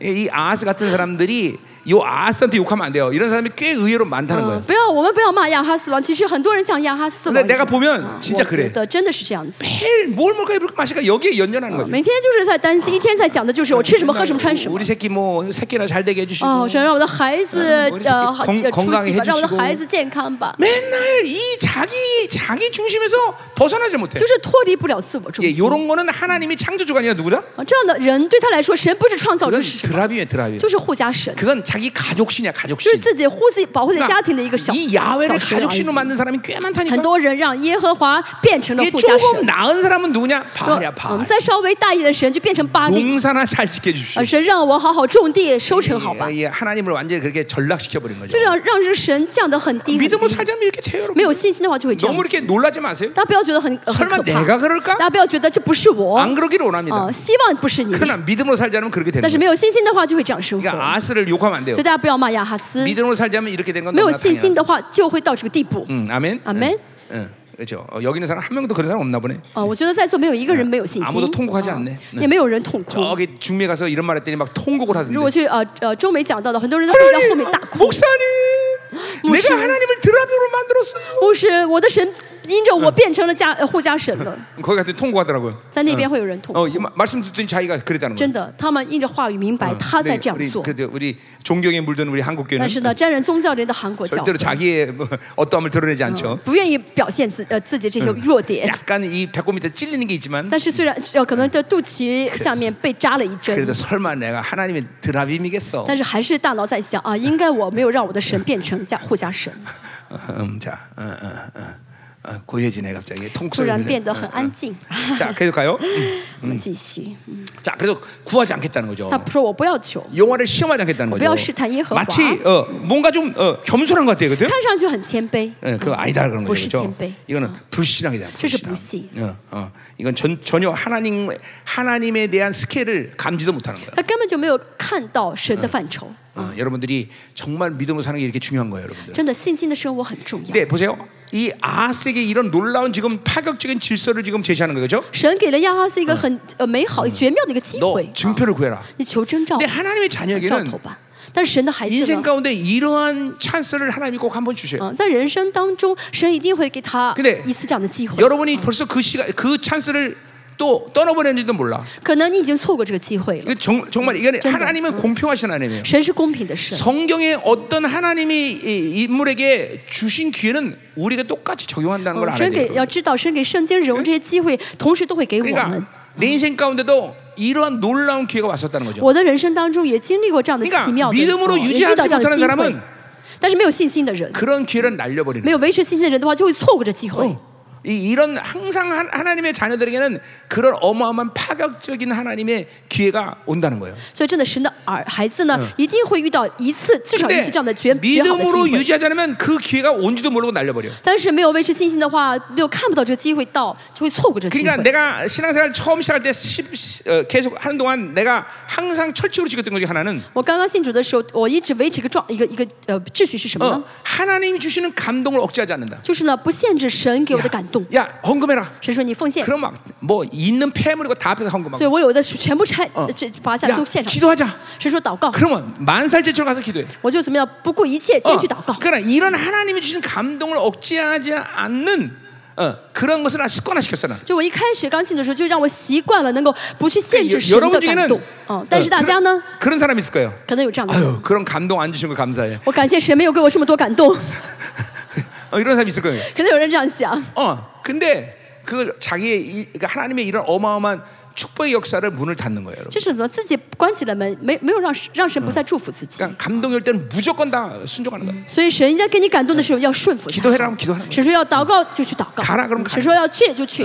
A: 이 아스 같은 사람들이 요 아스한테 욕하면 안 돼요. 이런 사람이 꽤 의외로 많다는
B: 嗯，
A: 거예요.
B: 不要，我们不要骂亚哈斯王。其实很多人像亚哈斯
A: 근데
B: 王一
A: 내가
B: 样，
A: 보면진짜
B: 我
A: 그래
B: 觉得真的是这样子。
A: 매일 뭘 먹을까 입을까 마실까 여기에 연연하는 거죠.
B: 哦每天就是在担心，一天在想的就是我吃什么喝什么穿什么
A: 우리 。 새끼 뭐 새끼나 잘 되게 해주시고
B: 哦，神让我的孩子
A: 我的
B: 呃好
A: 건건강해주시고
B: 出息吧，让我的孩子健康吧，
A: 맨날 이 자기 자기 중심에서 벗어나질 못해.
B: 就是脱离不了自我中
A: 예,
B: 心。
A: 요런 거는 하나님이 창조주가 아니라 누구다?
B: 啊，这样的人对他来说，神不是创造
A: 그건
B: 者是什么？
A: 드랍이에요, 드랍이.
B: 就是护家神，
A: 그건 자기 가족신이야,
B: 就是
A: 가족신.
B: 自己护自己保护自己家庭的一个小
A: 이 어, 야외를
B: 小神而
A: 가족신으로
B: 已。
A: 만든 사람이 꽤
B: 很
A: 많다니까.
B: 多人让耶和华变成了
A: 이게
B: 护家
A: 조금
B: 神，
A: 나은 사람은 누구냐?
B: 说
A: 바알이야,
B: 我们
A: 바알.
B: 再稍微大一点的神就变成巴力，
A: 농사나 잘
B: 啊，
A: 지켜주십시오.
B: 神让我好好种地收成好吧
A: 예, ， 예, 하나님을 완전히 그렇게 전락시켜버린 거죠.
B: 就让让这神降得很低很
A: 믿음으로
B: 低。
A: 살자면 이렇게 돼요, 여러분.
B: 没有信心的话就会这样
A: 너무
B: 子。
A: 이렇게 놀라지 마세요.
B: 大家不要觉得很呃很
A: 설마
B: 可怕，
A: 내가 그럴까?
B: 大家不要觉得这不是我，
A: 안 그러기를
B: 啊、
A: 원합니다.
B: 希望不是你，
A: 그러나 믿음으로 살지 않으면 그렇게 되는
B: 但是
A: 거예요.
B: 没有信心的话就会这样生活。
A: 그러니까 아스를 욕하면 안 돼요.
B: 所以大家不要骂亚哈斯，
A: 믿음으로 살지 않으면 이렇게 된건
B: 没有
A: 너무나
B: 信心
A: 당연하다.
B: 的话就会到这个地步。
A: 음, 아멘.
B: 아멘.
A: 응, 응, 그렇죠. 어, 여기 있는 사람 한 명도 그런 사람 없나 보네.
B: 啊、我觉得在座没有一个人没有信
A: 아무도
B: 心，
A: 통곡하지않네
B: 啊也没有人痛哭。
A: 저기 중미에 가서 이런 말 했더니 막 통곡을
B: 如果
A: 하던데.
B: 去呃呃中美讲到的，很多人都会在后面大 哭。
A: 목사님,
B: 무슨-
A: 내가 하나님을 드라비로 만들었어요.
B: 牧师，我的神因着我变成了家呃护家神了，
A: 거기 갔더니 통곡하더라고요.
B: 在那边会有人痛。
A: 어, 이 마- 말씀 듣더니 자기가 그랬다는 거예요.
B: 真的，他们因着话语明白他在
A: 근데
B: 这样
A: 우리,
B: 做，
A: 그, 저, 우리 존경에 물든 우리 한국 교회는
B: 但是呢，沾染宗教人的韩国教
A: 절대로 자기의 뭐, 어떠함을 예. 드러내지 않죠.
B: 不愿意表现自呃自己这些
A: 嗯
B: 弱点。
A: 약간 이 배꼽 밑에 찔리는 게 있지만
B: 但是虽然呃可能在肚脐下面被扎了一针
A: 그래도 ， 설마 내가 하나님의 드라빔이겠어.
B: 但是还是大脑在想啊，应该我没有让我的神变成家护家神，
A: 어, 음, 자, 어, 어, 어. 어, 고해지네 갑자기
B: 突
A: 통소리. 어.
B: 然变得很安静。
A: 자, 계속 가요. 음.
B: 我们继续，
A: 자, 그래서 구하지 않겠다는 어, 거죠.
B: 他说我不要求，
A: 영화를 시험하지 않겠다는 거죠.
B: 不要试探耶和华。
A: 마치 어, 뭔가 좀 어, 겸손한 것 같아요, 그들.
B: 看上去很谦卑，
A: 예, 그거 아니다 그런
B: 불신
A: 거죠.
B: 谦卑.
A: 이거는 불신앙이다.
B: 그래서
A: 어. 불신앙. 어, 어. 이건 전, 전혀 하나님 하나님에 대한 스케일을 감지도 못하는 거예요.
B: 他根本就没有看到神的范畴。
A: 어, 여러분들이 정말 믿음으로 사는 게 이렇게 중요한 거예요, 여러분들.
B: 真的，信心的生活很重要。
A: 네, 보세요. 이 아스에게 이런 놀라운 지금 파격적인 질서를 지금 제시하는 거죠.
B: 神给了亚哈斯一个很呃美好、绝妙的一个机
A: 너
B: 会，
A: 증표를 구해라.
B: 你求征兆
A: 근데 ， 하나님의
B: 兆
A: 자녀에게는
B: 头吧。但是神的孩子
A: 인생
B: 呢？
A: 가운데 이러한 찬스를 하나님이 꼭 한번 주셔요.
B: 嗯，在人生当中，神一定会给他
A: 근데
B: 一次这样的机会。
A: 여러분이 벌써 그 시간 그 찬스를 또 떠나버렸는지도 몰라.
B: 可能你已经错过这个机会了。
A: 이거 정, 정말 이거는
B: 정말.
A: 하나님은 공평하신 하나님이에요.
B: 神是公平的神，
A: 성경에 어떤 하나님이 이 인물에게 주신 기회는 우리가 똑같이 적용한다는 걸
B: 嗯
A: 알아야
B: 神给
A: 돼요.
B: 要知道，神给圣经人物这些机会，同时都会给我们。
A: 그러니까 내 인생 가운데도 이러한 놀라운 기회가 왔었다는 거죠.
B: 我的人生当中也经历过这样的奇妙
A: 그러니까
B: 的，
A: 믿음으로
B: 嗯也遇到
A: 유지하지
B: 这样的
A: 못하는
B: 机
A: 사람은
B: 会。但是没有信心的人，
A: 그런 기회를
B: 没
A: 날려버리는
B: 有维持信心的人的话，就会错过这机
A: 어? 哦
B: 会。
A: 이, 이런 항상 하- 하나님의 자녀들에게는 그런 어마어마한 파격적인 하나님의 기회가 온다는 거예요.
B: 所以，真的，神的儿孩子呢，一定会遇到一次，至少一
A: 근데
B: 次这样的绝绝好的
A: 믿음으로
B: 机会。
A: 유지하지 않으면 그 기회가 온지도 모르고 날려버려.
B: 但是没有维持信心的话，没有看不到这个机会到，就会错过这个机
A: 그러니까
B: 会。
A: 내가 신앙생활 처음 시작할 때 십- 시- 어, 계속 하는 동안 내가 항상 철칙으로 지켰던 것 중에 하나는
B: 我刚刚信主的时候，我一直维持一个状一个一个呃秩序是什么
A: 어,
B: 呢？
A: 하나님이 주시는 감동을 억제하지 않는다.
B: 就是呢，不限制神给我的感动。
A: 야, 헌금해라.
B: 神说你奉献，
A: 그럼 막 뭐 있는 폐물이고 다 앞에서
B: 所
A: 헌금하고.
B: 以我有的全部拆
A: 嗯
B: 这拔下来
A: 야,
B: 都献上。
A: 기도하자.
B: 神说祷告，
A: 그러면 만살제처럼 가서 기도해.
B: 我就怎么样不顾一切
A: 어,
B: 先去祷告。
A: 그러나 이런 하나님이 주신 감동을 억제하지 않는 어, 그런 것을 습관화 시켰어요.
B: 就我一开始刚信的时候，就让我习惯了能够不去限制神
A: 여러분
B: 的
A: 중에는 어,
B: 感动。嗯，但是哎大家呢，
A: 그런, 그런 사람이 있을 거예요.
B: 可能有这样的人，
A: 아유, 그런 감동 안 주신 거 감사해.
B: 我感谢神没有给我这么多感 动。
A: 어, 이런 사람이 있을 거예요.
B: 可能有人这样想，
A: 어, 근데 그 자기의 이, 그러니까 하나님의 이런 어마어마한 축복의 역사를 문을 닫는 거예요, 여러분.
B: 这是怎么自己关起了门，没没有让让神不再祝福自己。
A: 그러니까 감동이 올 때는 무조건 다 순종하는 거예요.
B: 所以神在给你感动的时候要顺服他。
A: 기도해라 하면 기도하는 거예요.
B: 神说要嗯祷告就去祷告
A: 가라그러면가라 ，
B: 神说要去就去。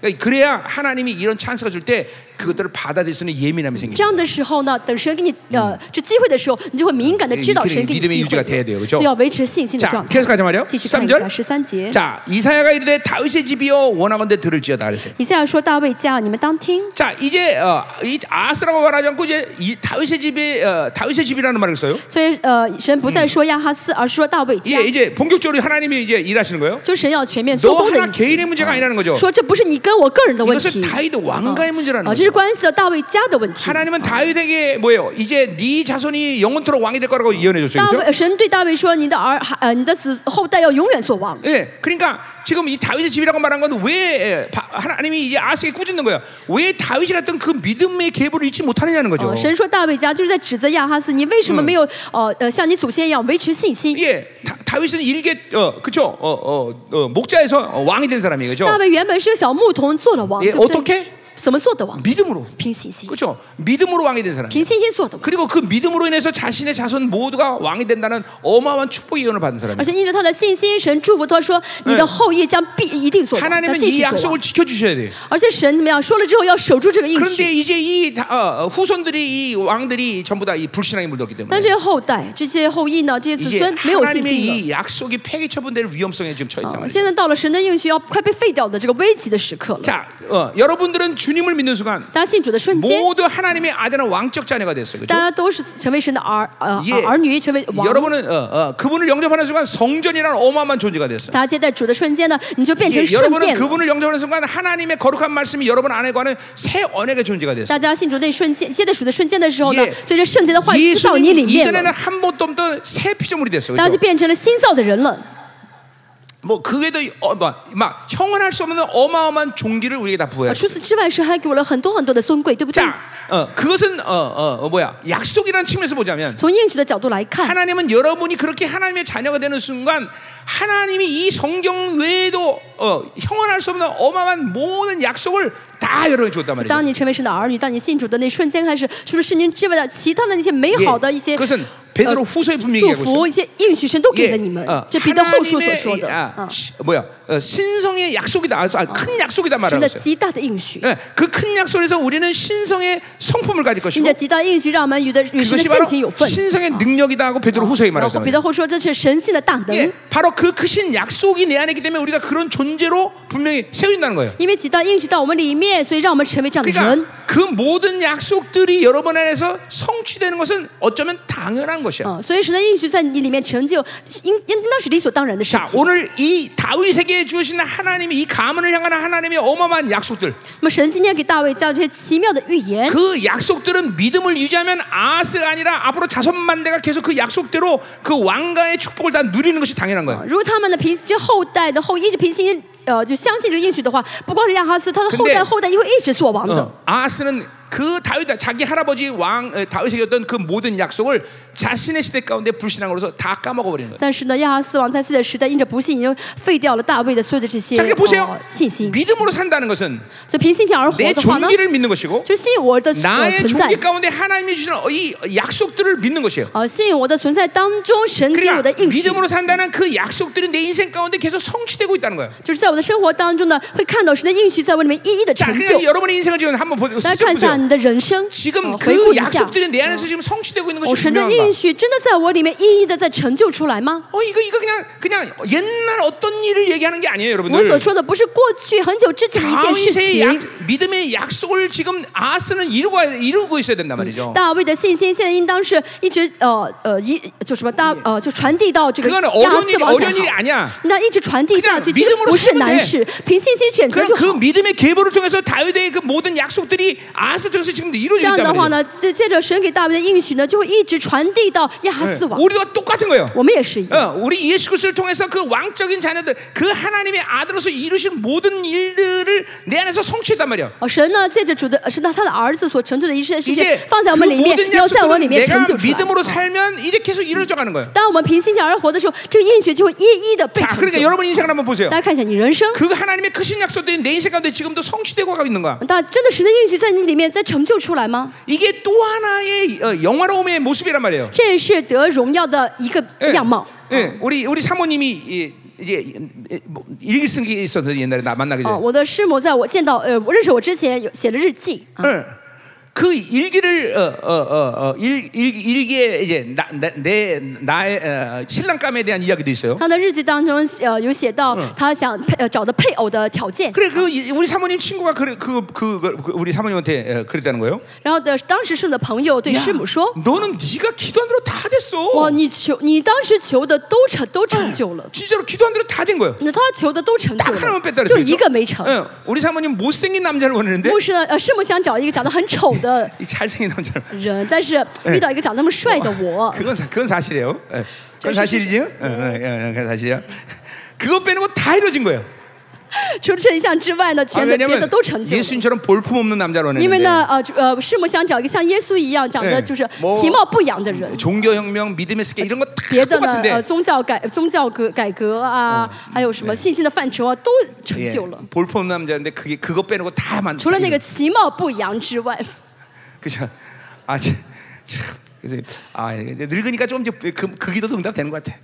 A: 그러니까 그래야 하나님이 이런 찬스가 줄 때 그것들을 받아들일 수 있는 예민함이 생기는
B: 这样的时候呢，等神给你呃这机会的时候，你就会敏感的知道
A: 이
B: 神给你
A: 믿음의
B: 机
A: 유지가돼야돼요
B: 会
A: 그，죠
B: 就要维持信心的
A: 자,
B: 状态
A: 계속 。 가자 말이요.
B: 继续看一下
A: 13절.
B: 十三节，
A: 자, 이사야가 이르되 다윗의 집이여 원하건대 들을지어다 그랬어요.
B: 以下要说大卫家，你们当听。
A: 자, 이제 어, 이 아스라고 말하지 않고 이제 이 다윗의 집이 어, 다윗의 집이라는 말을 써요.
B: 所以呃，神不再说亚哈斯，而是说大卫家
A: 예, ， 이제 본격적으로 하나님이 이제 일하시는 거예요.
B: 就神要全面做
A: 너
B: 工的
A: 하나
B: 意思。
A: 개인의 어. 아, 문제가 아니라는 거죠.
B: 说这不是你跟我个人的问题
A: 이것은 ， 다윗의 왕가의 문제라는
B: 啊，这这是关系到大卫家的问题。
A: 하나님은 다윗에게 뭐예요? 이제 네 자손이 영원토록 왕이 될 거라고 예언해
B: 大
A: 줬어요.
B: 卫
A: 그렇죠?
B: 呃神对大卫说：“你的儿孩呃，你的子后代要永远做王。”
A: 예, 그러니까 지금 이 다윗의 집이라고 말한 건 왜 예, 하나님이 이제 아스에게 꾸짖는 거예요? 왜 다윗이 어떤 그 믿음의 계보를 잊지 못하느냐는
B: 呃
A: 거죠.
B: 神说大卫家就是在指责亚哈斯，你为什么没有呃呃像你祖先一样维持信心？
A: 예, 다, 다윗은 일개 어, 그죠? 어, 어, 어, 목자에서 어, 왕이 된 사람이에요, 그죠?
B: 大卫原本是个小牧童，做了王，
A: 예
B: 对不对？
A: 어떻게?
B: 怎么做的王？
A: 믿음으로.
B: 凭信心，
A: 그렇죠? 믿음으로 왕이 된 사람.
B: 凭信心做的王。
A: 그리고 그 믿음으로 인해서 자신의 자손 모두가 왕이 된다는 어마어마한 축복의 예언을 받은
B: 而
A: 사람이에요.
B: 且因着他的信心，神祝福他说：“你的后裔将必一定做王，将
A: 하나님은
B: 继
A: 이
B: 续嗯做王
A: 약속을 。 지켜 주셔야 돼요.
B: 而且神怎么样说了之后要守住这个应许。
A: 그런데 이제 이 다- 어, 어, 후손들이 이 왕들이 전부 다 이 불신앙에 물들었기
B: 但
A: 때문에
B: 这些后代、这些后裔呢，这些子
A: 이제
B: 孙没有信
A: 하나님의
B: 心了。
A: 이 약속이 폐기 처분될 위험성에 지금 처했단
B: 啊
A: 말이에요.
B: 现在到了神的应许要快被废掉的这个危急的时刻了。
A: 자, 어, 여러분들은 주님을 믿는 순간
B: 大家信主的瞬间，
A: 모두 하나님의 아들은 왕적 자녀가 됐어요.
B: 大
A: 그렇죠?
B: 家都是成为神的儿呃
A: 예
B: 儿女，成为王。
A: 여러분은 어, 어, 그분을 영접하는 순간 성전이라는 어마어마한 존재가 됐어요.
B: 大家接待主的瞬间呢，你就变成
A: 예,
B: 圣
A: 여러분은
B: 殿了。
A: 그분을 영접하는 순간 하나님의 거룩한 말씀이 여러분 안에 관한 새 언약의 존재가 됐어요.
B: 大家信主那瞬间，接待主的瞬间的时候呢
A: 예 ，
B: 随着圣洁的话语进到你
A: 예수님
B: 里面
A: 이전에는
B: 了，
A: 한 번도 없던 새 피조물이 됐어요.
B: 大家就
A: 그렇죠?
B: 变成了新造的人了。
A: 뭐 그 외에도 어, 막, 막 형언할 수 없는 어마어마한 아, 종기를 우리에게 다
B: 啊
A: 부여해.
B: 除此之外，神还给我了很多很多的尊贵，对不对？
A: 자, 어, 그것은 어, 어, 어, 뭐야 약속이라는 측면에서 보자면
B: 从应许的角度来看，
A: 하나님은 여러분이 그렇게 하나님의 자녀가 되는 순간 하나님이 이 성경 외에도 어, 형언할 수 없는 어마어마한 모든 약속을 다 여러분이 줬단 말이죠.
B: 当你成为神的儿女，当你信主的那瞬间开始，除了圣经之外的其他的那些美好的
A: 예,
B: 一些呃
A: 그것은 베드로 후서에 분명히
B: 祝
A: 얘기하고 있어요.
B: 福、一些应许，神都给
A: 예,
B: 了你们
A: 어, 。
B: 这彼得后书所
A: 하나님의
B: 说
A: 이-
B: 的，
A: 아,
B: 啊，
A: 시- 뭐야 어, 신성의 약속이다. 아, 아, 큰 약속이다
B: 神
A: 말하고
B: 的
A: 있어요.
B: 极大的应许。
A: 예, 그 큰 약속에서 우리는 신성의 성품을 가질
B: 因
A: 것이고
B: 着极大的应许，让我们与的与神
A: 그것이
B: 的性
A: 바로
B: 情有份。
A: 신성의 능력이다 하고 어. 베드로 후서에
B: 然后
A: 말했단
B: 彼
A: 말이에요.
B: 得后说，这是神性的大能
A: 예, 。 바로 그 크신 약속이 내 안에 있기 때문에 우리가 그런 존재로 분명히 세워진다는 거예요.
B: 因为极大应许到我们里面，所以让我们成为这样的人
A: 그러니까 。그 모든 약속들이 여러분 안에서 성취되는 것은 어쩌면 당연한 것이야.
B: 嗯，所以神的应许在你里面成就，应应那是理所当然的事
A: 자,
B: 情。
A: 오늘 이 다윗에게 주신 하나님이 이 가문을 향하는 하나님의 어마어마한 약속들,
B: 那么神今天给大卫加这些奇妙的预言，
A: 그 약속들은 믿음을 유지하면 아스가 아니라 앞으로 자손 만대가 계속 그 약속대로 그 왕가의 축복을 다 누리는 것이 당연한 거예요.
B: 如果他们的凭这后代的后一直凭信心，呃，就相信这个应许的话，不光是亚哈斯，他的后
A: 근데
B: 代后代也会一直做王的。
A: 어, 아스는 그 다윗 자기 할아버지 왕 에, 다윗에게 줬던 그 모든 약속을 자신의 시대 가운데 불신앙으로서 다 까먹어 버리는 거예요.
B: 但是呢，亚哈斯王在自己的时代，因着不信，已经废掉了大卫的所有的这些、
A: 자, 그러니까 보세요.
B: 呃、信心。
A: 믿음으로 산다는 것은
B: 所以凭信心而活
A: 내
B: 的话呢，
A: 존귀를 믿는 것이고
B: 就是信我的、呃、
A: 나의
B: 存在
A: 존귀 ， 가운데 하나님이 주신 이 약속들을 믿는 것이에요.
B: 呃，信我的存在当中，神给我的
A: 그러니까
B: 应许。
A: 믿음으로 산다는 그 약속들이 내 인생 가운데 계속 성취되고 있다는 거예요.
B: 就是在我的生活当中呢，会看到神的应许在我里面一一的
A: 자,
B: 成就
A: 그러니까 。 여러분의 인생을 지금 한번 보세요.
B: 大家看一下
A: 보세요.
B: 你的人生，呃
A: 지금
B: 回顾
A: 그
B: 一下，
A: 약속들이 내 안에서 지금 성취되고 있는
B: 哦，
A: 어, 것이
B: 神的
A: 분명한
B: 应
A: 거야.
B: 许真的在我里面一一的在成就出来吗？
A: 어, 이거 이거 그냥 그냥 옛날 어떤 일을 얘기하는 게 아니에요,
B: 我
A: 여러분들.
B: 所说的不是过去很久之前的一件事
A: 다윗의 약,
B: 情。
A: 믿음의 약속을 지금 아스는 이루고 이루고 있어야 된단 말이죠.
B: 大卫的信心现在应当是一直呃呃一就什么大呃就传递到这个
A: 그건
B: 亚
A: 어려운
B: 斯
A: 일이
B: 王才
A: 어려운
B: 好
A: 일이 。 아니야.
B: 那一直传递下去，
A: 그냥
B: 其实
A: 믿음으로
B: 不是
A: 살면
B: 难
A: 돼
B: 事，凭信心选择
A: 그럼
B: 就
A: 그
B: 好。
A: 믿음의 계보를 통해서 다윗의 그 모든 약속들이 아스 통해서 지금
B: 这样的
A: 이루어진단 말이죠.
B: 话呢，这借着神给大卫的应许呢，就会一直传递到亚哈斯王。
A: 네. 우리가 똑같은 거예요.
B: 我们也是一样。
A: 어, 우리 예수 그리스도를 통해서 그 왕적인 자녀들, 그 하나님의 아들로서 이루신 모든 일들을 내 안에서 성취했단 말이야.
B: 哦，神呢，借着主的，是他他的儿子所成就的一切事情
A: 이제 ，
B: 放在我
A: 그
B: 们里面
A: 모든 ，
B: 要在我里
A: 약속들은
B: 面
A: 내가
B: 成就出来。
A: 믿음으로 살면 이제 계속 이루어져 가는 거예요.
B: 当我们凭信心而活的时候，这个应许就会一一的被
A: 자,
B: 成
A: 그러니까
B: 就。
A: 여러분 인생을 한번 보세요.
B: 大家看一下你人生，
A: 그 하나님의 크신 약속들이 내 인생 가운데 지금도 성취되고 가고 있는 거야.
B: 大家真的神的应许在你里面在成就出来吗？
A: 이게 또 하나의 어, 영화로움의 모습이란 말이에요.
B: 这是得荣耀的一个
A: 예,
B: 样貌。
A: 예, 우리 우리 사모님이 예, 이제 예, 뭐, 일기 쓴게 있어서 옛날에 나 만나기
B: 哦，
A: 전에. 嗯
B: 我的师母在我见到呃我认识我之前有写了日记，
A: 예. 그 일기를 어, 어, 어, 어, 일, 일, 일기에 이제 나, 나, 내 나의 어, 신랑감에 대한 이야기도 있어요.
B: 他的日记当中，呃，有写到他想配呃找的配偶的条件，
A: 그래 그 이- 우리 사모님 친구가 그래 그, 그, 그, 그 우리 사모님한테 어, 그랬다는 거예요.
B: 然后的当时是的朋友对师母说
A: 너는 네가 기도한 대로 다 ：“
B: 哇，
A: 됐어.
B: 你求你当时求的都成都成就了，
A: 진짜로 기도한 대로 다 된 거예요.
B: 那他求的都成就
A: 딱 하나만 뺐다
B: 了，就
A: 그랬어요.
B: 一个没成。
A: 응, 우리 사모님 못생긴 남자를 원했는데
B: 牧师呢，呃，师母想找一个长得很丑的
A: 이 잘생긴 남자를
B: 人，但是遇到一个长那么帅的我，
A: 그건 사- 그건 사실이에요. 예. 그건 예,
B: 저기
A: 사실이지요. 응, 응, 응, 그건 사실이야. 그거 빼는 거 다 이루어진 거예요.
B: 除了这一项之外呢，
A: 아,
B: 前的别
A: 왜냐면
B: 的都成就了。
A: 예수님처럼 볼품 없는 남자를
B: 因为
A: 원했는데
B: 呢，呃主呃，师母想找一个像耶稣一样长得
A: 哎
B: 就是
A: 뭐
B: 其貌不扬的人。
A: 종교혁명, 믿음의 스케 이런 거
B: 别
A: 다
B: 的呢，
A: 똑같은데
B: 呃，宗教改宗教革改革啊，还有什么信心的范畴啊，都成
A: 예,
B: 就了。
A: 볼품 없는 남자인데 그게 그거 빼는 거다 만.
B: 除了那个其貌不扬之外，
A: 그죠. 아 참. 참. 그래서 아 이제 늙으니까 좀 이제 그, 그 기도도 응답되는 것 같아.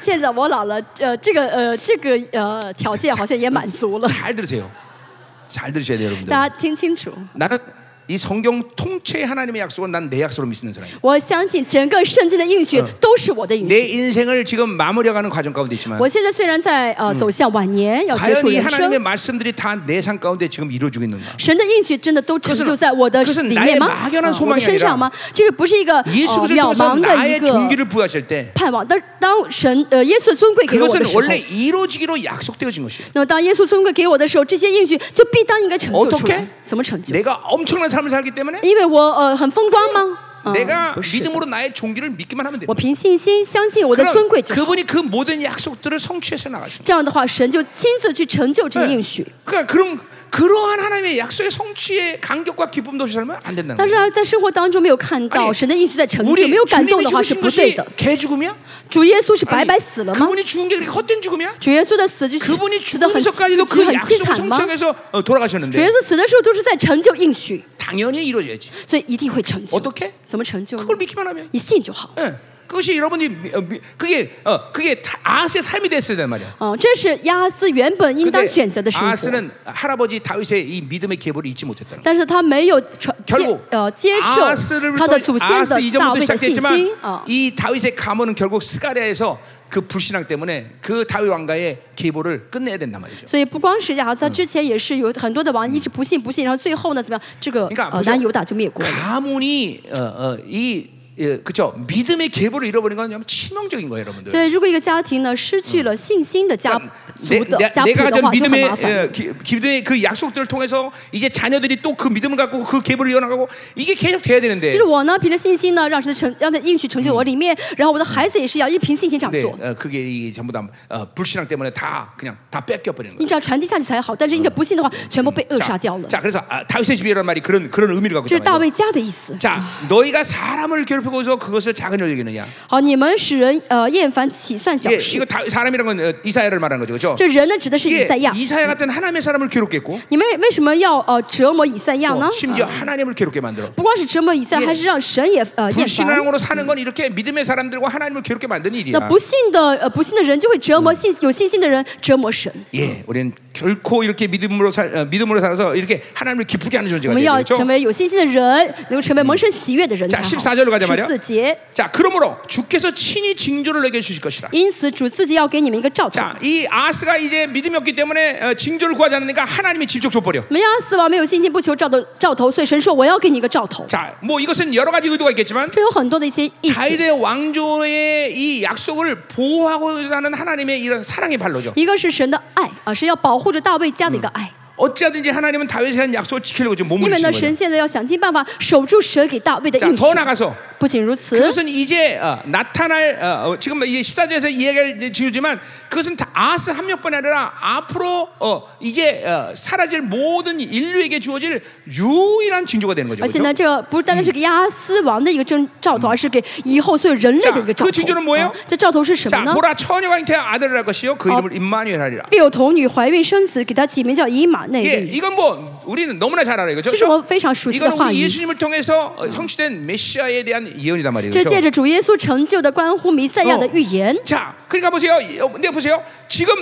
B: 现在我老了，呃，这个呃这个呃条件好像也满足 了。
A: 잘 들으세요. 잘 들으셔야 돼요, 여러분들.
B: 大家听清楚，
A: 나는 이 성경 통째 하나님의 약속은 난 내 약속으로 믿는 사람이에요.
B: 我相信整个圣经的应许都是我的应
A: 내
B: 许。
A: 인생을 지금 마무리해가는 과정 가운데 있지만
B: 我现在虽然在呃走向晚年，要结
A: 과연
B: 束
A: 이
B: 人
A: 하나님의
B: 生，
A: 말씀들이 다 내 삶 가운데 지금 이루어지고 있는가?
B: 神的应许真的都成就在我的
A: 그것은
B: 里面吗？
A: 나의막연한
B: 啊我
A: 소망이 아니라
B: 的身上吗？这个不是一个、呃、
A: 예수 그리스도를
B: 渺
A: 통해서
B: 茫的一
A: 나의
B: 个
A: 존귀를 부여하실 때
B: 盼望。但是当神呃耶稣尊贵给我的
A: 그것은
B: 时候
A: 원래 。 이루어지기로 약속되어진 것이에요.
B: 那么当耶稣尊贵给我的时候，这些应许就必当应该成就出
A: 어떻게
B: 来。怎么成就？
A: 내가 엄청난 삶을 살기 때문에
B: 因为我呃很风光吗？嗯
A: 내가
B: 不是的
A: 믿음으로 나의 존귀를 믿기만 하면 돼.
B: 我凭信心相信我的尊
A: 그럼
B: 贵就好。
A: 그분이 그 모든 약속들을 성취해서 나가시는
B: 这样的话，神就亲自去成就这个
A: 거예요.
B: 应许。
A: 그러니까 그런 그러한 하나님의 약속의 성취의 간격과 기쁨도 없이 살면 안 된다는
B: 但
A: 거예요.
B: 是啊他在生活当中没有看到
A: 아니
B: 神的应许在成就，
A: 우리
B: 没有感动
A: 주님이
B: 的话是
A: 죽으신
B: 不哎对
A: 것이
B: 的。
A: 개죽음이야?
B: 主耶稣是白白死了
A: 아니,
B: 吗？
A: 그분이 죽은 게 그렇게 헛된 죽음이야?
B: 主耶稣的死就是
A: 그분이
B: 死的很
A: 죽으면서까지도
B: 死
A: 그
B: 很凄
A: 약속을
B: 惨吗？
A: 성취해서 어,
B: 主耶
A: 돌아가셨는데
B: 稣死的时候都是在成就应许，
A: 당연히 이루어져야지.
B: 所以一定会成就。
A: 어떻게
B: 怎么成就呢？
A: 그걸 믿기만 하면.
B: 你信就好。
A: 예. 그것이 여러분이 미- 어, 미- 그게 어, 그게 다 아스의 삶이 됐어야 된 말이야.
B: 哦，这是亚斯原本应
A: 근데
B: 当选择的生活。
A: 아스는 할아버지 다윗의 이 믿음의 계보를 잊지 못했다는 거야.
B: 但是他没有传
A: 결
B: 接
A: 국
B: 呃接受
A: 아스를
B: 他的祖先
A: 아스
B: 的大
A: 이전부터
B: 卫的信心
A: 시작됐지만
B: 啊、
A: 이 다윗의 가문은 결국 스가랴에서 그 불신앙 때문에 그 다윗 왕가의 계보를 끝내야 된단 말이죠.
B: 所以不光是亚斯，他之前也是有很多的王一直不信不信，然后最后呢怎么样？这个
A: 你看不
B: 呃
A: 是
B: 南犹大就灭国了。
A: 가문이 어, 어, 이 예, 그쵸 믿음의 계보를 잃어버린 건 정말 치명적인 거예요, 여러분들. 그러니까
B: 所以如果一个家庭呢失去了信心的家族
A: 내,
B: 的
A: 내,
B: 家谱
A: 내가
B: 的
A: 전
B: 话，就很
A: 믿음의
B: 麻烦。
A: 어, 기- 기도의 그 약속들을 통해서 이제 자녀들이 또 그 믿음을 갖고 그 계보를 이어나가고 이게 계속 돼야
B: 就
A: 되는데
B: 是我呢，凭着信心呢，让神的成，让他应许成就我里面，然后我的孩子也是要一凭信心这样
A: 네,
B: 做。
A: 어, 그게 이 전부 다 어, 불신앙 때문에 다 그냥 다 뺏겨 버리는
B: 你
A: 거예요.
B: 只要传递下去才好，但是你这不信的话，全部被扼杀
A: 자,
B: 掉了。
A: 자, 그래서 아, 다윗의 집이라는 말이 그런 그런 의미를
B: 这
A: 갖고 아.
B: 是大
A: 있다.
B: 卫家的意思。
A: 자, 너희가 사람을 괴롭히고서 그것을 작은 일로 여기느냐?
B: 好，你们使人呃厌烦起算小
A: 이게
B: 事
A: 이거 。 다, 사람이라는 건 어, 이사야를 말하는 거죠, 그렇죠?
B: 这人呢，指的是以
A: 이게
B: 赛亚。
A: 이사야 같은 하나님의 사람을 괴롭게 했고
B: 你们为什么要呃折磨以赛亚呢
A: 어, ？ 심지어
B: 啊
A: 하나님을 괴롭게 만들어.
B: 不光是折磨以赛，
A: 예
B: 还是让神也呃厌烦。
A: 불신앙으로 사는 건 이렇게 믿음의 사람들과 하나님을 괴롭게 만드는
B: 那
A: 일이야.
B: 不信的呃不信的人就会折磨信有信心的人折磨神。
A: 예, 우리는 결코 이렇게 믿음으로 살 어, 믿음으로 살아서 이렇게 하나님을 기쁘게 하는 그렇죠? 존재가
B: 我们要
A: 되죠.
B: 成为有信心的人，能够成为蒙神喜悦的人才好。
A: 자14절로가자말이야
B: 十四节，
A: 자, 그러므로 주께서 친히 징조를 내게 주실 것이라.
B: 因此主自己要给你们一个兆头。
A: 자, 이 아스가 이제 믿음이 없기 때문에 어, 징조를 구하지 않으니까 하나님이 직접 줘버려.
B: 我们亚死亡没有信心，不求兆头兆头，所以神说我要给你一个兆头。
A: 자, 뭐 이것은 여러 가지 의도가 있겠지만
B: 这有很多的一些意思。
A: 다윗의 왕조의 이 약속을 보호하고자 하는 하나님의 이런 사랑의 발로죠.
B: 一个是神的爱啊，神要保护着大卫家的一个爱，
A: 어찌하든지 하나님은 다윗에 대한 약속을 지키려고 지금
B: 因为
A: 몸을 쓰는
B: 呢，神
A: 거예요.
B: 现在要想尽办法守住神给大卫的
A: 자,
B: 应许
A: 더 。 나가서
B: 不仅如此，
A: 그것은 이제 어, 나타날 어, 어, 지금 이 14절에서 이야기를 지우지만 그것은 다 아스 한 명뿐 아니라 앞으로 어, 이제 어, 사라질 모든 인류에게 주어질 유일한 징조가 되는 거죠.
B: 而且
A: 그렇죠?
B: 呢，这个不单单是给亚斯王的一个征兆头，而是给以后所有人类的一个兆
A: 자그징조는뭐예요
B: 头。啊这兆头是什么
A: 자,
B: 呢？
A: 보라 처녀가 잉태한 아들을 낳을 것이요 그
B: 어.
A: 이름을 임마누엘 하리라.
B: 必有童女怀孕生子，给她起名叫以马内
A: 예,
B: 利。
A: 이건 뭐 우리는 너무나 잘 알아요, 그렇죠?
B: 这是我们非常熟悉的
A: 이건
B: 话
A: 우리
B: 语。
A: 예수님을 통해서 어, 성취된 메시아에 대한 예언이단 말이에요.
B: 这
A: 그렇죠?
B: 借着主耶稣成就的关乎弥赛亚的预言
A: 어. 。 자, 그러니까 보세요. 어, 근데 보세요. 지금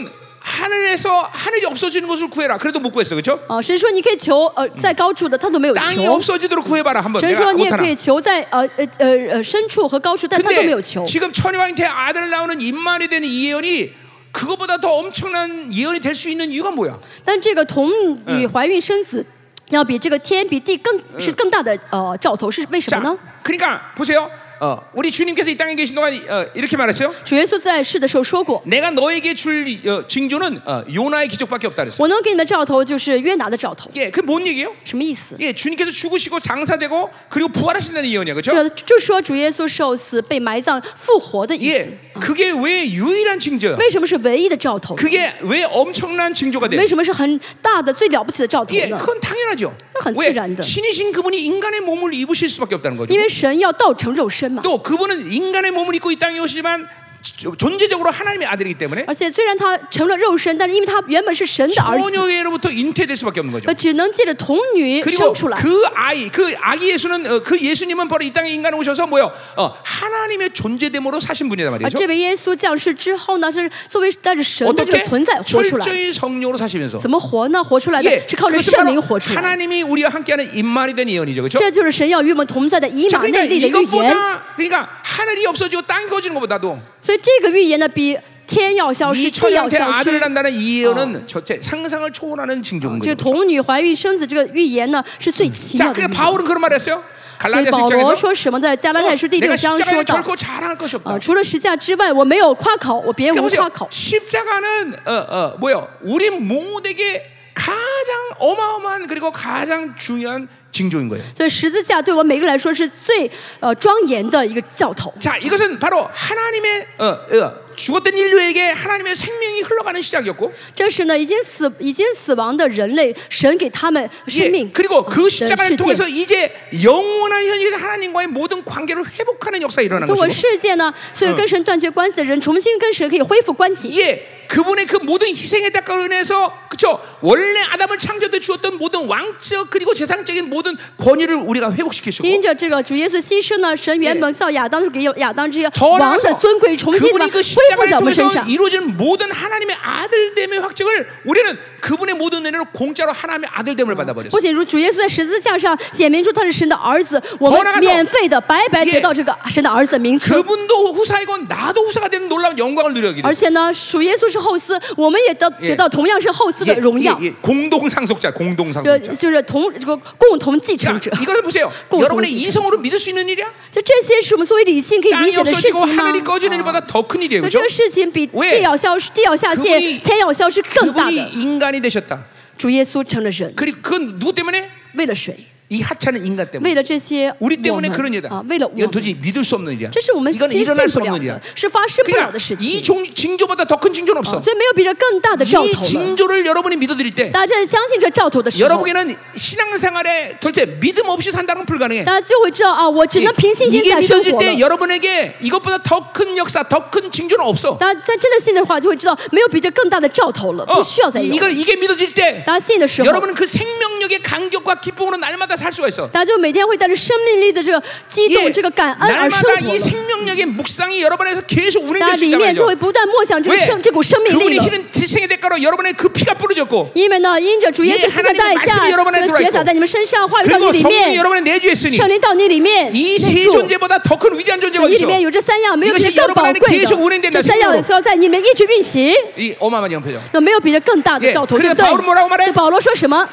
A: 하늘에서 하늘이 없어지는 것을 구해라. 그래도 못 구했어, 그렇죠?
B: 啊，神说你可以求呃在高处的，他都没有
A: 땅이
B: 求。
A: 없어지도록 구해봐라 한번.
B: 神说
A: 내가
B: 你也可
A: 못하나?
B: 以求在呃呃呃呃深处和高处，但他都没有求
A: 근데 。 지금 천여왕한테 아들을 낳는 임만이 되는 이 예언이 그것보다 더 엄청난 예언이 될 수 있는 이유가 뭐야?
B: 但这个童女怀孕生子，要比这个天比地更是更大的呃兆头，嗯是为啊什
A: 자,
B: 么呢？
A: 그러니까 보세요. 어, 우리 주님께서 이 땅에 계신 동안 어, 이렇게 말했어요.
B: 主耶稣在世的时候说过，
A: 내가 너에게 줄 어, 징조는 어, 요나의 기적밖에 없다 그랬어.
B: 我能给你的兆头就是约拿的兆头，
A: 예, 그 뭔 얘기예요?
B: 什么意思？
A: 예, 주님께서 죽으시고 장사되고 그리고 부활하신다는 예언이야, 그렇죠?
B: 这就说主耶稣受死、被埋葬、复活的意思。
A: 예, 그게 왜 유일한 징조야?
B: 为什么是唯一的兆头呢？
A: 그게 왜 엄청난 징조가 돼?
B: 为什么是很大的、最了不起的兆头
A: 예,
B: 呢？
A: 그건 당연하죠.
B: 그건
A: 왜
B: 당연한데.
A: 신이신 그분이 인간의 몸을 입으실 수밖에 없다는 거죠.
B: 因为神要道成肉身嘛。
A: 또 그분은 인간의 몸을 입고 이 땅에 오시지만 지- 존재적으로 하나님의 아들이기 때문에
B: 而且虽然他成了肉身，但是因为他原本是神的儿子，
A: 소녀에로부터 잉태될 수밖에 없는 거죠.
B: 呃只能借着童女
A: 그리고
B: 生出来。
A: 그 아이, 그 아기 예수는 어, 그 예수님은 바로 이 땅에 인간 오셔서 뭐요? 어, 하나님의 존재됨으로 사신 분이란
B: 而
A: 말이죠.
B: 啊这位耶稣降世之后呢，是作为带着神的这
A: 어떻게
B: 个存在活出来。
A: 철저히 성령으로 사시면서
B: 怎么活呢？活出来的
A: 예,
B: 是靠着
A: 그것은
B: 圣
A: 바로
B: 灵活出来。
A: 하나님이 우리와 함께하는 임만이 된 예언이죠, 그렇죠?
B: 这就是神要与我们同在的以
A: 자,
B: 马内
A: 그러니까
B: 利的预言。
A: 이것보다 그러니까 하늘이 없어지고 땅이 꺼지는 것보다도
B: 所以这个预言呢，比天啊要消
A: 이
B: 失，地要
A: 천양태
B: 消
A: 아들을
B: 失。
A: 낳는다는 이 예언은 저체 상상을 초월하는 징조인
B: 这
A: 거죠.
B: 个童女怀孕生子这个预言呢，是最奇
A: 자,
B: 妙的预
A: 그래
B: 言。
A: 바울은 그런 말했어요.
B: 所以
A: 갈라디아서
B: 保罗
A: 입장에서
B: 说什么？在哦加拉
A: 어,
B: 太书第
A: 내가
B: 六章说
A: 십자가는 어,
B: 到，
A: 결코 자랑할 것이 없다.
B: 呃，除了十架之外，我没有夸口，我别
A: 그러니까
B: 无
A: 보세요.
B: 夸口。
A: 십자가는 어, 어, 뭐요? 우리 모두에게 가장 어마어마한 그리고 가장 중요한 징조인 거예요.
B: 所以十字架对我们每个人来说是最呃庄严的一个教头。
A: 자, 이것은 바로 하나님의 어, 어, 죽었던 인류에게 하나님의 생명이 흘러가는 시작이었고,
B: 这是呢，已经死已经死亡的人类，神给他们生
A: 예,
B: 命啊
A: 그리고
B: 的
A: 그
B: 世
A: 십자가를
B: 界
A: 통해서 。 이제 영원한 현실에서 하나님과의 모든 관계를 회복하는 역사가 일어난
B: 通过
A: 것이고,
B: 世界呢，所有跟神断绝关系的人，重新跟神可以恢复关系。
A: 예, 그분의 그 모든 희생에 닦아내서 그쵸 원래 아담을 창조 때 주었던 모든 왕적 그리고 재상적인 모든 권위를 우리가 회복시키시고
B: 因着这个主耶稣牺牲呢，神原本造亚当就给亚当这个
A: 더
B: 王的
A: 나아가서
B: 尊贵重新呢
A: 그분이 그
B: 恢复
A: 십자가를
B: 在我们身
A: 통해서
B: 上。
A: 이루어진 모든 하나님의 아들됨의 확증을 우리는 그분의 모든 은혜를 공짜로 하나님의 아들됨을 받아버렸어
B: 不仅如主耶稣在十字架上显明出他是神的儿子，我
A: 더 나아가서
B: 们免费的白白得到这个神的儿子的名称。
A: 그분도 후사이고 나도 후사가 되는 놀라운 영광을 누려야
B: 而
A: 돼요
B: 且呢，属耶稣是后嗣，我们也得
A: 예
B: 得到同样是后嗣的荣耀，
A: 공동 상속자 공동
B: 就
A: 상속자
B: 就是同这个共同继承者
A: 그러니까 。 이걸 보세요
B: 공동
A: 여러분의
B: 상속자.
A: 이성으로 믿을 수 있는 일이야
B: 就这些是我们作为理性可以理
A: 땅이
B: 解的事
A: 없어지고
B: 情吗？
A: 하늘이 꺼지는 일보다 더 큰 일이에요 그렇죠? 그죠?
B: 所以这个事情比
A: 왜
B: 地要消失、地要下
A: 그분이
B: 陷、天要消失更大
A: 그분이
B: 的。
A: 인간이 되셨다
B: 主耶稣成了人，
A: 그리고 그건 누구 때문에?
B: 为了谁？
A: 이 하찮은 인간 때문에
B: 为了这些
A: 우리
B: 我
A: 때문에
B: 们
A: 그런 일이다
B: 啊，为了我
A: 이건
B: 们，
A: 도저히 믿을 수 없는 일이야
B: 这是我们其
A: 이건
B: 实信
A: 일어날 수
B: 不了
A: 없는 일이야
B: 的，是发生不了
A: 啊 그러니까
B: 的事情
A: 이 。 종, 징조보다 더 큰 징조는 없어
B: 啊所以没有比这更大的兆
A: 이
B: 头了。
A: 징조를 여러분이 믿어드릴 때
B: 大家真的相信这兆头的时候，
A: 여러분에게는 신앙생활에 도대체 믿음 없이 산다는 건 불가능해
B: 大家就会知道啊，我只
A: 예,
B: 能凭信心
A: 이게
B: 在生活
A: 믿어질 때
B: 了。
A: 여러분에게 이것보다 더 큰 역사 더 큰 징조는 없어
B: 大家在真的信的话，就会知道没有比这更大的兆头了，
A: 어,
B: 不需要再
A: 이-
B: 有。
A: 이걸, 이게 믿어질 때
B: 大家信的时候，
A: 여러분은 그 생명력의 간격과 기쁨으로 날마다 살 수가 있어
B: 大家就每天会带着生命力的这个激
A: 예,
B: 动、这个感恩而生
A: 날마다
B: 活
A: 이
B: 了。
A: 생명력의 묵상이 여러분에서 계속
B: 大家
A: 운행될 수
B: 里
A: 있단
B: 面就
A: 말이죠
B: 会不断默想这个
A: 왜
B: 生这股生命力
A: 그분이
B: 了。
A: 희는 희생의 대가로 여러분의 그 피가 뿌려졌고
B: 因为呢，因着主耶稣基督的代
A: 예
B: 价，
A: 하나님의말씀이여러분안에
B: 这个
A: 들어있고
B: 血洒在你们身上，话语到你
A: 그리고
B: 里
A: 성령이
B: 面，
A: 여러분의 내주했으니
B: 圣灵到你里面，
A: 이
B: 内
A: 세
B: 住。
A: 존재보다 더 큰 위대한 존재가
B: 你里面
A: 있어
B: 有这三样，没有比
A: 이것이
B: 这更宝
A: 여러분안에
B: 贵
A: 계속운행된다
B: 的。这三样
A: 생명으로
B: 要在你们一直运行。
A: 이 어마어마한 형편이요
B: 有没有比这更大的兆头？
A: 예
B: 对不
A: 그래서바울은뭐라고말해
B: 对？保罗说什么？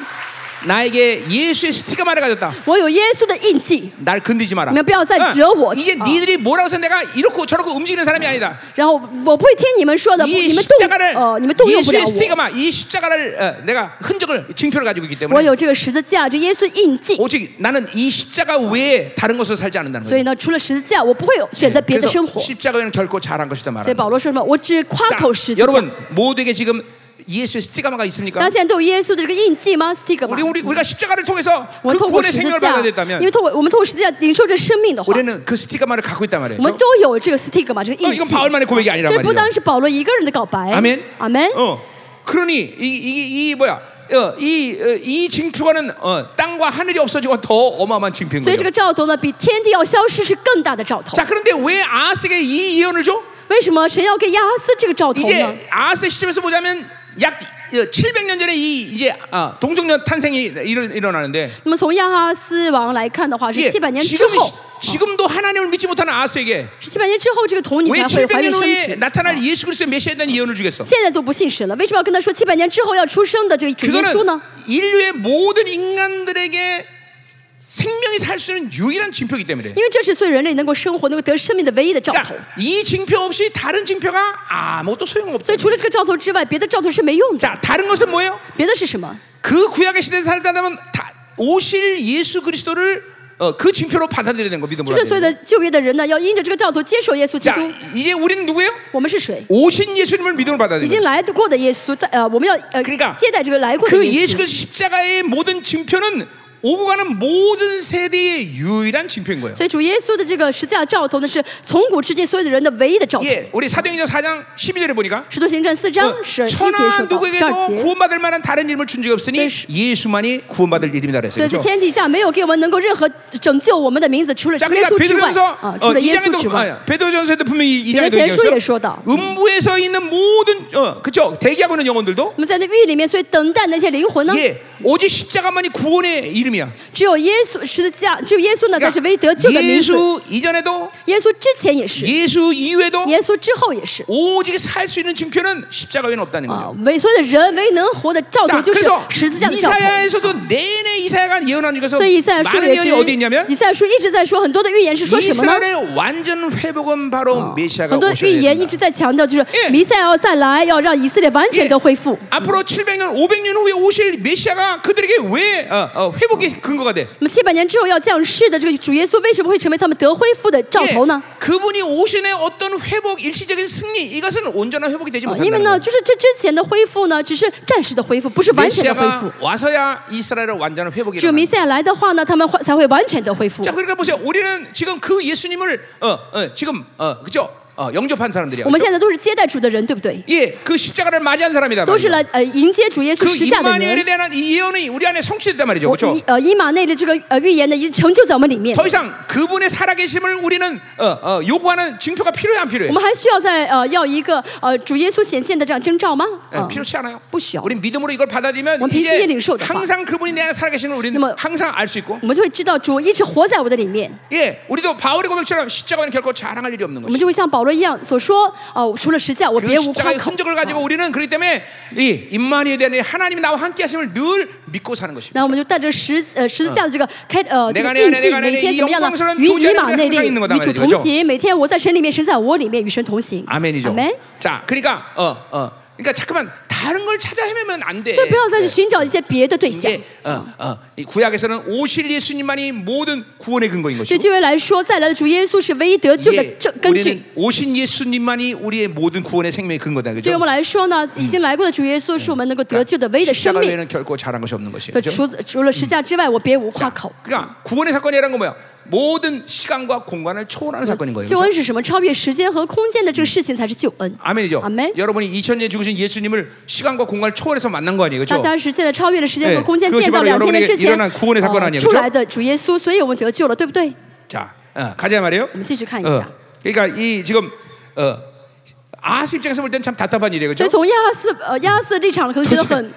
A: 나에게 예수의 스티커만을 가졌다
B: 我有耶稣的印记，
A: 날 건드리지 마라
B: 你们不要再惹我。
A: 어, 이제
B: 어.
A: 니들이 뭐라고 해서 내가 이렇고 저렇고 움직이는 사람이 아니다
B: 然后我不会听你们说的，不
A: 어, 이
B: 你们动
A: 십자가를
B: 呃，你们动用不了
A: 예수의
B: 我。
A: 스티커만 이 십자가를 어, 내가 흔적을 징표를 가지고 있기
B: 我
A: 때문에
B: 有这个十字架，这耶稣印记。
A: 오직 나는 이 십자가 외에 다른 것을 살지 않는다는
B: 所以
A: 거예요
B: 呢，除了十字架，我不会有选择别的
A: 그래서
B: 生活。所
A: 십자가는 결코 잘한 것이다 말하
B: 以保罗说什么？我只夸
A: 자,
B: 口十字架。
A: 여러분 모두에게 지금 예수의 스티가마가 있습니까?
B: 大家现在都有耶稣的这个印记吗？Stigma
A: 우리 。 우리 우리가 십자가를 통해서 그
B: 我们透过
A: 구원의
B: 十字
A: 생명을
B: 架，
A: 받아냈다면
B: 因为透过我们透过十字架领受这生命的话，
A: 우리는 그 스티가마를 갖고 있단
B: 我
A: 말이에요.
B: 们都有这个 stigma 这个啊
A: 어,
B: 印
A: 이건
B: 记。
A: 바울만의 고백이 아니란
B: 这不
A: 말이에요.
B: 单是保罗一个人的告白。
A: 아멘.
B: 阿门。哦
A: 어. 그러니 이이이 뭐야? 어, 이, 어, 이 징표가는 어, 땅과 하늘이 없어지고 더 어마어마한 징표인
B: 所以
A: 거죠.
B: 这个兆头呢，比天地要消失是更大的兆头。
A: 자, 그런데 왜 아스에게 이 예언을 줘?
B: 为什么神要给亚哈斯这个兆头呢？
A: 이제 아스 시점에서 보자면 약 어, 700년 전에 이 이제 아, 동정녀 탄생이 일어, 일어나는데
B: 那么从亚哈斯王来看的话，是
A: 이게
B: 七百年之
A: 지금
B: 后，
A: 지금도 하나님을 믿지 못하는 아스에게
B: 是七百年之后这个童女
A: 왜
B: 才会怀孕
A: 700년
B: 生
A: 후에
B: 子。
A: 나타날 예수 어. 그리스도의 메시아에 예언을 주겠어?
B: 现在都不信神了，为什么要跟他说七百年之后要出生的这个主耶稣
A: 그거는
B: 呢？
A: 인류의 모든 인간들에게 생명이 살 수 있는 유일한 징표이기 때문에.
B: 因为这是所有人类能够生活、能够得生命的唯一的兆头。
A: 그러니까 이 징표 없이 다른 징표가 아무것도
B: 所
A: 소용없다.
B: 以除了这个兆头之外，别的兆头是没用的。
A: 자, 다른 것은 뭐예요?
B: 别的是什么？
A: 그 구약의 시대에 살다면 다 오실 예수 그리스도를 어, 그 징표로 받아들여야 되는 거
B: 就
A: 믿음으로.
B: 是所
A: 하는 거예요.
B: 有的旧约的人呢，要因着这个兆头接受耶稣基
A: 자,
B: 督。
A: 이제 우리는 누구예요?
B: 我们是谁？
A: 오신 예수님을 믿음으로
B: 已
A: 받아들여야
B: 经
A: 돼요.
B: 来过的耶稣，在呃，我们要呃
A: 그러니까
B: 接待这个来过的
A: 그
B: 耶
A: 예수
B: 稣。
A: 그리스도 십자가의 모든 징표는 오고 가는 모든 세대의 유일한 징표인 거예요.
B: 所以主耶稣的这个十字架兆头呢，是从古至今所有的人的唯一的兆头。
A: 예, 우리 사도행전 4장 12절에 보니까
B: 使徒行传四
A: 어,
B: 章十一节说
A: 천하
B: 到这
A: 누구에게도
B: 儿节，
A: 구원받을 만한 다른 이름을 준 적이 없으니 예수만이 구원받을 이름이다
B: 所
A: 그랬어요.
B: 以在
A: 그렇죠?
B: 天底下没有给我们能够任何拯救我们的名字，除了
A: 자,
B: 耶
A: 그러니까
B: 稣之外
A: 베드로전서
B: 啊，
A: 어,
B: 除了耶稣之
A: 2장에도
B: 外。
A: 아, 베드로전서에도 분명히 2장에도
B: 베드로전서에
A: 얘기했어.
B: 예수에
A: 음부에서 있는 모든 어, 그죠? 대기하고 있는 영혼들도
B: 我们在那狱里面，所以等待那些灵魂呢，
A: 예, 오직 십자가만이 구원의 이름이야.
B: 只有耶稣十字架，只有耶稣呢，才是唯一得救的
A: 그러니까
B: 名字。
A: 예수 이전에도
B: 耶稣之前也是，
A: 예수 이후에도
B: 耶稣之后也是
A: 오직 살 수 있는 증표는 십자가 외에는 없다는
B: 啊
A: 거죠. ，
B: 唯所有的人唯能活的兆头
A: 자,
B: 就是
A: 아, 어, 그래서
B: 十字架的兆头。
A: 이사야에서도 내내 이사야가 예언한 중에서
B: 所以以赛亚书
A: 많은
B: 也
A: 예언이 어디
B: 是，
A: 있냐면
B: 以赛亚书一直在说很多的预言是说什么呢？
A: 이스라엘의 완전 회복은 바로 메시아가
B: 很多
A: 오셔야
B: 预言一
A: 된다.
B: 直在强调，就是
A: 예
B: 弥赛亚要再来，要让以色列完全的恢复。
A: 앞으로 700년, 500년 후에 오실 메시아가 그들에게 왜 어, 어, 회복의 근거가 돼?
B: 那么七百年之后要降世的这个主耶稣，为什么会成为他们得恢复的兆
A: 예,
B: 头呢？
A: 그분이 오신의 어떤 회복, 일시적인 승리 이것은 온전한 회복이 되지
B: 啊因为
A: 못한다는
B: 呢，
A: 거예요.
B: 就是这之前的恢复呢，只是暂时的恢复，不是完全的恢复
A: 메시아가 。 와서야 이스라엘의 완전한 회복이
B: 只有弥
A: 일어난다.
B: 赛亚来的话呢，他们会才会完全的恢复
A: 자, 。 그러니까 보세요. 우리는 지금 그 예수님을 어, 어, 지금 어, 그죠? 어, 영접한 사람들이야.
B: 我们现在都是接待主的人，对不对？
A: 예, 그 십자가를 맞이한 사람이다.
B: 都是
A: 말이에요.
B: 来呃迎接主耶稣
A: 그
B: 十字架的
A: 임마누엘에
B: 人。
A: 대한 이 예언이 우리 안에 성취됐단 말이죠.
B: 我
A: 그렇죠?
B: 以呃以马内的这个呃预言呢，已经成就在我们里面
A: 더 。 이상 그분의 살아계심을 우리는 어, 어, 요구하는 징표가 필요해 안 필요해?
B: 我们还需要再呃要一个呃主耶稣显现的这样征兆吗？
A: 예,
B: 嗯
A: 필요치 않아요.
B: 不需要。
A: 우리 믿음으로 이걸 받아들이면
B: 원피스
A: 이제
B: 일일쇼다.
A: 항상 그분이 내 안에 살아계신 걸 우리는
B: 그러면-
A: 항상 알 수 있고,
B: 我们就会知道主一直活在我的里面，
A: 예, 우리도 바울의 고백처럼 십자가는 결코 자랑할 일이 없는
B: 我们
A: 것이.
B: 就会像保罗一样所说，哦、除了十字架，我
A: 그
B: 别无夸
A: 십자가의
B: 口。
A: 흔적을 가지고 우리는 그렇기 때문에 이 임마누엘에 대한 이 하나님이 나와 함께 하심을 늘 믿고 사는 것입니다.
B: 那我们就带着十呃十字架的这个开呃这
A: 내가
B: 个
A: 내
B: 印
A: 안에
B: 记
A: 내가，내
B: 每天
A: 안에
B: 怎么样
A: 이
B: 呢
A: 영광스러운？
B: 与
A: 교제안에
B: 以马内
A: 내가항상있는거다
B: 利，与主
A: 말이죠
B: 同
A: 그죠
B: 行，每天我在神里面，神在我里面，与神同行。
A: 아멘이죠.
B: 阿门。
A: 자, 그러니까 어, 어, 그러니까 잠깐만 다른 걸 찾아 헤매면 안 돼.
B: 所以不要再去寻找一些别的对象。
A: 이게 어, 어, 이 구약에서는 오실 예수님만이 모든 구원의 근거인
B: 对
A: 것이고
B: 君位来说，再来的主耶稣是唯一得救的
A: 이게
B: 证根据
A: 우리는 。 오신 예수님만이 우리의 모든 구원의 생명의 근거다
B: 对于
A: 그죠? 그러니까
B: 我们来说呢，已经来过的主耶稣是我们能够得救的唯一的生
A: 십자가
B: 命。
A: 외에는 결코 잘한 것이 없는 것이죠.
B: 所以除除了十字架之外，我别无夸口。
A: 그러니까 구원의 사건이라는 건 뭐야? 모든 시간과 공간을 초월하는 사건인 거예요.
B: 救
A: 그죠?
B: 恩是什么？超越时间和空间的这个事情才是救恩。
A: 아멘이죠.
B: 아멘.
A: 여러분이 2000년 죽으신 예수님을 시간과 공간을 초월해서 만난 거 아니에요,
B: 大
A: 그렇죠?
B: 家是现在超越了时间和空间，
A: 对
B: 见到两千年之前
A: 그것이바로여러분에게일어난구원의사건아니에요
B: 呃
A: 그죠
B: 出来的主耶稣，所以我们得救了，对不对？
A: 자, 어, 가자 말이에요.
B: 我们继续看一
A: 어,
B: 下。
A: 그러니까 이 지금 어, 아스 입장에서 볼 땐 참 답답한 일이에요,
B: 所
A: 그렇죠?
B: 以从亚哈斯呃亚哈斯的立场，可能觉得很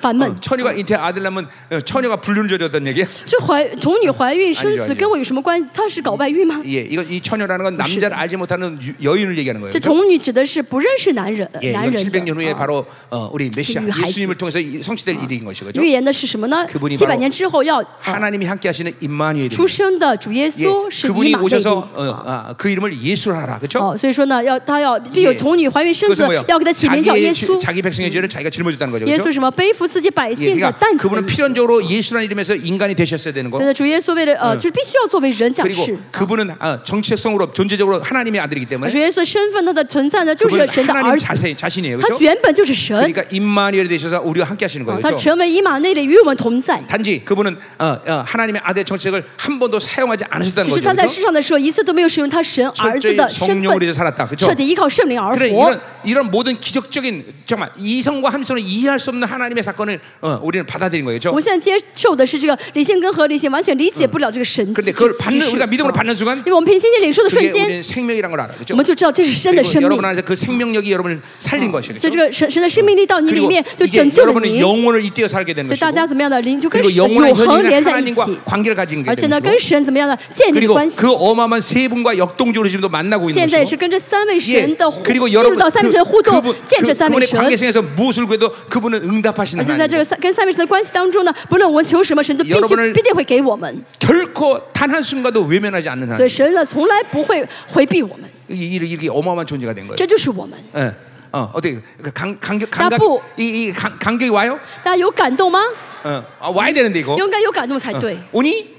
B: 烦闷
A: 어, 。 처녀가 인태 아들 낳으면 어, 처녀가 불륜절이었던 얘기야.
B: 这怀童女怀孕生
A: 아니죠
B: 子
A: 아니죠
B: 跟我有什么关系？她是搞外遇吗？
A: 예, 이거 이 처녀라는 건 남자를 알지 못하는 유- 여인을 얘기하는 거예요.
B: 这
A: 그죠?
B: 童女指的是不认识男人，
A: 예,
B: 男
A: 이건
B: 人的
A: 700년 후에
B: 啊
A: 바로 어, 우리 메시아
B: 그 유하이스.
A: 예수님을 통해서 이- 성취될 일인 것이죠.
B: 预言的是什么呢
A: 그분이？
B: 七百
A: 바로
B: 年之后要啊
A: 하나님이 함께 하시는 임마누엘.
B: 出生的主耶
A: 예,
B: 稣是以
A: 그분이
B: 马内利
A: 오셔서 。 어, 아, 그 이름을 예수라 하라. 그렇죠?
B: 哦，所以说呢，要他要必有
A: 예.
B: 童女怀孕生
A: 그것은
B: 子
A: 뭐예요? ，
B: 要给他起名叫耶
A: 자기의 죄-
B: 稣。
A: 자기 백성의 죄를 자기가 짊어졌다는 거죠.
B: 耶
A: 그렇죠?
B: 稣什么背负自己百
A: 예,
B: 姓的
A: 그러니까
B: 担子。
A: 그분은 필연적으로 예수라는 이름에서 인간이 되셨어야 되는
B: 所以
A: 거.
B: 呢，主耶稣为了呃，就是必须要作为人降
A: 그리고
B: 世。
A: 그분은 아, 정체성으로 존재적으로 하나님의 아들이기
B: 而
A: 때문에
B: 主耶稣的身份，他的存在呢，就是
A: 그분은
B: 神的
A: 하나님
B: 儿子，
A: 자세, 자신이에요.
B: 他
A: 그렇죠?
B: 原本就是神，
A: 그러니까 임마누엘이 되셔서 우리와 함께 하시는
B: 啊
A: 거예요.
B: 他
A: 그렇죠?
B: 成为以马内利与我们同在。
A: 단지 그분은 어, 어, 하나님의 아들의 정책을 한 번도 사용하지
B: 只
A: 않으셨다는
B: 是
A: 거죠.
B: 他在
A: 그렇죠?
B: 世上的时候，一次都没有使用他神儿子的身
A: 철저히
B: 份，
A: 성령으로 이제 살았다.
B: 彻
A: 그렇죠?
B: 底依靠圣灵而
A: 그래
B: 活。
A: 이런 이런 모든 기적적인 정말 이성과 함성을 이해할 수 없는 하나님의 사건을 어, 우리는 받아들인 거예요. 그죠?
B: 我们现在接受的是这个理性跟合理性完全理解不了这个神迹
A: 근데
B: 这
A: 그걸
B: 个
A: 받는
B: 奇事
A: 우리가
B: 啊
A: 믿음으로 받는 순간
B: 因为我们凭信心领受的
A: 그게
B: 瞬
A: 우리는
B: 间，
A: 생명이라는 걸 알아. 그죠?
B: 我们就知道这是神的
A: 그리고
B: 生命，
A: 여러분 안에서 그 생명력이 여러분을 살린 것이죠.
B: 所以这个神神的生命力到你里
A: 그리고
B: 面就
A: 이제
B: 拯救了
A: 여러분은
B: 你。
A: 영혼을 잇대어 살게 되는
B: 所以大
A: 것이고
B: 家怎么样的灵就跟
A: 그리고
B: 神
A: 영혼의
B: 永恒连
A: 현실은
B: 在一
A: 하나님과
B: 起，
A: 관계를 가진 게
B: 而且呢，
A: 되는
B: 跟
A: 것이고
B: 神怎么样的建立
A: 그리고
B: 关系？
A: 그 어마어마한 세 분과 역동적으로 지금도 만나고
B: 现
A: 있는
B: 在也是
A: 것이고
B: 跟这三位神
A: 예,
B: 的互进
A: 그리고
B: 入
A: 여러분
B: 到三位神的互动
A: 그, ，
B: 见证三位
A: 분의
B: 神。
A: 관계성에서 무엇을 구해도 그분은 응답하시는
B: 而且在这个
A: 하나님
B: 三跟三位神的关系当中呢，不论我们求什么，神都必
A: 여러분을
B: 须必定会给我们。
A: 결코 단 한순간도 외면하지 않는
B: 所
A: 하나님
B: 以神呢，从来不会回避我们，
A: 이- 이- 이렇게 어마어마한 존재가 된 거예요
B: 这就是我们。
A: 예. 어, 어떻게 그 강, 강격, 감각,
B: 나부.
A: 이, 이 강, 감격이 와요?
B: 大家有感动吗？
A: 어, 아, 와야 되는데 이거
B: 应该有感动才对。
A: 어. 오니?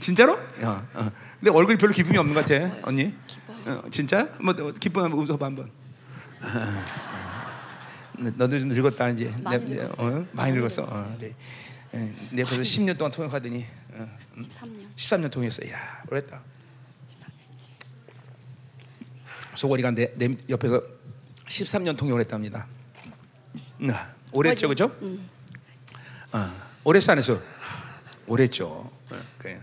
A: 진짜로? 어, 어. 근데 얼굴이 별로 기쁨이 없는 것 같아 언니 어, 진짜? 뭐 어, 기쁨하면 웃어봐 한번 네, 너- 너도 좀 늙었다 이제
B: 많이
A: 내- 내-
B: 늙었어요.
A: 어, 많이 늙었어 어, 그래. 에, 내가 벌써 10년 동안 통역하더니 어,
B: 嗯
A: 13년 통역했어 야 오랬다 소거리가 내, 내 옆에서 13년 통역을 했답니다 음, 오래 했죠 그죠? 어, 오래 했어 안 했어? 오래 했죠 어, 그래.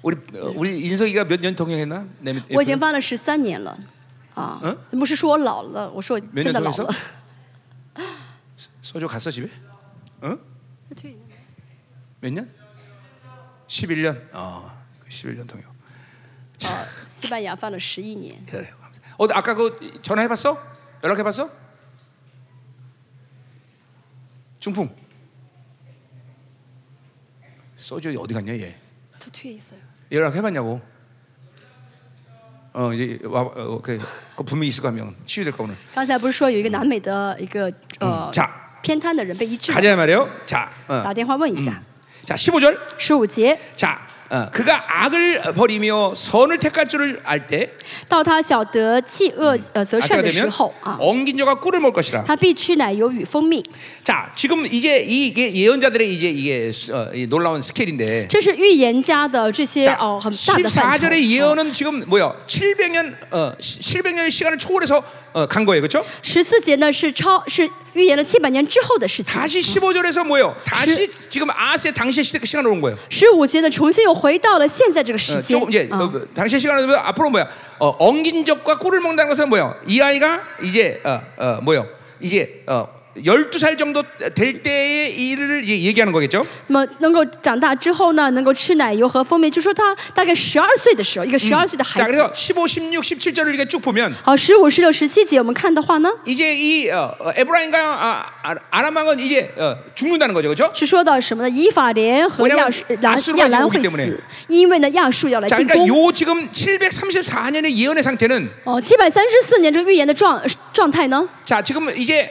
A: 우리, 어, 우리 인석이가 몇 년 통역했나? 내 밑-
B: 我已
A: 옆에서?
B: 经翻了十三年了，啊
A: 嗯，
B: 不是说我老了，我说我
A: 몇년
B: 真的老
A: 통역했어?
B: 了。
A: 소주 갔어 집에? 응? 몇 년? 11년. 어, 11년 통역.
B: 啊，西班牙翻了十一年。
A: 기다려. 어, 아까 그 전화해봤어? 연락해봤어? 중풍. 소주 어디 갔냐 얘?
B: 더 뒤에 있어요.
A: 연락해봤냐고? 어 이제 와 어, 그래. 그 분명히 있을 거 하면 치유될 거 오늘.
B: 刚才不是说有一个南美的一个呃
A: 嗯假
B: 偏瘫的人被医治了？
A: 가자 말이요. 자, 어.
B: 打电话问一下。
A: 자 15절.
B: 十五节，
A: 자, 어, 그가 악을 버리며 선을 택할 줄을 알 때
B: 到他晓得弃恶呃择
A: 어, 아까
B: 善的时
A: 되면
B: 候啊，
A: 엉긴 자가 꿀을 먹을 것이라.
B: 他必吃奶油与蜂蜜。
A: 자, 지금 이제 이- 이게 예언자들의 이제 이게 수- 어, 이 놀라운 스케일인데.
B: 这是预言家的这些
A: 자,
B: 哦很大的范畴。哦
A: 14절의 예언은 지금 뭐야? 700년 어, 700년의 시간을 초월해서 어, 간 거예요. 그렇죠?
B: 十四节呢是超是预言了七百年之后的事情。
A: 다시 15절에서 뭐예요? 다시 지금 아세 당시의 시대 시간으로 온 거예요.
B: 十五节呢重新又回到了现在这个时
A: 어,
B: 间
A: 조금 이제 。 어,
B: 啊
A: 어, 당시의 시간으로 보면 앞으로 뭐야? 어, 엉긴 적과 꿀을 먹는다는 것은 뭐예요? 이 아이가 이제 어, 어, 뭐예요? 이제 어, 12살 정도 될 때의 일을 이제 얘기하는 거겠죠?
B: 那么能够长大之后呢，能够吃奶油和蜂蜜，就说他大概十二岁的时候，嗯一个十二岁的
A: 자,
B: 孩子。
A: 그래서 15, 16, 17절을 이렇게 쭉 보면
B: 好，十五、十六、十七节我们看的话呢，
A: 이제 이 어, 어, 에브라임과 아, 아, 아람왕은 이제 어, 죽는다는 거죠, 그렇죠?
B: 是说到什么呢？以法莲和
A: 왜냐면
B: 亚述兰
A: 아수르가
B: 亚兰
A: 들어오기
B: 会
A: 때문에
B: 死，因为呢亚述要来
A: 자,
B: 进
A: 그러니까
B: 攻。
A: 요 지금 734년의 예언의 상태는
B: 哦，七百三十四年这个预言的状状态呢？
A: 자, 지금 이제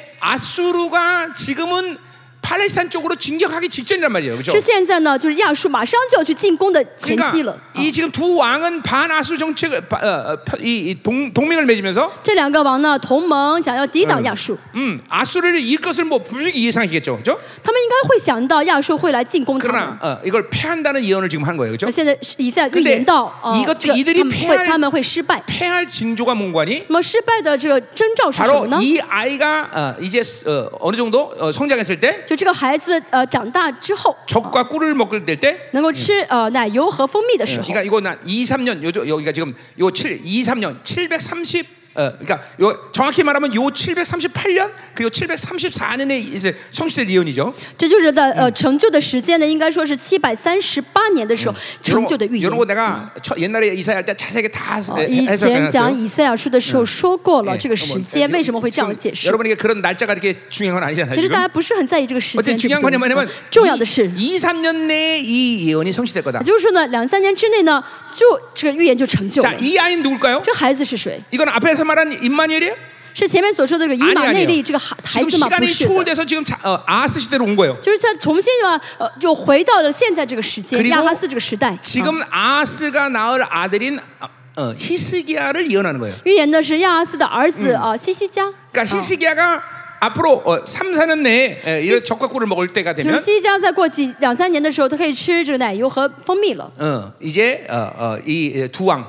A: 아수르가 지금은 팔레스타인 쪽으로 진격하기 직전이란 말이에요, 그렇죠?
B: 是现在呢，就是亚述马上就要去进攻的前期了
A: 그러니까 。이 지금 두 왕은 반아수 정책을 바- 어, 어, 펴- 이, 이 동, 동맹을 맺으면서
B: 这两个王呢，同盟想要抵挡亚述，
A: 음, 아수르를 이길 것을 뭐 분명히 예상했겠죠, 그렇죠?
B: 他们应该会想到亚述会来进攻他
A: 그러나
B: 们。
A: 어, 이걸 패한다는 예언을 지금 한 거예요, 그렇죠?
B: 那现在是以赛亚预
A: 근데
B: 言到，呃
A: 이것들이
B: 这
A: 이들이
B: 个他们
A: 패할
B: 会他们会失败。
A: 패할 징조가 뭔관이
B: 那么失败的这个征兆是什么
A: 바로
B: 呢？
A: 이 아이가 어, 이제 어, 어느 정도 어, 성장했을 때
B: 就这个孩子呃长大之后，
A: 적과 꿀을 먹을 될 때,
B: 能够吃呃奶油和蜂蜜的时候，
A: 그러니까 이거 난 2, 3년 요 여기가 지금 요 7, 2, 3년 730 어, 그러니까 요 정확히 말하면 요 738년 그리고 734년에 이제 성취될 예언이죠.
B: 这就是在呃成就的时间呢，应该说是七百三十八年的时候成
A: 이런
B: 就的预
A: 거,
B: 言
A: 이런 。거 내가 처- 옛날에 이사야 할때 자세하게 다
B: 哦
A: 해-
B: 以
A: 해-
B: 前讲
A: 해설해놨어요.
B: 以赛亚书的时候说过了，这个
A: 예,
B: 时
A: 뭐,
B: 间
A: 예,
B: 为什么会这样
A: 지금
B: 解释？
A: 여러분에게 그런 날짜가 이렇게 중요한 건 아니잖아요.
B: 其实
A: 지금.
B: 大家不是很在意这个时
A: 어쨌든
B: 间，对
A: 중요한
B: 不
A: 건
B: 对
A: 뭐냐면
B: 嗯重要的是，
A: 2, 3년 내에 이 예언이 성취될 거다.
B: 也就是说呢，两三年之内呢，就这个预言就成就
A: 자,
B: 了。
A: 이 아이는 누굴까요?
B: 这孩子是谁？
A: 이건 앞에서 말한 임마누엘이에요?
B: 是前面所说的这个以
A: 아니
B: 马内
A: 아니에요.
B: 利这个孩孩
A: 지금
B: 子吗？不
A: 시간이
B: 是的，
A: 초월돼서 지금 자, 어, 아스 시대로 온 거예요.
B: 就是在重新呢，呃，就回到了现在这个时
A: 그리
B: 间，
A: 고
B: 亚哈斯这个时代。啊
A: 지금 아스가 낳을 아들인 아, 어, 히스기야를 예언하는 거예요.
B: 预言的是亚哈斯的儿子啊，西西加。
A: 그러니까 히스기야가 앞으로 어, 3, 4년 내에 에, 이런 적과 꿀을 먹을 때가
B: 就是
A: 되면
B: 西西加再过几两三年的时候，他可以吃这个奶油和蜂蜜了。
A: 어, 이제 어, 어, 이두 왕.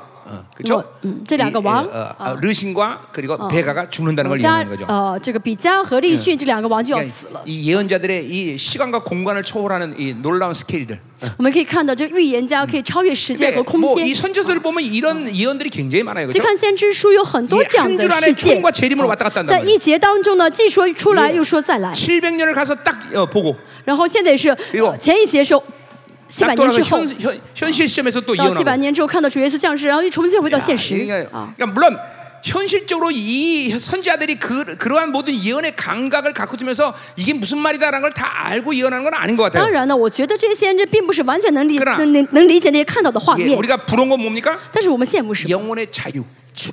A: 그렇죠?
B: 뭐, 음, 这两个 왕,
A: 어, 아,
B: 어.
A: 르신과 그리고 베가가 죽는다는 걸
B: 加
A: 예언하는 거죠.
B: 呃这个比加和利逊这两个王就要
A: 그러니까
B: 死了。
A: 이 예언자들의 이 시간과 공간을 초월하는 이 놀라운 스케일들.
B: 我们可以看到，这个预言家可以超越时间
A: 근데
B: 和空
A: 뭐
B: 间
A: 이 。 선지서들을 보면
B: 어.
A: 이런 예언들이 굉장히 많아요.
B: 去
A: 그렇죠?
B: 看先知书有很多
A: 이
B: 这样
A: 한
B: 的
A: 줄 안에
B: 事件
A: 총과 ， 재림으로 왔다 갔다
B: 在
A: 한단 말이에요.
B: 一节当中呢，既说出来
A: 예
B: 又说再来，
A: 700년을 가서 딱 어, 보고
B: 然后现在是
A: 이거
B: 呃前一节是七
A: 딱
B: 百年之
A: 돌아서
B: 后，
A: 현, 현, 현실 시점에서 또
B: 到七
A: 예언하고
B: 百年之后看到主耶稣降世，然后又重新回到
A: 야,
B: 现实
A: 그러니까,
B: 啊。
A: 그러니까 물론 현실적으로 이 선지자들이 그, 그러한 모든 예언의 감각을 갖고 있으면서 이게 무슨 말이다라는 걸 다 알고 예언하는 건 아닌 것
B: 当
A: 같아요.
B: 然呢，我觉得这些先知并不是完全能理
A: 그러나
B: 能能能理解那些看到的画
A: 예,
B: 面，
A: 우리가 부러운 건 뭡니까?
B: 但是我们羡慕什么？
A: 영혼의 자유. 음.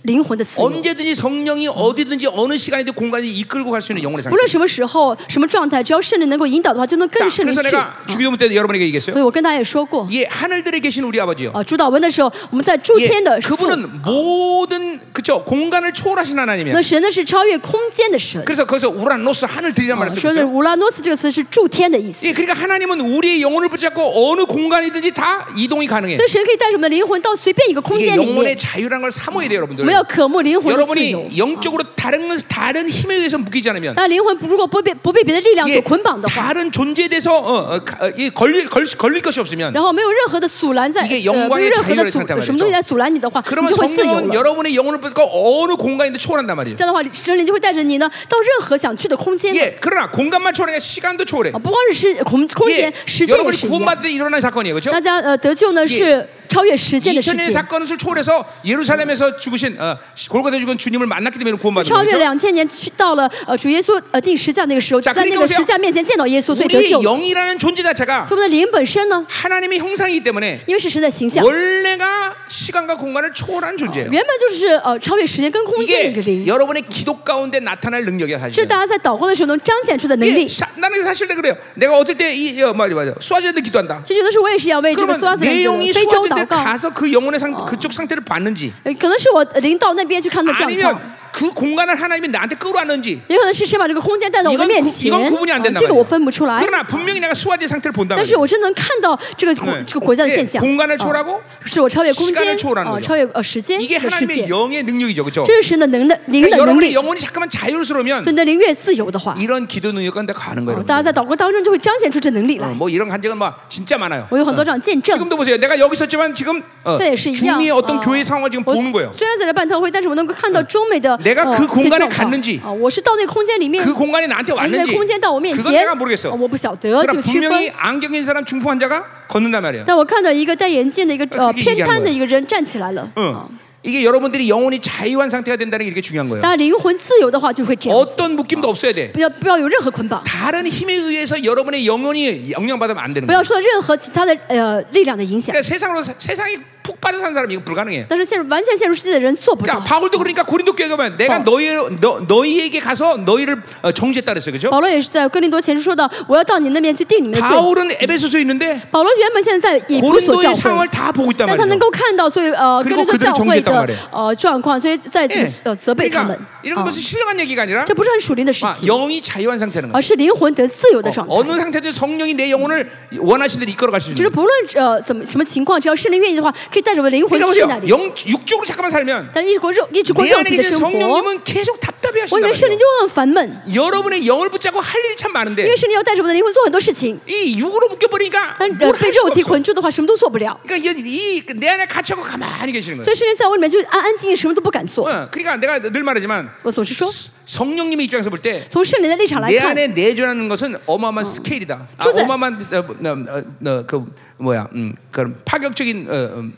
B: 灵魂的自由。
A: 언제든지 성령이 어디든지 어느 시간에든 공간이 이끌고 갈 수 있는 영혼의
B: 不
A: 상태.
B: 论什么时候、什么状态，只要圣灵能够引导的话，就能
A: 자,
B: 跟着圣灵
A: 그래서
B: 去。
A: 내가
B: 啊
A: 주기도문 때 여러분에게
B: 所
A: 얘기했어요.
B: 以我跟大家也说过，
A: 예, 하늘들에 계신 우리 아버지요.
B: 啊，主导文的时候，我们在诸
A: 예,
B: 天的父，
A: 그분은 모든 그죠 공간을 초월하신
B: 那
A: 하나님이야.
B: 神呢是超越空间的神。
A: 그래서 거기서 우라노스 하늘들이란
B: 啊
A: 말을
B: 说
A: 쓰고
B: 的
A: 있어요.
B: 乌拉诺斯这个词是诸天的意思，
A: 예, 그러니까 하나님은 우리의 영혼을 붙잡고 어느 공간이든지 다 이동이 가능해.
B: 所以神可以带着我们的灵魂到随便一个空
A: 이게
B: 间里
A: 영혼의
B: 面。
A: 자유라는 걸 사모해야 돼요,
B: 我
A: 여러분들.
B: 们要渴慕灵魂的自由。
A: 여러분이 영적으로 다른 다른 힘에 의해서 묶이지 않으면
B: 但灵魂不如果不被不被别的力量
A: 예,
B: 所捆绑的 话，
A: 다른 존재에 대해서 어, 어, 가- 어, 이 걸릴 걸, 걸릴 것이 없으면
B: 然后没有任何的阻拦在，呃
A: 이게
B: 没
A: 영광의
B: 有任何
A: 자유를
B: 的
A: 상담하겠죠
B: 阻什么东西来阻拦你的话，你
A: 그러면
B: 就会自由
A: 성령은
B: 了。
A: 여러분의 영혼을 붙고 어느 공간에도 초월한단 말이에요.
B: 这样的话，神灵就会带着你呢到任何想去的空间。
A: 예, 그러나 공간만 초월하니까 시간도 초월해.
B: 啊，不光是时空空
A: 예,
B: 间，时间
A: 아,
B: 也
A: 여러분이
B: 是一样。
A: 구원받을 때 일어난 사건이에요, 그렇죠?
B: 大家呃得救呢是超越时间的时
A: 2000년의
B: 间，
A: 사건을 초월해서 예루살렘에서 죽으신 어, 골고다 죽은 주님을 만났기 때문에 구원받은
B: 超越
A: 거죠.
B: 两千年去到了呃主耶稣呃定十字架那个时候，
A: 자
B: 在
A: 그러니까
B: 那个
A: 보세요
B: 十字架面前见到耶稣，所以得
A: 우리의
B: 救。所
A: 영이라는 존재 자체가
B: 以我们的灵本身呢，
A: 하나님의 형상이기 때문에
B: 因为是神的形象，
A: 원래가 시간과 공간을 초월한 존재예요.
B: 原本就是呃超越时间跟空间的一个
A: 이게
B: 灵，
A: 여러분의 기도 가운데 나타날 능력이야
B: 这
A: 사실은.
B: 是大家在祷告的时候能彰显出的能
A: 이게
B: 力。
A: 사- 나는 사실 내가 그래요. 내가 어떨 때이 맞아 맞아 수화제들 기도한다.
B: 其实有的时候我也是要为这个苏阿
A: 그러면
B: 斯人的
A: 내용이
B: 非洲祷
A: 수화제들
B: 告，
A: 가서 그 영혼의 상 그쪽 상태를 봤는지
B: 呃可能是我呃领导那边去看到状况，
A: 아니면 그 공간을 하나님이 나한테 끌어왔는지
B: 也可能是神把这个空间带到我的
A: 이건
B: 面
A: 구
B: 前，
A: 이건구분이안된단
B: 啊这个
A: 말이에요
B: 我分不出来。
A: 그러나 분명히 내가 수화제 상태를 본다
B: 但是
A: 말이에요.
B: 我真能看到这个国、
A: 嗯
B: 这个国家的现象，
A: 예空间을초월하고
B: 啊是我超越空
A: 시간을
B: 间
A: 초월하는거죠
B: 啊，超越呃时间
A: 이게
B: 和世界
A: 하나님의 ， 영의 능력이죠, 그렇죠?
B: 这是神的能的灵的
A: 그러니까
B: 能
A: 여러분의
B: 力。所
A: 네, 영혼이 잠깐만 자유스러우면
B: 以你的灵越自由的话，
A: 이런 기도 능력과 내가 가는 거예요.
B: 啊
A: 여러분들.
B: 大家在祷告当中就会彰显出这能力来
A: 어, 。뭐 이런 간증은 뭐 진짜 많아요.
B: 我有很多这样见证，
A: 지금도 보세요. 내가 여기 있었지만 지금 어,
B: 这也是一样。
A: 중미의 어떤
B: 啊
A: 교회 상황을 지금
B: 我
A: 보는 거예요.
B: 虽然在这办特会，但是我能够看到中美的呃
A: 내가그공간에갔는지
B: 啊，我是到那个空间里面
A: 그 ， 공간이 나한테
B: 还是那
A: 왔는지
B: 个空间到我面
A: 그건
B: 前
A: 내가 ，
B: 啊
A: 모르겠어. 뭐,
B: 我不晓得这
A: 그러나
B: 个区分
A: 분명히 。 안경인 사람 중풍 환자가 걷는단 말이에요.
B: 但我看到一个戴眼 镜的一个
A: 어
B: 呃
A: 그게얘기하는
B: 偏瘫
A: 거예요
B: 的一个人嗯站起来了，
A: 어. 이게 여러분들이 영혼이 자유한 상태가 된다는 게 이렇게 중요한 거예요.
B: 大家灵魂自由的话就会这样子。
A: 어떤 묶임도 없어야 돼.
B: 不要不要有任何捆绑，
A: 다른 힘에 의해서 여러분의 영혼이 영향받으면 안 되는
B: 不
A: 거예요.
B: 要受到任何其他的呃力量的影响。
A: 그러니까 세상으로 사- 세상에 푹 빠져 산 사람이 이거 불가능해.
B: 但是陷入完全陷入世界的人做不到
A: 그러니까 。 바울도 그러니까 고린도 교회 가면 내가
B: 어.
A: 너희 너, 너희에게 가서 너희를 어, 정죄했다 그랬어요. 네, 그죠?
B: 保罗也是在哥林多前书说到，我要到你那边去定你们的罪。
A: 바울은 에베소서에 있는데
B: 保罗原本现在在以弗所
A: 고린도의
B: 教会
A: 상황을 ，다 보고 있단
B: 但他能
A: 말이에요.
B: 够看到，所以呃
A: 그리고
B: 哥林多教
A: 그들을정죄했
B: 会
A: 단말
B: 的
A: 이에요
B: 呃状况，所以在此呃责备他们
A: 예. 그러니까 。 이런
B: 啊
A: 것은 신령한 얘기가 아니라
B: 这不是很属灵的事
A: 아,
B: 情，
A: 영이 자유한 상태는
B: 而
A: 거예요.
B: 是灵魂得自由的状
A: 어,
B: 态。
A: 느 상태든 성령이 내 영혼을 원하신 대로 이끌어갈 수
B: 就
A: 있는.
B: 是
A: 거예요.
B: 不论呃怎么什么情况，只要圣灵愿意的话，可以带着我的灵魂
A: 그러니까
B: 去那
A: 보세요.
B: 里。
A: 영 육적으로 잠깐만 살면
B: 但是一直过肉一直过
A: 내
B: 肉
A: 안에
B: 体的
A: 계신
B: 生活，我
A: 성령님은 계속 답답해
B: 里
A: 하신다
B: 面圣灵
A: 말이에요.
B: 就很烦闷。
A: 여러분의 영을 붙잡고 할 일이 참
B: 因
A: 많은데
B: 为圣灵要带着我们的灵魂做很多事情，
A: 이 육으로 묶여 버리니까
B: 但是呃
A: 뭘
B: 被
A: 할
B: 肉
A: 수가
B: 体
A: 없어.
B: 捆住的话，什么都做不了。
A: 그러니까 이내 안에 갇혀고 가만히 계시는
B: 所
A: 거예요.
B: 以圣灵在我里面就安安静静，什么都不敢做。
A: 어, 그러니까 내가 늘 말하지만
B: 我总是说，
A: 성령님의 입장에서 볼때
B: 从圣灵的立场来
A: 내
B: 看，
A: 안에 내존하는 것은 어마어마한 스케일이다. 아,
B: 조세-
A: 어마어마한 어, 어, 어, 어, 그 뭐야? 음, 그런 파격적인 어, 음,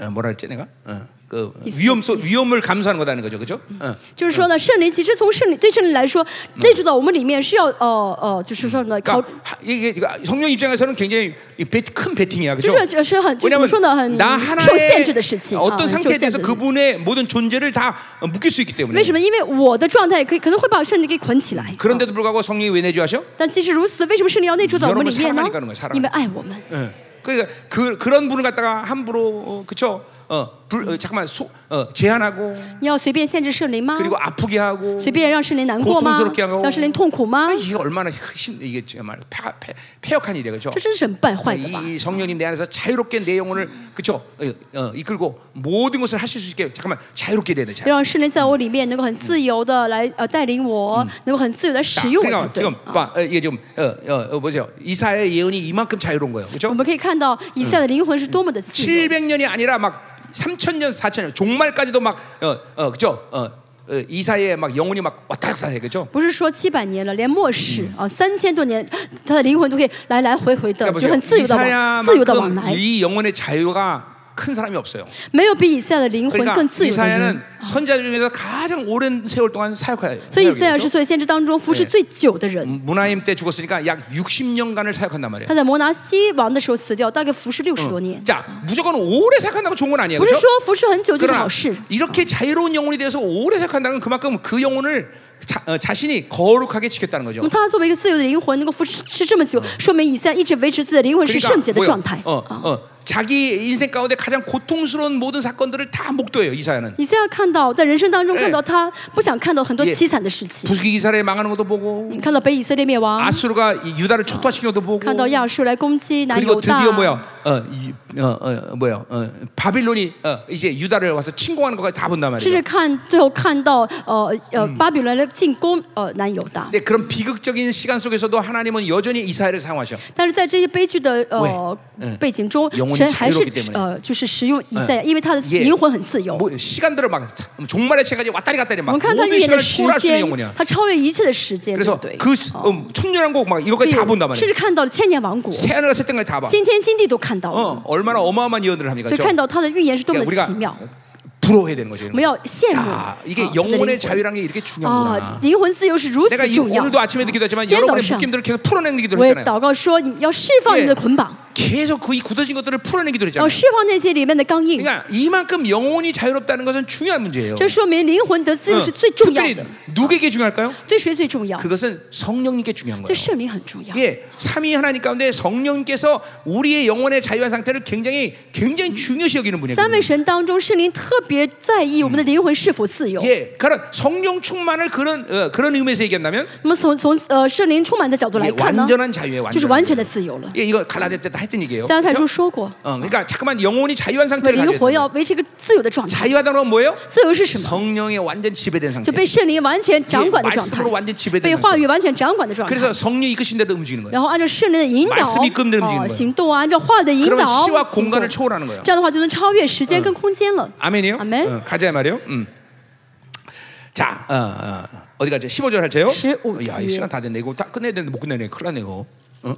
A: 어, 뭐라 했지 내가? 어, 그
B: 있어,
A: 위험 소, 위험을 감수하는 거다는 거죠, 그렇죠?
B: 就是说
A: 嗯
B: 呢，圣灵其实从圣灵对圣灵来说，内住到我们里面是要呃呃，就是说呢，考，
A: 그러니까 하- 이게 이거 성령 입장에서는 굉장히 이 배- 큰 배팅이야,
B: 就
A: 그렇죠?
B: 是这是很就是怎么说呢，很
A: 나
B: 受限
A: 하나의
B: 制的事情啊，
A: 어떤
B: 很受
A: 상태에
B: 限
A: 대해서
B: 制的事情。
A: 그분의 모든 존재를 다 어, 묶일 수 있기
B: 为
A: 때문에
B: 什么？因为我的状态可以可能会把圣灵给捆起来。哦
A: 그런데도 불구하고 성령이 왜 내주하셔?
B: 但即使如此，为什么圣灵要内住到我们里面呢
A: 여러분사랑하니까그런거예요사랑 ？
B: 因为爱我们。
A: 예. 그러니까 그, 그런 분을 갖다가 함부로 어, 그쵸 어, 불, 어, 잠깐만 소, 어, 제한하고
B: 你要随便限制圣灵吗？
A: 그리고 아프게 하고
B: 随便让圣灵难过吗
A: 고통스럽게하고 ？
B: 让圣灵痛苦吗
A: 아, ？ 이게 얼마나 힘 이게 정말 폐, 폐, 폐역한 일이야 그죠?
B: 这真是很败坏的吧？
A: 이 성령님 내 안에서 자유롭게 내 영혼을 그쵸 어, 어, 이끌고 모든 것을 하실 수 있게 잠깐만 자유롭게 돼야 돼. 자,
B: 让圣灵在我里面能够很自由的来呃带领我，能够很自由的
A: 자,
B: 使用我才
A: 그러니까
B: 对啊
A: 지금 。 봐, 어, 이게 지금 어, 어, 어, 보세요 이사의 예언이 이만큼 자유로운 거예요, 그죠?
B: 我们可以看到以赛的灵魂是多么的自由。
A: 700년이 아니라 막 3,000년, 4,000년 종말까지도 막 어, 어, 그죠? 어, 어, 이사의 막 영혼이 막 왔다 갔다 해, 그죠?
B: 不是说七百年了，连末世啊，三千多年，他的灵魂都可以来来回回的，
A: 그러니까
B: 就很
A: 보세요.
B: 自由的往自由的往来
A: 이사야만큼 ，이 영혼의 자유가 큰 사람이 없어요.
B: 没有比以赛的灵魂
A: 그러니까
B: 更自由的人
A: 이사야는 。 선자 중에서 가장 오랜 세월 동안 사역해요. 음,
B: 所以以赛尔是所有先知当中服侍最久的人。
A: 문하임 때 죽었으니까 약 60년간을 사역한단 말이에요.
B: 他在摩拿西王的时候死掉，大概服侍六十多年。
A: 자, 무조건 오래 사역한다고 좋은 건 아니에요.
B: 不是
A: 그렇죠?
B: 说服侍很久就是
A: 그러나
B: 好事，
A: 이렇게 자유로운 영혼이 되어서 오래 사역한다는 건 그만큼 그 영혼을 자, 어, 자신이 거룩하게 지켰다는 거죠.
B: 那他作为一个自由的灵魂能够服侍是这么久，说明以赛一直维持自己的灵魂是圣洁的
A: 그러니까 뭐예요?
B: 그 状态。
A: 어, 어, 자기 인생 가운데 가장 고통스러운 모든 사건들을 다 목도해요. 이사야는.
B: 以赛要看到在人生当中
A: 哎
B: 看到他不想看到很多
A: 예
B: 凄惨的事情，
A: 부스기 이사를 망하는 것도 보고
B: 看到北以色列灭亡，
A: 아수르가 이 유다를 초토화시키는 것도 보고
B: 看到亚述来攻击南
A: 그리고
B: 犹大，
A: 드디어 뭐야? 어, 이, 어, 어, 뭐야? 어, 바빌론이 어, 이제 유다를 와서 침공하는 것까지 다 본단
B: 甚
A: 말이에요.
B: 至看最后看到呃呃巴比伦来进攻呃南犹大。
A: 근데 그런 비극적인 시간 속에서도 하나님은 여전히 이사야를 사용하셔.
B: 但是在这些悲剧的呃背景中
A: 영혼이，
B: 神还是
A: 자유롭기때문에
B: 呃就是使用以赛亚，因为他的灵魂很自由。
A: 뭐 시간들을 막 사- 종말의 시간까지 왔다리 갔다리
B: 我
A: 막
B: 们看他
A: 모든
B: 预言的
A: 시간을
B: 时
A: 초월할 수 있는
B: 间
A: 영혼이야. ，
B: 他超越一切的时间，对
A: 그래서
B: 不对？
A: 그 시- 음, 천년한 곡막 이것까지 다 본단
B: 甚
A: 말이에요.
B: 至看到了千年王国，
A: 새 하늘과 새 땅까지 다 봐.
B: 新天新地都看到了，
A: 어, 얼마나 어마어마한 예언들을 합니까?
B: 所以
A: 그죠?
B: 看到他的预言是多么
A: 그러니까
B: 的
A: 우리가
B: 奇妙。
A: 부러워해야 되는 거죠.
B: 我们要羡慕
A: 야
B: 啊
A: 이게 뭐.
B: 我们的
A: 영혼의
B: 灵魂
A: 자유라는 게 아, 이렇게 중요하구나.
B: 啊，灵魂自由是如
A: 내가
B: 此
A: 이
B: 重要。
A: 오늘도 아침에 느끼다지만
B: 아,
A: 여러분의
B: 찐早上。
A: 묶임들을 계속 풀어내는 기도를
B: 我也
A: 했잖아요.
B: 祷告说，你要释放你们的捆绑，
A: 계속 그 이 굳어진 것들을 풀어내는 기도를
B: 要
A: 했잖아요.
B: 释放那些里面的刚硬。
A: 그러니까 이만큼 영혼이 자유롭다는 것은 중요한 문제예요.
B: 这说明灵魂得自
A: 응.
B: 由是最重要
A: 특별히
B: 的，
A: 누구에게 중요할까요?
B: 对谁最重要？
A: 嗯 그것은 성령님께 중요한 거예요.
B: 对圣灵很重要。
A: 예, 삼위 하나님 가운데 성령께서 우리의 영혼의 자유한 상태를 굉장히 굉장히 중요시 여기는 분이에요.
B: 三位神当中，圣灵特别在意我们的灵魂是否自由。
A: 예, 그런 성령 충만을 그런 어, 그런 의미에서 얘기한다면
B: 那么从从呃圣灵充满的角度
A: 이게
B: 来看呢，
A: 완전한 자유예요.
B: 就是
A: 완전한
B: 完全
A: 자유.
B: 的自由了。
A: 예, 이거 갈라데 때다 했던 얘기예요.
B: 加拉太
A: 그죠?
B: 书说过，
A: 어, 그러니까 잠깐만 영혼이 자유한
B: 我们
A: 상태를
B: 灵
A: 가져야
B: 魂
A: 돼요.
B: 要维持一个自由的状态。
A: 자유하다는 건 뭐예요?
B: 自由是什么？
A: 성령에 완전 지배된
B: 就
A: 상태.
B: 被圣灵完全掌管的状
A: 예말씀으로완전지배되는
B: 态，被话语完全掌管的状态。
A: 그래서 성령이 이끄신 대로 움직이는 거예요.
B: 然后按照圣灵的引导，
A: 말씀이이끌면움직이는거예요
B: 哦，行动啊，按照话语的引
A: 그러면
B: 导，
A: 시와
B: 行动
A: 공간을 초월하는 거예요.
B: 这样的啊话就能超越时间跟空间了。
A: 아멘이요?
B: 아멘.
A: 어, 가자 말이요. 음. 자, 어, 어, 어디 가죠? 15절 할때요. 어,
B: 15
A: 야, 이 시간 다 됐네. 이거 다 끝내야 되는데 못 끝내네. 큰일 났네 이거. 어?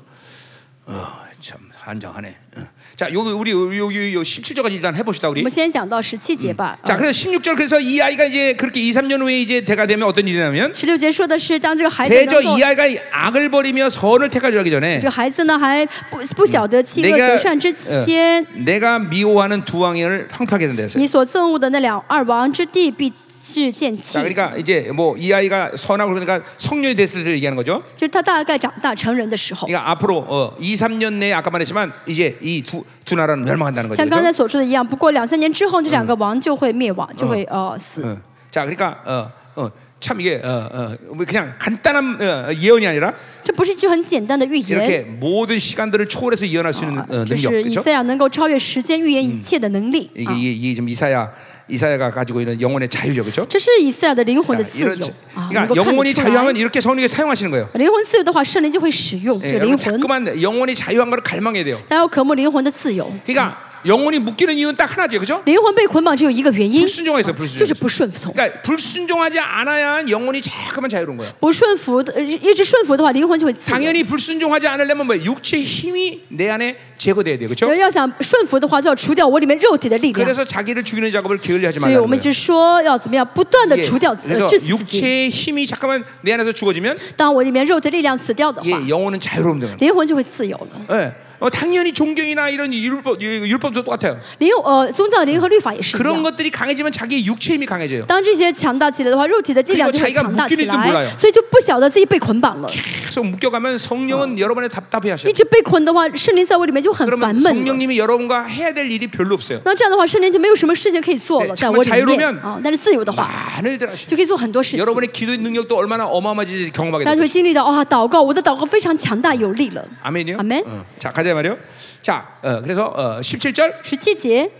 A: 어, 참 한장하네. 어. 자, 여기 우리 여기 17절까지 일단 해 봅시다,
B: 我
A: 우리.
B: 们先讲到十七节吧。嗯
A: 자, 그래서 16절 그래서 이 아이가 이제 그렇게 2, 3년 후에 이제 대가 되면 어떤 일이 나면
B: 十六节说的是，当这个孩子
A: 대저
B: 能够
A: 이 ， 아이가 악을 버리며 선을 택하려 하기 전에
B: 这个孩子呢还不不晓得弃恶
A: 내가
B: 择善之前，
A: 내가 미워하는 두 왕을 황폐하게 된다 했어요.
B: 你所憎恶的那两二王之地必是见弃
A: 자, 。 그러니까 이제 뭐 이 아이가 선하고 그러니까 성년이 됐을 때 얘기하는 거죠.
B: 就是他大概长大成人的时候，
A: 그러니까 앞으로 어, 2, 3년 내에 아까 말했지만 이제 이 두 두 나라는 멸망한다는 거죠.
B: 像刚才
A: 그렇죠?
B: 所说的一样。不过两三年之后，这两个王就会灭亡，就会呃死。
A: 어. 자, 그러니까 어, 어, 참 이게 어, 어, 뭐 그냥 간단한 어, 예언이 아니라
B: 这不是一句很简单的预
A: 이렇게
B: 言，
A: 모든 시간들을 초월해서 예언할 수 있는
B: 啊
A: 어,
B: 这
A: 능력,
B: 是以
A: 그렇죠?
B: 赛亚能够超越时间、预言嗯一切的能力
A: 이게
B: 啊！
A: 이, 이 지금 이사야 이사야가 가지고 있는 영혼의 자유죠, 그렇죠?
B: 这是以赛亚的灵魂的
A: 그러니까,
B: 自
A: 이런,
B: 由啊，
A: 그러니까
B: 能够看得
A: 영혼이
B: 出来
A: 자유하면 。 이렇게 성령이 사용하시는 거예요.
B: 灵魂自由的话，圣灵就会使用
A: 예,
B: 这灵
A: 여러분
B: 魂，
A: 자꾸만 哎 영혼이 자유한 걸 갈망해야 돼요.
B: 大家要渴慕灵魂的自由。
A: 그러니까 영혼이 묶이는 이유는 딱 하나죠, 그렇죠?
B: 灵魂被捆绑只有一个原因，
A: 불순종해서
B: 就
A: 불순종.
B: 是不顺从。
A: 그러니까 불순종하지 않아야 영혼이 자꾸만 자유로운 거예요.
B: 不顺服的，呃一直顺服的话，灵魂就会自由。
A: 당연히 불순종하지 않으려면 뭐 육체의 힘이 내 안에 제거돼야 돼요. 그렇죠?
B: 要要想顺服的话，就要除掉我里面肉体的力量。
A: 그래서 자기를 죽이는 작업을 게을리하지
B: 所以
A: 말라는
B: 我们
A: 거예요.
B: 一直说要怎么样，不断的
A: 예,
B: 除掉、呃
A: 그래서 、
B: 致死自己。
A: 육체의 힘이 잠깐만 내 안에서 죽어지면
B: 当我里面肉体的力量死掉的话，
A: 예, 영혼은 자유로움 되는 거예요.
B: 灵魂就会自由了。
A: 아. 예. 어, 당연히 존경이나 이런 율법 유- 율법도 똑같아요.
B: 灵呃宗教灵和律法也是一
A: 그런
B: 样。
A: 것들이 강해지면 자기의 육체 힘이 강해져요.
B: 当这些强大起来的话，肉体的力量就会强大起
A: 그리고자기가묶여있는줄몰라요
B: 来，所啊以就不晓得自己被捆绑了。
A: 계속 묶여가면 성령은 여러분을 답답해
B: 一
A: 하셔요.
B: 直被捆的话，圣灵在我里面就很烦
A: 그러면
B: 闷了。
A: 성령님이 여러분과 해야 될 일이 별로 없어요.
B: 那这样的话，圣灵就没有什么事情可以做
A: 네
B: 了，在我
A: 정말
B: 里
A: 자유로
B: 面
A: 면
B: 啊。但是自由的话，
A: 많은 일들 하셔요.
B: 就可以做很多事情。
A: 여러분의 기도의 능력도 얼마나 어마어마한지 경험하게
B: 大家就会
A: 됩니다.
B: 经历到哇、祷告，我的祷告非常强大有力了。
A: 아멘이요.
B: 아멘.
A: 어, 자 가자 말이요. 자 어, 그래서 어, 17절.
B: 十七节，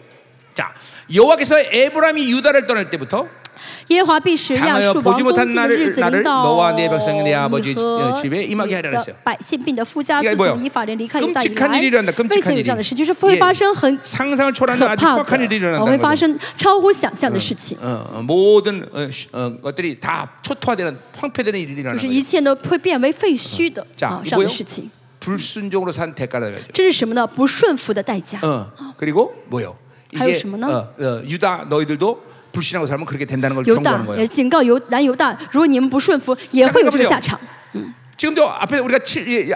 A: 자 여호와께서 에브람이 유다를 떠날 때부터
B: 耶和华必使亚
A: 당하여
B: 述王
A: 보지
B: 攻
A: 못한
B: 击的日
A: 나를
B: 子临
A: 나를
B: 到
A: 너와 내 백성 내 아버지
B: 你和
A: 집에 임하게 하려
B: 你的
A: 했어요.
B: 百姓，并你的夫家
A: 이게
B: 自
A: 뭐예요
B: 从以法连离开犹大以
A: 끔찍한일이
B: 来
A: 일어난다끔찍한，
B: 为此
A: 일이
B: 有这样的事，就是
A: 예
B: 会发生很
A: 상상을
B: 可
A: 초월하는 아주
B: 怕
A: 흉악한 일들이
B: 的，会
A: 일어난다는
B: 发
A: 거죠.
B: 生超乎想象的事情，
A: 어, 어, 모든 어, 쉬- 어, 것들이 다 초토화되는 황폐되는 일들이 어, 일어나는
B: 就是一
A: 거죠.
B: 切都会变为废墟的
A: 자
B: 啊这样
A: 뭐예요
B: 的事情。
A: 불순종으로 산 대가를 가죠.
B: 这是什么呢？不顺服的代价。
A: 어, 그리고 뭐요? 이제
B: 하여심은?
A: 어, 어, 유다 너희들도 불신하고 살면 그렇게 된다는 걸
B: 犹
A: 경고하는
B: 大
A: 거예요.
B: 也警告犹南犹大，如果你们不顺服，也会有这个下场。
A: 지금도 앞에 우리가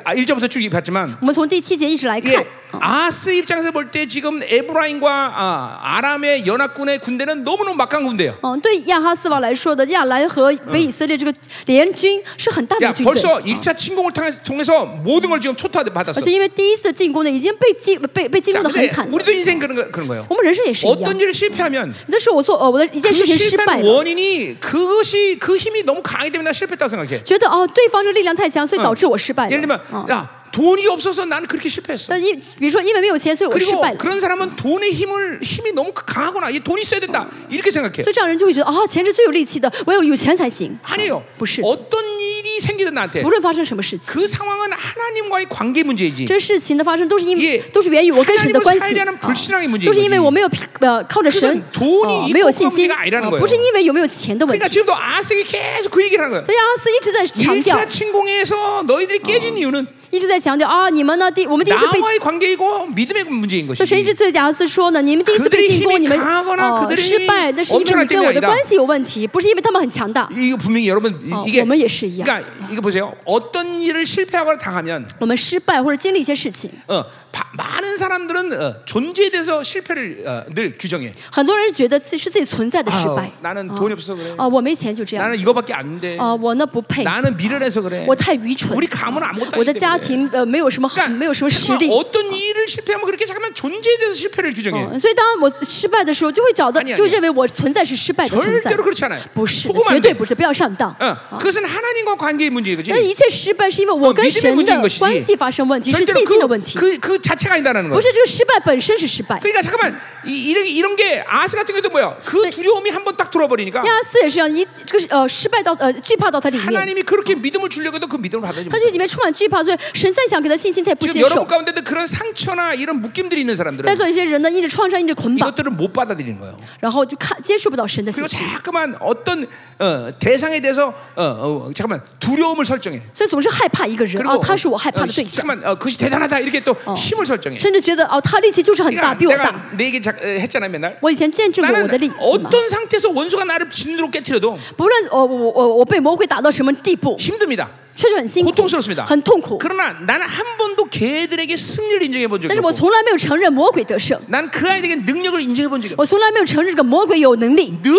A: 아, 1절부터 쭉 봤지만
B: 我们从第七节一直来看
A: 이게 ， 예, 아스 입장에서 볼 때 지금 에브라임과 아, 아람의 연합군의 군대는 너무너무 막강 군대예요.
B: 嗯，对亚哈斯王来说的亚兰和北以色列这个联军是很大的
A: 야,
B: 军队，
A: 벌써 1차 침공을 통해- 통해서 모든 걸 지금 초토화 받았어.
B: 而且因为第一次进攻呢，已经被进被被进
A: 자,
B: 攻的很
A: 근데
B: 惨了
A: 우리도 인생 그런 거, 그런 거예요.
B: 我们人生也是一样
A: 어떤 ， 일을 실패하면
B: 有的时候我做呃我的一件
A: 그
B: 事情失败
A: 실패한
B: 了，
A: 원인이 그것이 그 힘이 너무 강하기 때문에 나 실패했다고 생각해. 어.
B: 觉得哦对方这力量太强，所以导致我失败
A: 예를
B: 了
A: 들면 。
B: 啊，
A: 야 돈이 없어서 나는 그렇게 어. 실패했어.
B: 那因比如说因为没有钱，所以我失败
A: 그리고
B: 了。
A: 그런 사람은 돈의 힘을 힘이 너무 강하구나. 이 돈이 있어야 된다. 이렇게 생각해.
B: 所以这样人就会觉得啊、钱是最有力气的，我要有钱才行。
A: 아니에요.
B: 不是，
A: 어떤 일이 생기든 나한테
B: 无论发生什么事情，
A: 그 상황은 하나님과의 관계 문제이지.
B: 这事情的发生都是因为
A: 예
B: 都是源于我跟神的关
A: 하나님을
B: 系，哦
A: 살려는불신앙의문제인
B: 都是因为
A: 거지
B: 我没有呃靠着
A: 그
B: 神
A: 래서돈이
B: 呃
A: 있고
B: 没有信心哦
A: 없는게아니라는거예요
B: 不是因为有没有钱的问题
A: 그러니까 。 지금도 아스에게 계속 그 얘기를 하는 거예요.
B: 所以阿斯一直在强调
A: 1차 ， 침공에서 너희들이 깨진 이유는
B: 一直在强调啊，你们呢第我们第一次被，
A: 나와의 관계이고 믿음의 문제인
B: 就神一
A: 것이지.
B: 直对阿斯说呢，你们第一次被进
A: 그들의힘이
B: 攻，你们
A: 강하거나
B: 呃
A: 그들의
B: 失败，那是因为你跟我的关系有问题，不是因为他们很强大。
A: 이거 분명히 여러분 이-
B: 어,
A: 이게
B: 我们也是一样。
A: 그러니까 이거 보세요. 어떤 일을 실패하거나 당하면
B: 我们失败或者经历一些事情，
A: 어, 바- 많은 사람들은 어, 존재에 대해서 실패를 어, 늘 규정해.
B: 很多人觉得自是自己存在的失败
A: 아우, 。 나는 啊 돈이 없어 그래.
B: 啊，我没钱就这样
A: 나는 。 이거밖에 안 돼.
B: 啊，我呢不配，
A: 나는 미련해서 그래.
B: 我太愚蠢。
A: 우리 가문 아무것도 아니기
B: 我的家
A: 때문에.
B: 庭呃没有什么很
A: 그러니까
B: 没有什么实
A: 잠깐만
B: 力。
A: 어떤 일을 실패하면 그렇게 잠깐만 존재에 대해서 실패를 규정해.
B: 嗯所以当我失败的时候，就会找到
A: 아니야아니야
B: 就认为我存在是失败的存在
A: 절대로 。 그렇지 않아요.
B: 不是的，
A: 보고만 돼.
B: 绝对不是，不要上当。
A: 어, 그것은 하나님과 관계의 문제인 거지.
B: 那一切失败是因为我跟神的关系发生问题，是
A: 절대로
B: 信心的问题，
A: 그, 그, 그 자체가 아니다라는
B: 不
A: 거예요.
B: 是这个失败本身是失败。
A: 그러니까 잠깐만 이, 이런, 이런 게 아스 같은 경우도 뭐야? 그
B: 네.
A: 두려움이 한 번 딱 들어버리니까
B: 亚斯也是这样，一这个是呃失败到呃惧怕到他里面，
A: 하나님이
B: 어.
A: 그렇게 믿음을 주려고 해도 그 믿음을 받아지
B: 他就里面充满惧怕，所以神再想给他信心，他也不
A: 지금
B: 接
A: 여러분
B: 受。
A: 가운데도 그런 상처나 이런 묶임들이 있는
B: 再
A: 사람들은
B: 做一些人呢，因着创伤，因着捆绑，
A: 이것들을 못 받아들이는 거예요.
B: 然后就看接受不到神的
A: 그리고
B: 信心，
A: 자꾸만 어떤 어, 대상에 대해서 어, 어, 잠깐만 두려움을 설정해.
B: 所以总是害怕一个人
A: 그리고
B: 啊，他是我害怕
A: 어,
B: 的对
A: 시-
B: 象，
A: 잠깐만 어, 그것이 대단하다 이렇게 또 힘을 설정해.
B: 甚至觉得哦，他力气就是很大，
A: 그러니까
B: 比我大。
A: 내가 내 얘기 자- 어, 했잖아 맨날.
B: 我以前见证过我的哦例
A: 나는
B: 子嘛，
A: 어떤 상태에서 원수가 나를 진으로 깨뜨려도
B: 不论哦我我我我被魔鬼打到什么地步，
A: 힘듭니다.
B: 确实很辛苦
A: 고통스럽습니다 ，
B: 很痛苦。
A: 그러나 나는 한 번도 걔들에게 승리를 인정해 본
B: 但
A: 적이
B: 是我
A: 없고
B: 从来没有承认魔鬼得胜，
A: 난 그 아이에게 능력을 인정해 본 적이 없고
B: 我从来没有承认这个魔鬼有能力。
A: 늘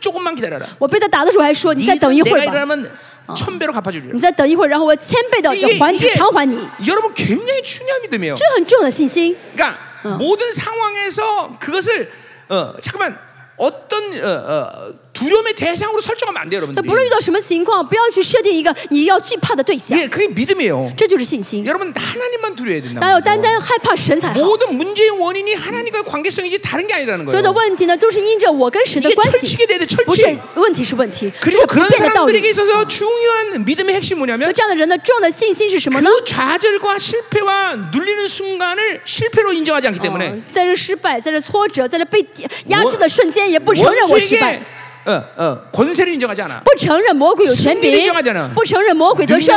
A: 조금만 기다려라.
B: 我被他打的时候还说：“你再
A: 니들
B: 等一会
A: 내가
B: 儿吧，
A: 일어나면 천 배로 갚아주리라.
B: 你再等一会儿，然后我千倍的
A: 이게,
B: 还偿
A: 이게
B: 偿还你。”
A: 여러분 굉장히 중요한 믿음이에요.
B: 这很重要的信心。
A: 그러니까 모든 상황에서 그것을 어, 잠깐만 어떤 어, 어, 두려움의 대상으로 설정하면 안 돼요,
B: 那不
A: 여러분들.
B: 论遇到什么情况，不要去设定一个你要惧怕的对象，
A: 예, 그게 믿음이에요.
B: 这就是信心。
A: 여러분 하나님만 두려워야
B: 大家要
A: 된다.
B: 单单害怕神才好。
A: 모든 문제의 원인이 하나님과의 관계성이지 다른 게 아니라는
B: 所有的
A: 거예요.
B: 问题呢，都是因着我跟神的关
A: 이게
B: 系
A: 철칙이돼야돼철칙 ，
B: 不是问题是问题，这
A: 그리고
B: 是不
A: 그런
B: 变的道
A: 사람들에게
B: 理。
A: 있어서 중요한 믿음의 핵심이
B: 那
A: 뭐냐면
B: 这样的人呢，重要的信心是什么呢？
A: 그 좌절과 실패와 눌리는 순간을 실패로 인정하지 않기
B: 哦
A: 때문에
B: 在这失败，在这挫折，在这被压制的瞬间，也不承认我失败
A: 원수에게 。 어, 어, 권세를 인정하지 않아.
B: 不承认魔鬼有权柄
A: 승리를인정하잖아 ，
B: 不承认魔鬼得胜，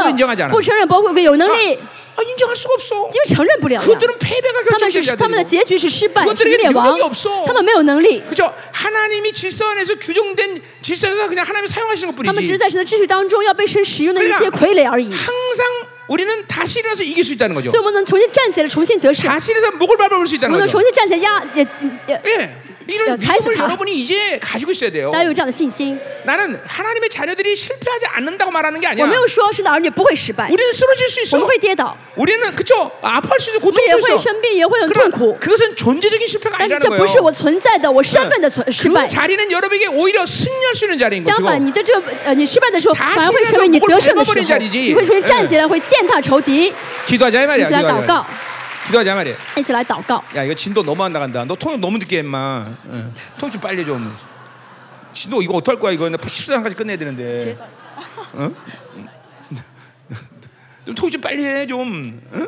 B: 不承认魔鬼有能力，因
A: 아, 인정할 수가 없어.
B: 为承认不了呀。
A: 그것들은 패배가
B: 啊他们是
A: 결정되어야
B: 他们的
A: 돼.
B: 结局是失败，是
A: 그것들에게
B: 灭亡
A: 능력이없어 ，
B: 他们没有能力，
A: 그죠? 하나님이 질서 안에서 규정된 질서에서 그냥 하나님이 사용하시는 것
B: 他们只是
A: 뿐이지.
B: 在神的秩序当中要被神使用的一些傀儡而已。
A: 항상 우리는 다시 일어나서 이길 수 있다는 거죠.
B: 所以我们能重新站起来，重新得胜，
A: 다시 일어나서 목을 밟아볼 수
B: 我
A: 있다는
B: 们能
A: 거죠.
B: 重新站起来压也也，
A: 예. 이런
B: 자,
A: 믿음을
B: 다
A: 여러분이 이제 가지고 있어야 돼요.
B: 大家有这样的信心。
A: 나는 하나님의 자녀들이 실패하지 않는다고 말하는 게
B: 我
A: 아니야.
B: 没有说神的儿女不会失败，
A: 우리는 쓰러질 수
B: 我们
A: 있어.
B: 会跌倒，
A: 우리는 그쵸 아파할 수 있어
B: 我们也
A: 고통스러울 수
B: 会
A: 있어.
B: 生病，也会很痛
A: 그러나
B: 苦。
A: 그것은 존재적인 실패가
B: 但是
A: 아니라는
B: 这
A: 거예요.
B: 不是我存在的，我身份的存失败
A: 그 。 자리는 여러분에게 오히려 승리할 수 있는 자리인
B: 相
A: 것이고
B: 反，你的这呃，你失败的时候，
A: 다시
B: 反而会成为你得胜的时
A: 일어서목을밟아버리는자
B: 候，
A: 리지
B: 你会重新站起来，会践踏仇敌。
A: 기도하자 이
B: 一
A: 말이야.
B: 起来祷
A: 기도하자,
B: 告，
A: 기도하자 이 말이야.
B: 一起来祷告。
A: 야 이거 진도 너무 안 나간다. 너 통역 너무 늦게 했마. 응. 통역 좀 빨리 좀. 진도 이거 어떨 거야 이거 14강까지 끝내야 되는데. 응? 좀 통역 좀 빨리 해 좀. 응?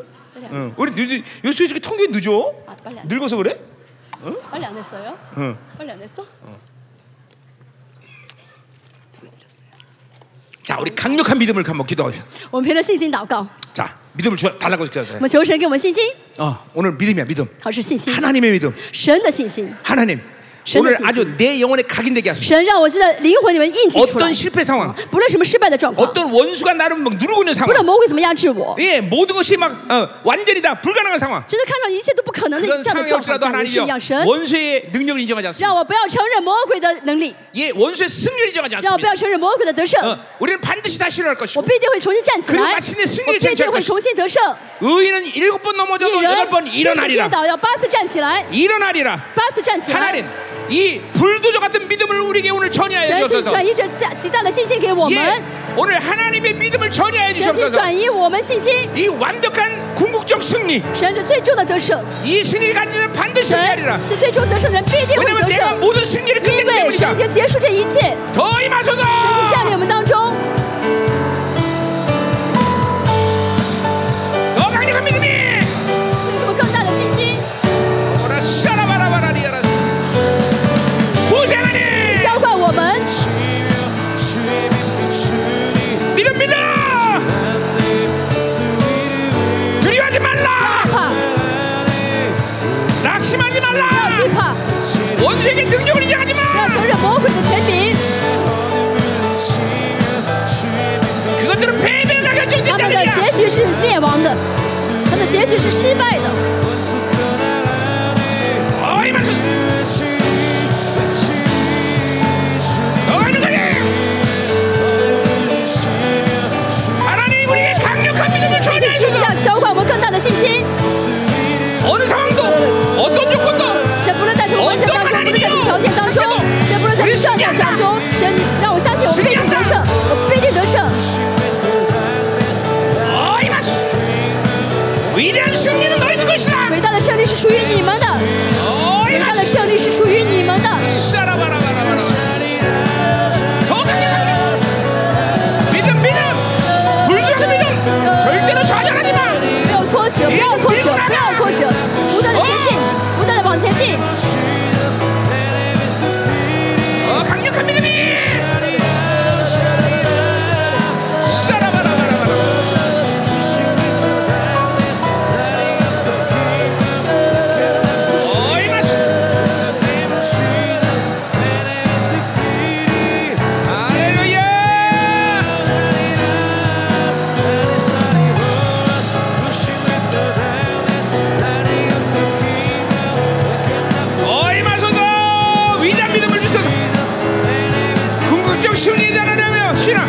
A: 응. 우리 늦- 요새 이렇게 통역이 늦어?
B: 아, 빨리 안 돼.
A: 늙어서 그래?
B: 빨리 안 했어요?
A: 응.
B: 빨리 안 했어?
A: 자 우리 강력한 믿음을 한번 기도하자.
B: 我们凭着信心祷告，
A: 자 믿음을 주, 달라고 시켜야 돼.
B: 我们求神给我们信心，
A: 어 오늘 믿음이야 믿음.
B: 好是信心，
A: 하나님의 믿음.
B: 神的信心，
A: 하나님
B: 신의
A: 오늘
B: 신심.
A: 아주 내 영혼에 각인되게 하소서.
B: 神让我知道灵魂里面印记出来
A: 어떤 ， 실패 상황,
B: 不论什么失败的状况，
A: 어떤 원수가 나를 막 누르고 있는
B: 不
A: 상황.
B: 论魔鬼怎么压制我，
A: 예, 모든 것이 막 어, 완전히 다 불가능한 상황.
B: 真的看上一切都不可能的
A: 그
B: 这样的状
A: 상황일지라도
B: 况下，也是
A: 하나님이여
B: 一样神。
A: 원수의 능력을 인정하지 않습니다.
B: 让我不要承认魔鬼的能力，
A: 예, 원수의 승리를 인정하지
B: 让我不
A: 않습니다.
B: 要承认魔鬼的得胜，
A: 어, 우리는 반드시 다시 일어날
B: 我
A: 것이고
B: 必定会重新站起
A: 그리고
B: 来，
A: 마침내승리를
B: 嗯我必
A: 쟁취할
B: 定会
A: 것이다
B: 重新得胜。
A: 의인은 일곱 번 넘어져도
B: 一人
A: 여덟 번
B: 跌
A: 일어나리라.
B: 倒要八次站起来，
A: 일어나리라.
B: 八次站起来。
A: 하나님, 이 불도저 같은 믿음을 우리에게 오늘 전해하여
B: 神请
A: 주옵소서.
B: 转移这大极大的信心给我
A: 예,
B: 们，
A: 오늘 하나님의 믿음을 전해하여
B: 神请
A: 주옵소서.
B: 转移我们信心，
A: 이 완벽한 궁극적 승리,
B: 神是最终的得胜，
A: 이 승리를 가진 자는 반드시
B: 神
A: 승리하리라.
B: 是最终得胜的人必定会
A: 왜냐하면
B: 得
A: 내가
B: 胜，
A: 모든 승리를 끝내기
B: 因为神已
A: 때문이다.
B: 经结束这一切，
A: 더 임하소서.
B: 降临我们当中，
A: 더 강력한 믿음이.
B: 给我们更大的信心，
A: 오라 샤라바라바라리아라. 고생하니
B: 浇灌我们，
A: 믿음 믿어 두려워하지 말라
B: 怕
A: 낙심하지
B: 不要
A: 말라
B: 惧怕，
A: 원수에게 능력을 아, 인정하지
B: 不要
A: 마
B: 承认魔鬼的权柄，
A: 그것들은 패배가
B: 他
A: 결정된
B: 们的
A: 자들이야
B: 结局是灭亡的，他们的结局是失败的。
A: 어이 말씀 너가 있는 거지 하나님 우리에게 강력한 믿음을
B: 这是
A: 전해주소서
B: 要浇灌我们更大的信心，
A: 어느 상황도 어떤 조건도
B: 神不论在什么环境当中，不论在什么条件当中，神不论在什么状态当中，神你让我相信我必定得胜，我必定得胜。
A: 어이 말씀 위대한 승리는 너희들 것이다
B: 伟大的胜利是属于你们的，
A: 어이
B: 伟大
A: 말씀
B: 的胜利是属于你们的。
A: 샤라바라바라바라. 더 강력하게 믿음 믿음 불쌍한 믿음 절대로 좌절하지 마
B: 没有挫折，不要挫折，不要挫折，不断的前进，不断的往前进。
A: 어, 강력한 믿음이 샤라바라바라바라. 어이 마시. 할렐루야. 어이마소서 어, 위대한 믿음을 주소서 궁극적 신이 되려면 신앙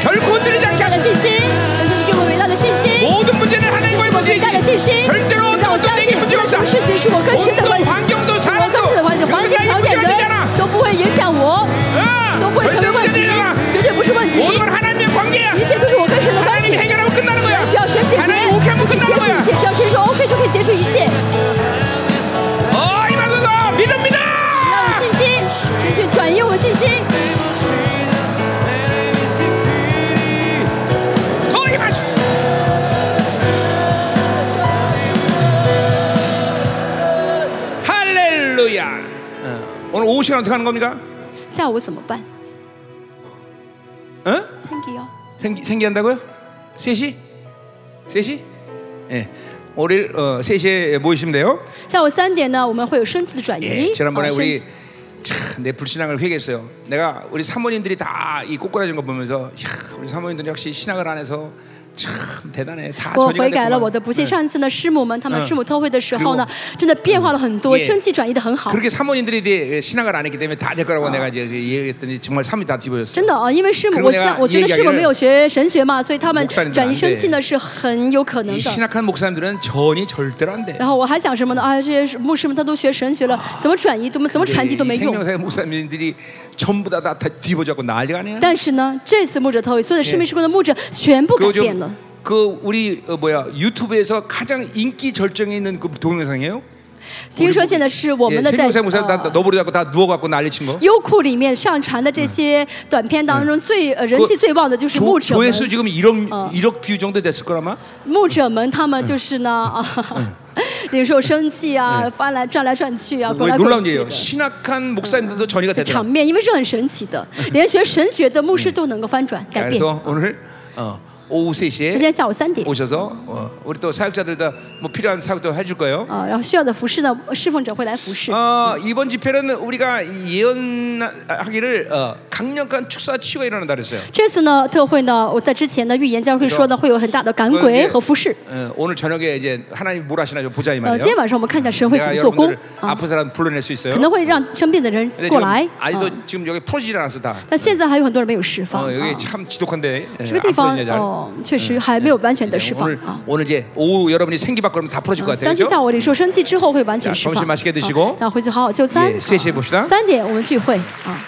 A: 결코 흔들리지 않게
B: 伟大的
A: 하소서
B: 信心，神是你给我伟大的信心，
A: 모든 문제는 하나님과의
B: 伟大的信
A: 문제이지
B: 心，
A: 절대로
B: 让
A: 어떤
B: 我
A: 것도
B: 相
A: 내게
B: 信，
A: 문제가
B: 任
A: 없어
B: 何事情是
A: 뭐
B: 我跟神的关
A: 온도
B: 系，
A: 환경도
B: 是我跟
A: 사람도
B: 神的关系，
A: 뭐 그것은
B: 环境
A: 나의
B: 条
A: 문제가
B: 件人
A: 아니잖아
B: 都不会影响我，
A: 어,
B: 都哎不会成为
A: 절대로
B: 问题
A: 문제잖아 ，
B: 绝对不是问题，
A: 모든 건 하나님의
B: 一
A: 관계야 그렇죠.
B: 切都是我跟神的关
A: 하나님이
B: 系。
A: 해결하고 끝나는 거야
B: 只要神解决，
A: 하나님 오케이 하면
B: 就可以结
A: 끝나는
B: 束一
A: 거야
B: 切。只要神说 OK 就可以结束一切。
A: 어이마소서 믿음 믿음
B: 让我信心，神去转移我信心，
A: 더 임하소서 할렐루야 어, 오늘 오후 시간 어떻게 하는 겁니까?
B: 下午怎么办
A: 어?
B: ？Thank you.
A: 생기, 생기한다고요? 3시? 3시? 예. 월요일 어, 3시에 모이시면 돼요.
B: 下午三点呢，我们会有升旗的转
A: 예.
B: 移。
A: 지난번에
B: 啊升
A: 우리
B: 旗
A: 참, 내 불신앙을 회개했어요. 내가 우리 사모님들이 다 이 꼬꾸라진 거 보면서 야, 우리 사모님들이 역시 신앙을 안 해서 참 대단해. 다
B: 我
A: 전이가
B: 悔改了，
A: 됐구만.
B: 我的不屑。
A: 네.
B: 上次呢，师母们他们
A: 嗯
B: 师母特会的时候呢
A: 그리고 ，
B: 真的变化了很多，
A: 예.
B: 生气转移的很好。
A: 그렇게 사모님들이 이제 신학을 안 했기 때문에 다 될 거라고 내가 이제 얘기했더니 정말 삶이 다 뒤집어졌어.
B: 真的啊，因为师母，
A: 그리고
B: 我
A: 내가
B: 想我
A: 이
B: 觉得师母
A: 얘기하기를
B: 没有学神学嘛，所以他们
A: 목사님들안
B: 转移生
A: 돼
B: 气呢是很有可能
A: 이
B: 的。
A: 신학한 목사님들은 전이 절대로 안 돼.
B: 然后我还想什么呢？啊，这些牧师们他都学神学了，怎么转移都没怎么传递都没
A: 네,
B: 用。
A: 생명사의 목사님들이 전부 다, 다 뒤집어졌고 난리가 아니야.
B: 但是呢，这次牧者特会，所有的生命施工的牧者全部改变了。
A: 그 우리 어, 뭐야 유튜브에서 가장 인기 절정에 있는 그 동영상이에요.
B: 听说现在是我
A: 예,
B: 们的在
A: 생명사의 목사님 다
B: 呃
A: 넣어버리고 다 누워갖고 난리친 거.
B: 优酷里面上传的这些短片当中最呃人气最旺的就是牧
A: 조,
B: 者们，
A: 조회수 지금 1억 1억 뷰 정도 됐을 거라마.
B: 牧者们他们就是呢 啊，有时候生气啊，翻来转来转去啊，滚
A: 왜
B: 来滚
A: 놀라운
B: 去
A: 일이에요.
B: 的。
A: 신학한 목사님들도 전이가
B: 场
A: 되더라.
B: 面，因为是很神奇的，连学神学的牧师都能够翻转嗯改变。
A: 그래서 오늘 어, 오후 3시에
B: 今天下午三点，
A: 오셔서 어, 우리 또 사역자들 다 뭐 필요한 사역도 해줄 거예요.
B: 啊，然后需要的服饰呢，侍奉者会来服侍。
A: 어, 이번 집회는 우리가 예언하기를 어, 강력한 축사 치유가 일어난다 그랬어요.
B: 这次呢，特会呢，我在之前的预言教会说呢，会有很大的赶鬼和服侍。
A: 어, 오늘 저녁에 이제 하나님 뭘 하시나 좀 보자 이
B: 呃，今天
A: 어, 말이에요.
B: 晚上我们看一下神会怎么
A: 내가
B: 做工
A: 여러분들
B: 啊，
A: 아픈 사람 불러낼 수 있어요.
B: 可能会让生病的人
A: 근데
B: 过
A: 지금
B: 来啊。
A: 아직도 지금 여기 풀어지질 않았어 다.
B: 但现在还有很多人没有释放
A: 어,
B: 啊
A: 여기 ，참 지독한데. 예,
B: 这个
A: 안
B: 地方
A: 풀어지냐 잘.
B: 哦，确实还没有完全的释
A: 예,
B: 放
A: 오늘
B: 啊。
A: 오늘 이제 오후 여러분이 생기받 그러면 다 풀어질 것
B: 相
A: 같아요.
B: 信
A: 그죠?
B: 下午你说生气之后会完全
A: 자
B: 释
A: 점심
B: 放。
A: 맛있게드시고
B: 啊那回去好好就餐。
A: 예3시에봅시다
B: 三点我们聚会啊。